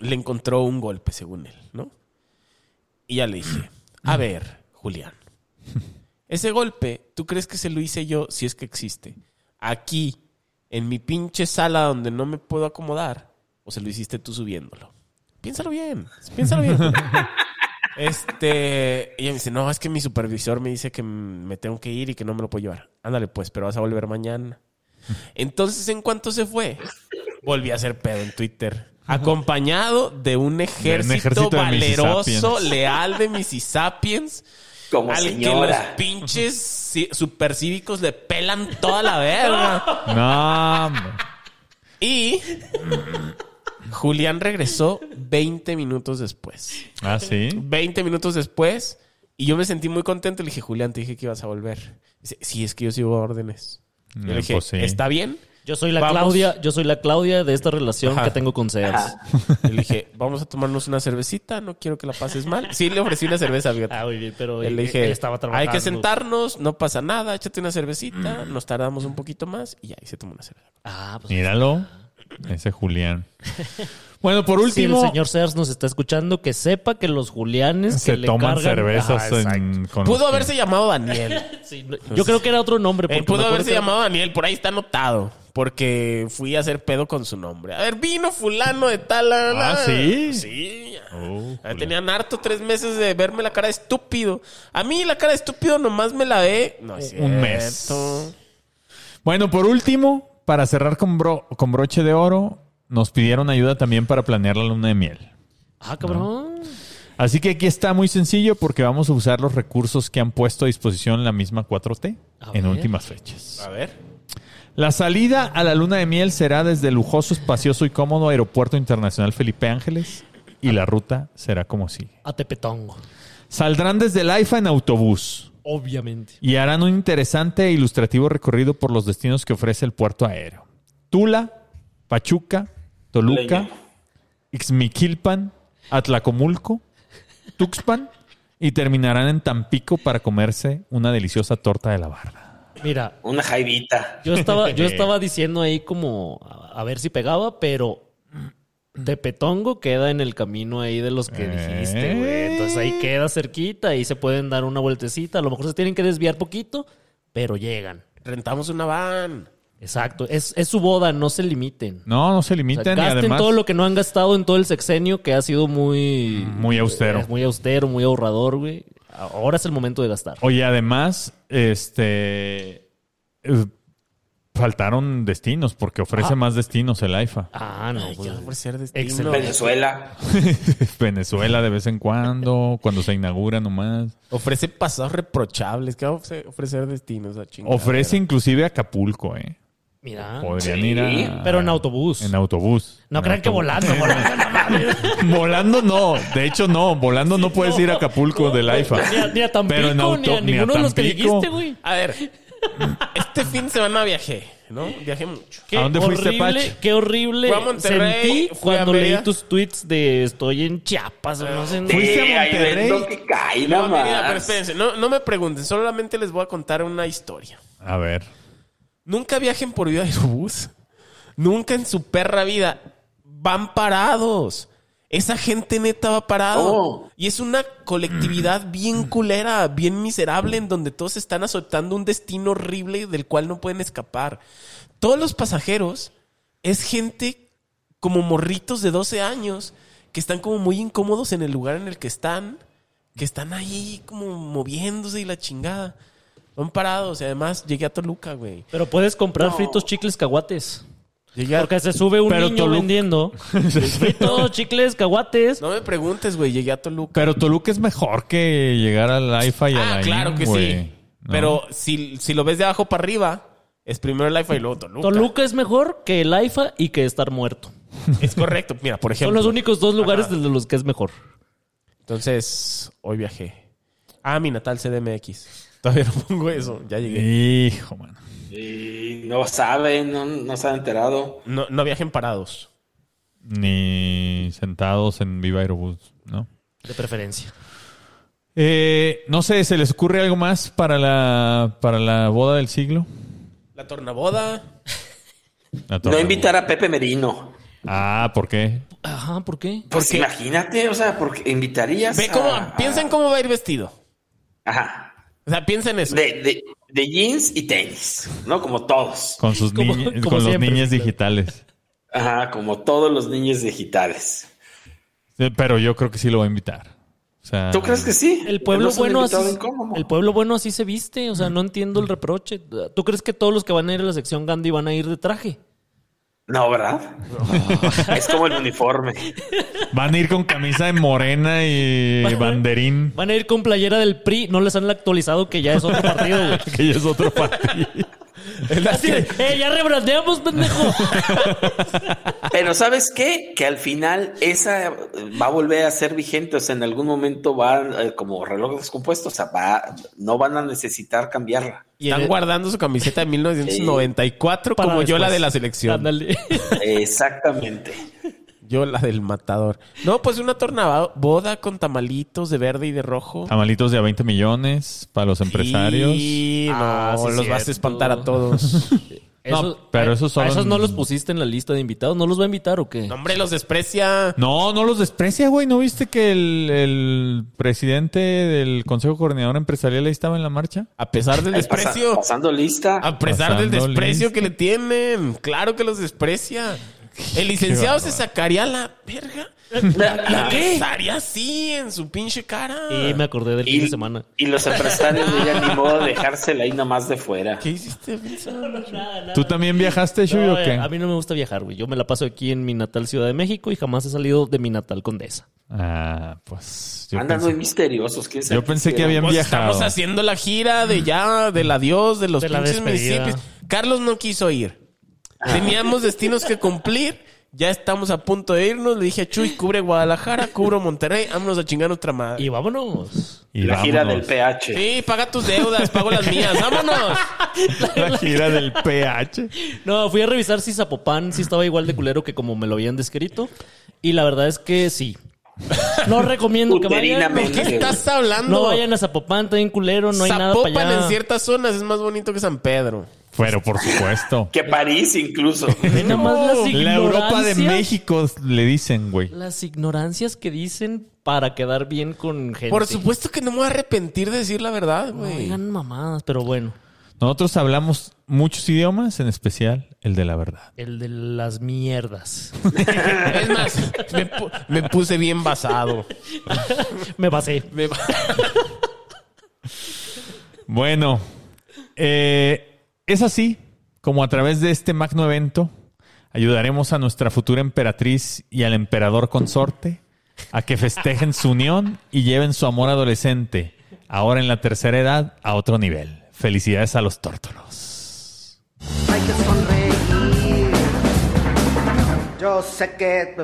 Speaker 1: le encontró un golpe, según él, ¿no? Y ya le dije, a ver, Julián, ese golpe, ¿tú crees que se lo hice yo, si es que existe? Aquí, en mi pinche sala donde no me puedo acomodar, o se lo hiciste tú subiéndolo. Piénsalo bien, piénsalo bien. Este, y ella me dice, no, es que mi supervisor me dice que m- me tengo que ir y que no me lo puedo llevar. Ándale, pues, pero vas a volver mañana. Entonces, en cuanto se fue, volví a hacer pedo en Twitter. acompañado de un ejército,
Speaker 4: ejército de
Speaker 1: valeroso,
Speaker 4: Mississippians.
Speaker 1: leal de Mississippians,
Speaker 5: Como
Speaker 1: al
Speaker 5: señora.
Speaker 1: que los pinches ci- supercívicos le pelan toda la verga.
Speaker 4: No, hombre.
Speaker 1: Y Julián regresó 20 minutos después.
Speaker 4: Ah, sí.
Speaker 1: 20 minutos después y yo me sentí muy contento. Le dije, Julián, te dije que ibas a volver. Dice, sí, es que yo sigo órdenes. Yo
Speaker 4: Eh,
Speaker 1: le dije,
Speaker 4: pues sí.
Speaker 1: ¿está bien?
Speaker 3: Yo soy la
Speaker 1: Vamos.
Speaker 3: Claudia, yo soy la Claudia de esta relación
Speaker 1: Ajá.
Speaker 3: que tengo con Sears.
Speaker 1: Y le dije, vamos a tomarnos una cervecita, no quiero que la pases mal. Sí, le ofrecí una cerveza, fíjate.
Speaker 3: Ah, muy bien, pero
Speaker 1: Y
Speaker 3: él,
Speaker 1: le dije,
Speaker 3: él estaba trabajando.
Speaker 1: hay que sentarnos, no pasa nada, échate una cervecita,
Speaker 4: Mm.
Speaker 1: nos tardamos un poquito más y ahí se tomó una cerveza.
Speaker 3: Ah, pues
Speaker 4: Míralo. Ese Julián. Bueno, por
Speaker 3: si el
Speaker 4: último.
Speaker 3: señor Sears nos está escuchando, que sepa que los Julianes que
Speaker 4: se
Speaker 3: le
Speaker 4: toman
Speaker 3: cargan- Ah,
Speaker 4: cervezas
Speaker 3: Ajá,
Speaker 4: en, con los
Speaker 1: Pudo
Speaker 4: que-
Speaker 1: haberse llamado Daniel.
Speaker 3: Sí, no- yo creo que era otro nombre.
Speaker 1: Él
Speaker 3: porque me
Speaker 1: Eh, pudo
Speaker 3: acuerdo
Speaker 1: haberse
Speaker 3: que-
Speaker 1: llamado Daniel, por ahí está anotado. Porque fui a hacer pedo con su nombre. A ver, vino fulano de tal. la, la,
Speaker 4: Ah,
Speaker 1: la. Pues
Speaker 4: ¿sí?
Speaker 1: Sí.
Speaker 4: Oh,
Speaker 1: Ah,
Speaker 4: joder.
Speaker 1: Tenían harto tres meses de verme la cara de estúpido. A mí la cara de estúpido nomás me la ve. No, es
Speaker 4: Un mes.
Speaker 1: cierto.
Speaker 4: Bueno, por último, para cerrar con, bro- con broche de oro, nos pidieron ayuda también para planear la luna de miel.
Speaker 3: Ah, cabrón.
Speaker 4: Así que aquí está muy sencillo porque vamos a usar los recursos que han puesto a disposición la misma 4T
Speaker 3: A
Speaker 4: en
Speaker 3: ver.
Speaker 4: últimas fechas.
Speaker 1: A ver.
Speaker 4: La salida a la luna de miel será desde el lujoso, espacioso y cómodo Aeropuerto Internacional Felipe Ángeles y la ruta será como sigue.
Speaker 3: A Tepetongo.
Speaker 4: Saldrán desde el AIFA en autobús
Speaker 3: Obviamente.
Speaker 4: y harán un interesante e ilustrativo recorrido por los destinos que ofrece el puerto aéreo. Tula, Pachuca, Toluca,
Speaker 5: Leña.
Speaker 4: Ixmiquilpan, Atlacomulco, Tuxpan y terminarán en Tampico para comerse una deliciosa torta de la barda.
Speaker 3: Mira,
Speaker 5: Una jaivita.
Speaker 3: yo estaba, yo estaba diciendo ahí como a a ver si pegaba, pero Tepetongo queda en el camino ahí de los que dijiste, güey. Entonces
Speaker 4: Eh.
Speaker 3: ahí queda cerquita y se pueden dar una vueltecita. A lo mejor se tienen que desviar poquito, pero llegan.
Speaker 1: Rentamos una van.
Speaker 3: Exacto. Es, es su boda, no se limiten.
Speaker 4: No, no se
Speaker 3: O sea,
Speaker 4: limitan y
Speaker 3: gasten
Speaker 4: además
Speaker 3: todo lo que no han gastado en todo el sexenio, que ha sido muy...
Speaker 4: muy austero.
Speaker 3: Es muy austero, muy ahorrador, güey. Ahora es el momento de gastar.
Speaker 4: Oye, además, este eh, faltaron destinos porque ofrece más destinos el AIFA.
Speaker 3: Ah, no. pues,
Speaker 1: Ya por ser destino.
Speaker 3: Excelente.
Speaker 5: Venezuela.
Speaker 4: Venezuela de vez en cuando, cuando se inaugura nomás.
Speaker 1: Ofrece pasados reprochables. ¿Qué va a ofre- ofrecer destinos a chingar?
Speaker 4: Ofrece inclusive Acapulco, ¿eh?
Speaker 3: Mira.
Speaker 4: Podrían
Speaker 5: Sí,
Speaker 4: ir a...
Speaker 3: Ah, Pero en autobús.
Speaker 4: En autobús.
Speaker 3: no
Speaker 4: En
Speaker 3: crean que
Speaker 4: autobús.
Speaker 3: volando, volando. no mames.
Speaker 4: Volando no. De hecho, no. Volando no puedes ir a Acapulco del AIFA.
Speaker 3: Ni a, ni a Tampico,
Speaker 4: Pero en auto-
Speaker 3: ni a
Speaker 4: ni a
Speaker 3: ninguno de los que
Speaker 4: Tampico.
Speaker 3: dijiste, güey.
Speaker 1: A ver, este fin de semana viajé, ¿no? Viajé mucho.
Speaker 3: Qué
Speaker 4: ¿A dónde fuiste,
Speaker 3: horrible,
Speaker 4: Pach?
Speaker 3: Qué horrible
Speaker 1: Fui a Monterrey,
Speaker 3: sentí
Speaker 1: fui a
Speaker 3: cuando leí
Speaker 1: Mérida.
Speaker 3: tus tweets de estoy en Chiapas. o No sé, en-
Speaker 4: Fuiste a
Speaker 5: Sí, ahí
Speaker 4: Monterrey.
Speaker 5: ven lo que cae,
Speaker 1: No,
Speaker 5: nada
Speaker 1: mira, pero
Speaker 5: más.
Speaker 1: espérense, no, no me pregunten, solamente les voy a contar una historia.
Speaker 4: A ver.
Speaker 1: Nunca viajen por vía aerobús. Nunca en su perra vida. Van parados. Esa gente neta va parado.
Speaker 5: Oh.
Speaker 1: Y es una colectividad bien culera, bien miserable, en donde todos están aceptando un destino horrible del cual no pueden escapar. Todos los pasajeros es gente como morritos de 12 años que están como muy incómodos en el lugar en el que están, que están ahí como moviéndose y la chingada. Van parados y además llegué a Toluca, güey.
Speaker 3: Pero puedes comprar fritos, chicles, caguates.
Speaker 1: Llegué a-
Speaker 3: Porque se sube un
Speaker 4: Pero
Speaker 3: niño
Speaker 4: Toluca-
Speaker 3: vendiendo fritos, chicles, caguates.
Speaker 1: No me preguntes, güey, llegué a Toluca.
Speaker 4: Pero Toluca es mejor que llegar al AIFA y a
Speaker 1: ah,
Speaker 4: la
Speaker 1: claro
Speaker 4: IN,
Speaker 1: que sí.
Speaker 4: güey. ¿No?
Speaker 1: Pero si, si lo ves de abajo para arriba, es primero el IFA y luego Toluca.
Speaker 3: Toluca es mejor que el AIFA y que estar muerto.
Speaker 1: Es correcto. Mira, por
Speaker 3: Son
Speaker 1: ejemplo.
Speaker 3: los únicos dos lugares desde los que es mejor.
Speaker 1: Entonces, hoy viajé. Ah, mi natal CDMX. Todavía no pongo eso. Ya llegué.
Speaker 4: Hijo, mano.
Speaker 5: Y no saben, no, no se han enterado.
Speaker 1: No, no viajen parados.
Speaker 4: Ni sentados en Viva Aerobús, ¿no?
Speaker 3: De preferencia.
Speaker 4: Eh, no sé, ¿se les ocurre algo más para la, para la boda del siglo?
Speaker 1: La tornaboda.
Speaker 4: La torre.
Speaker 5: No invitar a Pepe Merino.
Speaker 4: Ah, ¿por qué?
Speaker 3: Ajá, ¿por qué?
Speaker 5: Pues imagínate, o sea, porque invitarías.
Speaker 1: Ve cómo,
Speaker 3: Ah.
Speaker 5: a-
Speaker 1: piensa en cómo va a ir vestido.
Speaker 5: Ajá.
Speaker 1: O sea, piensa en eso.
Speaker 5: De, de, de jeans y tenis, ¿no? Como todos.
Speaker 4: Con sus
Speaker 3: Como-
Speaker 4: niñas-
Speaker 3: como
Speaker 4: con los
Speaker 3: siempre,
Speaker 4: niños
Speaker 3: claro.
Speaker 4: digitales.
Speaker 5: Ajá, como todos los niños digitales.
Speaker 4: Sí, Pero yo creo que sí lo va a invitar. O sea,
Speaker 5: ¿Tú crees que sí?
Speaker 3: El pueblo,
Speaker 5: No es un
Speaker 3: bueno así,
Speaker 5: invitado incómodo.
Speaker 3: el pueblo bueno así se viste, o
Speaker 4: Mm.
Speaker 3: sea, no entiendo el reproche. ¿Tú crees que todos los que van a ir a la sección Gandhi van a ir de traje?
Speaker 5: No, ¿verdad? es como el uniforme.
Speaker 4: Van a ir con camisa de morena y
Speaker 3: Van a-
Speaker 4: banderín,
Speaker 3: Van a ir con playera del PRI, no les han actualizado que ya es otro partido, güey.
Speaker 4: que ya es otro partido.
Speaker 3: Así de, "Eh, ya rebrandeamos, pendejo.
Speaker 5: Pero ¿sabes qué? Que al final esa eh, va a volver a ser vigente, o sea, en algún momento va eh, como reloj descompuesto, o sea, va, no van a necesitar cambiarla.
Speaker 3: Y
Speaker 1: Están
Speaker 3: en-
Speaker 1: guardando su camiseta de 1994
Speaker 3: para
Speaker 1: como yo
Speaker 3: después.
Speaker 1: la de la selección.
Speaker 3: Ándale.
Speaker 5: Exactamente.
Speaker 1: Yo la del matador. No, pues una boda con tamalitos de verde y de rojo.
Speaker 3: Ah,
Speaker 4: Tamalitos de a 20 millones para los empresarios.
Speaker 1: Y no,
Speaker 3: Ah, sí,
Speaker 1: los vas
Speaker 3: cierto.
Speaker 1: a espantar a todos.
Speaker 4: No,
Speaker 3: Esos-
Speaker 4: pero
Speaker 3: a-
Speaker 4: esos
Speaker 3: a
Speaker 4: son-
Speaker 3: esos no los pusiste en la lista de invitados, ¿no los va a invitar o qué?
Speaker 1: No, hombre, los desprecia.
Speaker 4: No, no los desprecia, güey. ¿No viste que el, el presidente del Consejo Coordinador Empresarial ahí estaba en la marcha?
Speaker 1: A pesar del
Speaker 5: Ahí pasa-
Speaker 1: desprecio.
Speaker 5: pasando lista.
Speaker 1: A pesar del
Speaker 4: Pasando
Speaker 1: desprecio
Speaker 4: lista.
Speaker 1: que le tienen. Claro que los desprecia. El licenciado se sacaría la verga. La besaría así en su pinche cara.
Speaker 3: Y me acordé del fin de semana.
Speaker 5: y los empresarios no ya ni modo de dejársela ahí nada más de fuera.
Speaker 1: ¿Qué hiciste, Benson?
Speaker 4: ¿Tú también viajaste, Shui,
Speaker 3: Ah, No,
Speaker 4: o qué?
Speaker 3: eh, A mí no me gusta viajar, güey. Yo me la paso aquí en mi natal Ciudad de México y jamás he salido de mi natal Condesa.
Speaker 4: Ah, pues. Yo
Speaker 5: Andan muy
Speaker 4: pensé,
Speaker 5: misteriosos. ¿quién sabe
Speaker 4: yo pensé
Speaker 5: qué
Speaker 4: que habían
Speaker 1: Pues
Speaker 4: viajado.
Speaker 1: estamos haciendo la gira de ya, del adiós, de los
Speaker 3: De la
Speaker 1: pinches
Speaker 3: despedida.
Speaker 1: municipios. Carlos no quiso ir. Teníamos destinos que cumplir. Ya estamos a punto de irnos. Le dije a Chuy, cubre Guadalajara, cubro Monterrey. Vámonos a chingar otra madre.
Speaker 3: Y vámonos.
Speaker 4: Y
Speaker 5: La gira del
Speaker 4: vámonos.
Speaker 5: PH.
Speaker 1: Sí, paga tus deudas, pago las mías. ¡Vámonos!
Speaker 4: La gira del PH.
Speaker 3: No, fui a revisar si Zapopan sí estaba igual de culero que como me lo habían descrito. Y la verdad es que sí. No recomiendo que vayan.
Speaker 5: Uterinamente.
Speaker 1: ¿Qué estás hablando?
Speaker 3: No vayan a Zapopan, está bien culero, no hay nada
Speaker 1: Zapopan
Speaker 3: para allá.
Speaker 1: en ciertas zonas es más bonito que San Pedro.
Speaker 4: Pero por supuesto.
Speaker 5: Que París incluso.
Speaker 3: Ve nomás las
Speaker 4: La Europa de
Speaker 3: ignorancias-
Speaker 4: México le dicen, güey.
Speaker 3: Las ignorancias que dicen para quedar bien con gente.
Speaker 1: Por supuesto que no me voy a arrepentir de decir la verdad,
Speaker 3: No
Speaker 1: güey.
Speaker 3: digan mamadas, pero bueno.
Speaker 4: Nosotros hablamos muchos idiomas, en especial el de la verdad.
Speaker 3: El de las mierdas.
Speaker 1: es más, me, pu- me puse bien basado.
Speaker 3: Me pasé.
Speaker 1: Me-
Speaker 4: Bueno, eh, es así como a través de este magno evento ayudaremos a nuestra futura emperatriz y al emperador consorte a que festejen su unión y lleven su amor adolescente, ahora en la tercera edad, a otro nivel. Felicidades a los tórtolos.
Speaker 6: Hay que sonreír. Yo sé que.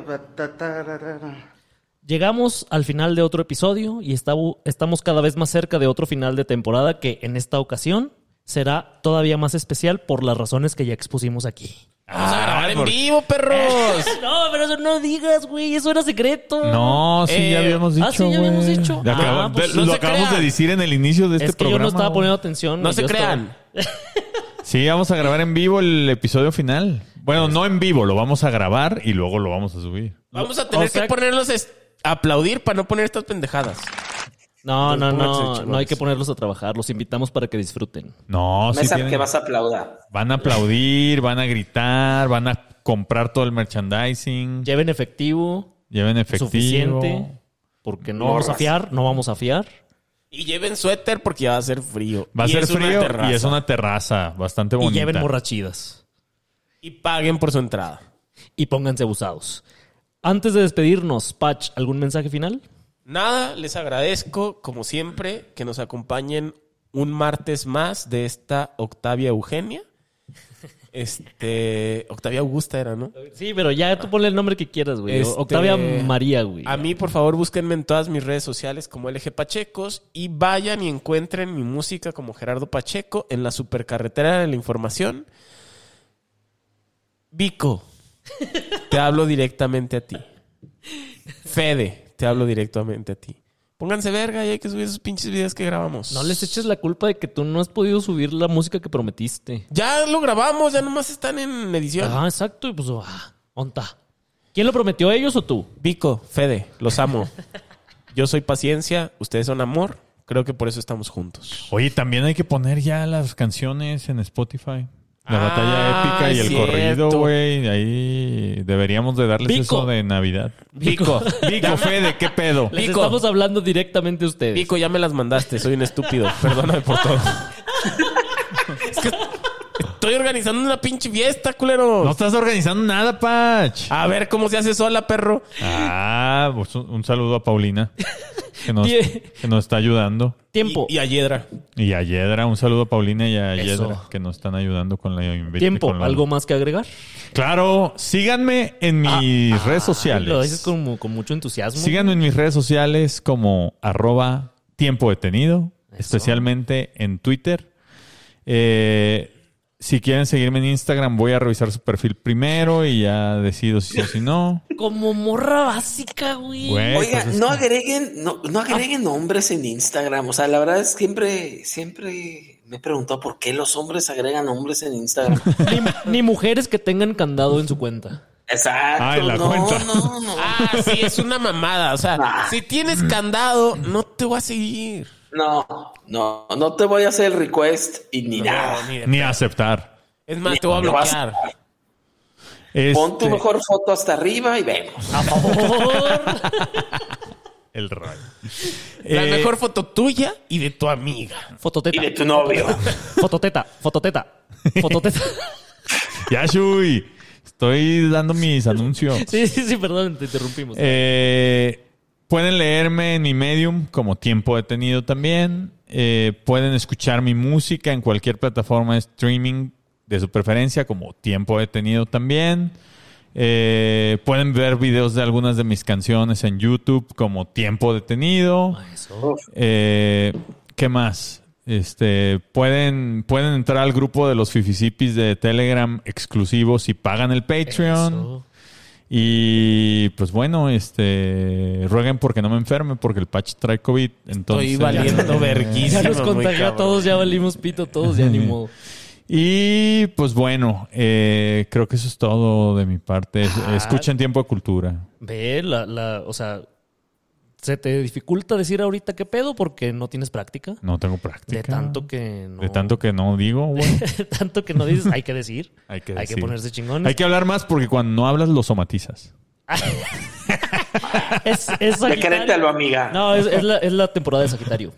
Speaker 3: Llegamos al final de otro episodio y estabu- estamos cada vez más cerca de otro final de temporada que en esta ocasión será todavía más especial por las razones que ya expusimos aquí.
Speaker 1: Vamos
Speaker 3: Ah,
Speaker 1: a grabar en
Speaker 4: por-
Speaker 1: vivo, perros.
Speaker 3: No, pero eso no digas, güey, eso era secreto.
Speaker 4: No, sí,
Speaker 1: Eh,
Speaker 4: ya habíamos dicho.
Speaker 3: ah, sí, ya
Speaker 4: güey.
Speaker 3: habíamos dicho.
Speaker 4: Ya
Speaker 3: Ah,
Speaker 4: acaba-
Speaker 3: pues
Speaker 4: de-
Speaker 1: no
Speaker 4: lo
Speaker 1: se
Speaker 4: acabamos
Speaker 1: crea.
Speaker 4: de decir en el inicio de este
Speaker 3: es que yo
Speaker 4: programa.
Speaker 3: no estaba
Speaker 4: güey.
Speaker 3: poniendo atención.
Speaker 1: No
Speaker 3: güey,
Speaker 1: se
Speaker 3: yo estaba-
Speaker 1: crean.
Speaker 4: Sí, vamos a grabar en vivo el episodio final. Bueno, no en vivo, lo vamos a grabar y luego lo vamos a subir.
Speaker 1: Vamos a tener
Speaker 3: O sea-
Speaker 1: que ponerlos es- a aplaudir para no poner estas pendejadas.
Speaker 3: No, no,
Speaker 1: Pónganse
Speaker 3: no,
Speaker 1: chingones.
Speaker 3: no hay que ponerlos a trabajar, los invitamos para que disfruten.
Speaker 4: No, sí
Speaker 5: Mesa
Speaker 4: tienen-
Speaker 5: que vas a aplaudar.
Speaker 4: van a aplaudir, van a gritar, van a comprar todo el merchandising,
Speaker 3: Lleven efectivo,
Speaker 4: lleven efectivo.
Speaker 3: suficiente, porque no vamos a
Speaker 5: Morras.
Speaker 3: fiar, no vamos a fiar.
Speaker 1: Y lleven suéter porque ya va a ser frío.
Speaker 4: Va a
Speaker 1: Y
Speaker 4: ser
Speaker 1: es una
Speaker 4: frío
Speaker 1: terraza.
Speaker 4: y es una terraza bastante bonita.
Speaker 3: Y lleven borrachidas.
Speaker 1: Y paguen por su entrada.
Speaker 3: y pónganse abusados. Antes de despedirnos, Patch, ¿algún mensaje final?
Speaker 1: Nada, les agradezco, como siempre, que nos acompañen un martes más de esta Octavia Eugenia. Este, Octavia Augusta era, ¿no?
Speaker 3: Sí, pero ya tú ponle el nombre que quieras, güey.
Speaker 1: Este,
Speaker 3: Octavia María, güey.
Speaker 1: A mí, por favor, búsquenme en todas mis redes sociales como LG Pachecos y vayan y encuentren mi música como Gerardo Pacheco en la supercarretera de la información. Vico, te hablo directamente a ti. Fede, te hablo directamente a ti. Pónganse verga y hay que subir esos pinches videos que grabamos.
Speaker 3: No les eches la culpa de que tú no has podido subir la música que prometiste.
Speaker 1: Ya lo grabamos, ya nomás están en edición.
Speaker 3: Ah, exacto. Y pues, ah, onta. ¿Quién lo prometió, ellos o tú?
Speaker 1: Vico, Fede, los amo. Yo soy paciencia, ustedes son amor. Creo que por eso estamos juntos.
Speaker 4: Oye, también hay que poner ya las canciones en Spotify. La
Speaker 1: Ah,
Speaker 4: batalla épica y el
Speaker 1: cierto.
Speaker 4: corrido, güey. De Ahí deberíamos de darles
Speaker 3: Vico.
Speaker 4: eso de Navidad.
Speaker 1: Vico,
Speaker 4: Vico, Fede, ¿qué pedo?
Speaker 3: Les
Speaker 1: Vico.
Speaker 3: estamos hablando directamente a ustedes.
Speaker 1: Pico, ya me las mandaste, soy un estúpido. Perdóname por todo. Es que Estoy organizando una pinche fiesta, culero.
Speaker 4: No estás organizando nada, Pach.
Speaker 1: A ver cómo se hace sola, perro.
Speaker 4: Ah, pues un, un saludo a Paulina, que nos,
Speaker 3: Bien.
Speaker 4: que nos está ayudando.
Speaker 3: Tiempo.
Speaker 1: Y, y a Yedra.
Speaker 4: Y a Yedra, un saludo a Paulina y a
Speaker 1: Eso.
Speaker 4: Yedra, que nos están ayudando con la invitación.
Speaker 3: Tiempo. ¿Algo más que agregar?
Speaker 4: Claro, síganme en mis redes sociales.
Speaker 3: Lo dices como con mucho entusiasmo.
Speaker 4: Síganme en mis redes sociales como arroba tiempo detenido, especialmente en Twitter. Eh, si quieren seguirme en Instagram, voy a revisar su perfil primero y ya decido si sí o si no.
Speaker 3: Como morra básica, güey.
Speaker 4: Güey,
Speaker 5: Oiga,
Speaker 4: pues es
Speaker 5: no
Speaker 4: que-
Speaker 5: agreguen, no, no agreguen nombres en Instagram. O sea, la verdad es que siempre, siempre me he preguntado por qué los hombres agregan nombres en Instagram.
Speaker 3: Ni, ni mujeres que tengan candado en su cuenta.
Speaker 5: Exacto.
Speaker 4: Ah, en la
Speaker 5: no,
Speaker 4: cuenta.
Speaker 5: no, no.
Speaker 1: Ah, sí, es una mamada. O sea, si tienes candado, no te voy a seguir.
Speaker 5: No, no, no te voy a hacer el request y ni
Speaker 1: No,
Speaker 5: nada.
Speaker 1: ni de-
Speaker 4: Ni aceptar.
Speaker 1: Es más, te voy a
Speaker 5: Lo vas-
Speaker 1: bloquear.
Speaker 5: Pon tu
Speaker 4: Este-
Speaker 5: mejor foto hasta arriba y vemos.
Speaker 3: A favor.
Speaker 4: El rayo.
Speaker 1: La
Speaker 4: Eh,
Speaker 1: mejor foto tuya y de tu amiga.
Speaker 5: Y
Speaker 3: Fototeta.
Speaker 5: de tu novio.
Speaker 3: Fototeta. Fototeta. Fototeta.
Speaker 4: Ya, Shui. Estoy dando mis anuncios.
Speaker 3: Sí, sí, sí, perdón, te interrumpimos.
Speaker 4: Eh, pueden leerme en mi medium como tiempo detenido también. Eh, pueden escuchar mi música en cualquier plataforma de streaming de su preferencia como tiempo detenido también. Eh, pueden ver videos de algunas de mis canciones en YouTube como tiempo detenido. Eh, ¿Qué más? Este, pueden, pueden entrar al grupo de los Fifisipis de Telegram exclusivos si pagan el Patreon.
Speaker 3: Eso.
Speaker 4: Y pues bueno, este rueguen porque no me enferme, porque el patch trae COVID. Entonces,
Speaker 1: Estoy valiendo
Speaker 3: Ya
Speaker 1: verguísima.
Speaker 3: nos
Speaker 1: muy
Speaker 3: contagió a
Speaker 1: cabrón.
Speaker 3: todos, ya valimos pito todos, ya ni modo.
Speaker 4: Y pues bueno, eh, creo que eso es todo de mi parte. Es-
Speaker 3: Ah.
Speaker 4: Escuchen tiempo de cultura.
Speaker 3: Ve, la, la, o sea, se te dificulta decir ahorita qué pedo porque no tienes práctica.
Speaker 4: No tengo práctica.
Speaker 3: De tanto que no.
Speaker 4: De tanto que no digo, güey.
Speaker 3: de tanto que no dices, hay que decir.
Speaker 4: Hay que
Speaker 3: Hay que
Speaker 4: decir.
Speaker 3: ponerse chingones.
Speaker 4: Hay que hablar más porque cuando no hablas lo somatizas.
Speaker 3: Es, es
Speaker 5: Decrétalo, amiga.
Speaker 3: No, es, es la, es la temporada de Sagitario.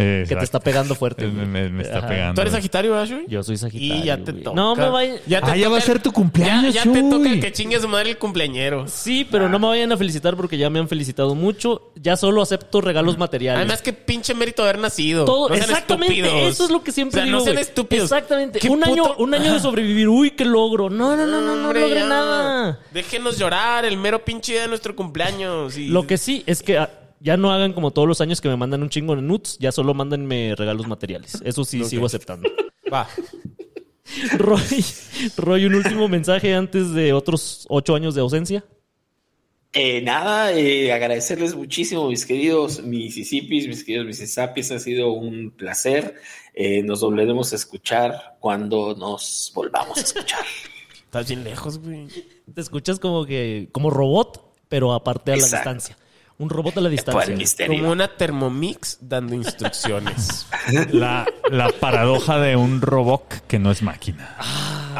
Speaker 4: Exacto.
Speaker 3: Que te está pegando fuerte.
Speaker 4: Me,
Speaker 3: güey.
Speaker 4: me- me está
Speaker 3: Ajá.
Speaker 4: pegando.
Speaker 1: ¿Tú eres Sagitario, verdad, Shui?
Speaker 3: Yo soy Sagitario.
Speaker 1: Y ya te
Speaker 3: güey.
Speaker 1: toca.
Speaker 3: No me vayan.
Speaker 1: Ya te
Speaker 4: Ah, ya va a
Speaker 1: toca
Speaker 4: ser
Speaker 1: el-
Speaker 4: tu cumpleaños,
Speaker 1: Ya, ya te toca
Speaker 4: Shui.
Speaker 1: el que chingue a su madre el cumpleañero.
Speaker 3: Sí, pero no me vayan a felicitar porque ya me han felicitado mucho. Ya solo acepto regalos materiales.
Speaker 1: Además, qué pinche mérito haber nacido.
Speaker 3: Todo,
Speaker 1: No sean
Speaker 3: exactamente,
Speaker 1: estúpidos.
Speaker 3: eso es lo que siempre
Speaker 1: O sea,
Speaker 3: digo.
Speaker 1: no sean
Speaker 3: güey.
Speaker 1: estúpidos.
Speaker 3: Exactamente.
Speaker 1: Qué
Speaker 3: Un año,
Speaker 1: puto-
Speaker 3: un año de sobrevivir. Uy, qué logro. No, no, no, no, no
Speaker 1: Hombre,
Speaker 3: logré
Speaker 1: ya.
Speaker 3: nada.
Speaker 1: Déjenos llorar el mero pinche día de nuestro cumpleaños. y-
Speaker 3: Lo que sí es que ah, ya no hagan como todos los años que me mandan un chingo de nuts, ya solo mándenme regalos materiales. Eso sí sigo aceptando.
Speaker 1: Va.
Speaker 3: Roy, Roy, un último mensaje antes de otros ocho años de ausencia.
Speaker 5: Eh, nada, eh, agradecerles muchísimo, mis queridos Mississippis, mis queridos Mississippi's, ha sido un placer. Eh, nos volveremos a escuchar cuando nos volvamos a escuchar.
Speaker 1: Estás bien lejos, güey.
Speaker 3: Te escuchas como que como robot, pero aparte a la
Speaker 5: Exacto.
Speaker 3: distancia. Un robot a la
Speaker 5: Por el
Speaker 3: distancia.
Speaker 5: misterio.
Speaker 1: Como una Thermomix dando instrucciones.
Speaker 4: La, la paradoja de un robot que no es máquina.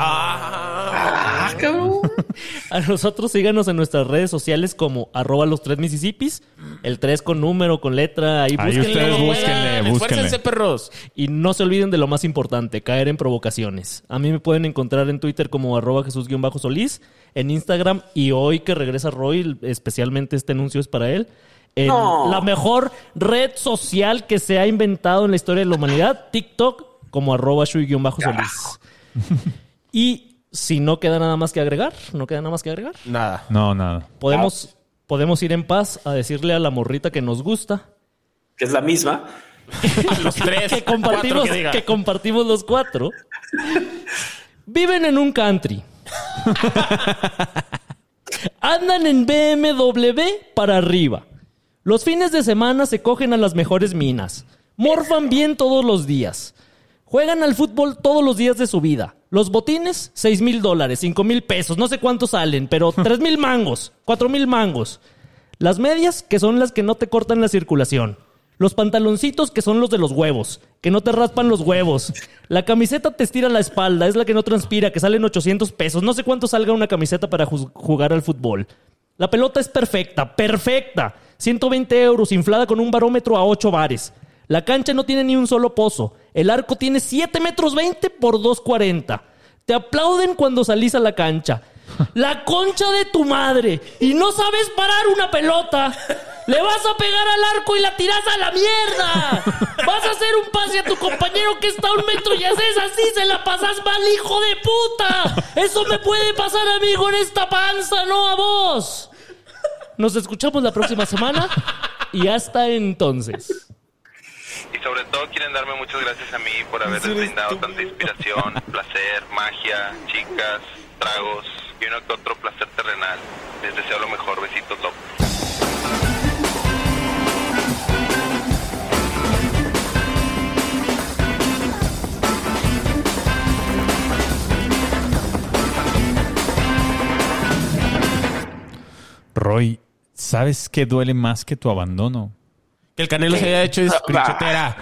Speaker 5: Ah, cabrón.
Speaker 3: A nosotros síganos en nuestras redes sociales como arroba los tres Mississippis, el tres con número, con letra, ahí
Speaker 4: Ahí
Speaker 3: búsquenlo.
Speaker 4: ustedes
Speaker 1: Como
Speaker 4: búsquenle,
Speaker 1: puedan,
Speaker 4: búsquenle.
Speaker 1: Esfuércense, perros.
Speaker 3: Y no se olviden de lo más importante, caer en provocaciones. A mí me pueden encontrar en Twitter como arroba Jesús-Solís, en Instagram, y hoy que regresa Roy, especialmente este anuncio es para él, en
Speaker 5: No.
Speaker 3: la mejor red social que se ha inventado en la historia de la humanidad, TikTok, como arroba Shui-Solís. y si no queda nada más que agregar, no queda nada más que agregar,
Speaker 1: Nada.
Speaker 4: No, nada.
Speaker 3: podemos, podemos ir en paz a decirle a la morrita que nos gusta
Speaker 5: Que es la misma.
Speaker 1: Los tres.
Speaker 3: que compartimos,
Speaker 1: cuatro que diga.
Speaker 3: que compartimos los cuatro, viven en un country. Andan en BMW para arriba. Los fines de semana se cogen a las mejores minas. Morfan bien todos los días. Juegan al fútbol todos los días de su vida. Los botines, 6 mil dólares, 5 mil pesos, no sé cuántos salen, pero 3 mil mangos, 4 mil mangos. Las medias, que son las que no te cortan la circulación. Los pantaloncitos, que son los de los huevos, que no te raspan los huevos. La camiseta te estira la espalda, es la que no transpira, que salen 800 pesos. No sé cuánto salga una camiseta para juz- jugar al fútbol. La pelota es perfecta, perfecta. 120 euros, inflada con un barómetro a 8 bares. La cancha no tiene ni un solo pozo. El arco tiene 7 metros 20 por 240. Te aplauden cuando salís a la cancha. La concha de tu madre. Y no sabes parar una pelota. Le vas a pegar al arco y la tirás a la mierda. Vas a hacer un pase a tu compañero que está a un metro y haces así, se la pasás mal, hijo de puta. Eso me puede pasar a mí con esta panza, no a vos. Nos escuchamos la próxima semana y hasta entonces.
Speaker 2: Y sobre todo quieren darme muchas gracias a mí por haberles brindado tanta inspiración, placer, magia, chicas, tragos y uno que otro placer terrenal. Les deseo lo mejor. Besitos, López.
Speaker 4: Roy, ¿sabes qué duele más que tu abandono?
Speaker 1: Que el Canelo se haya hecho es crinchotera.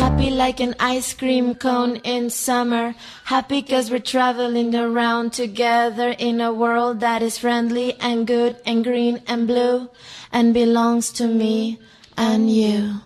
Speaker 7: Happy Like an ice cream cone in summer. Happy because we're traveling around together in a world that is friendly and good and green and blue and belongs to me and you.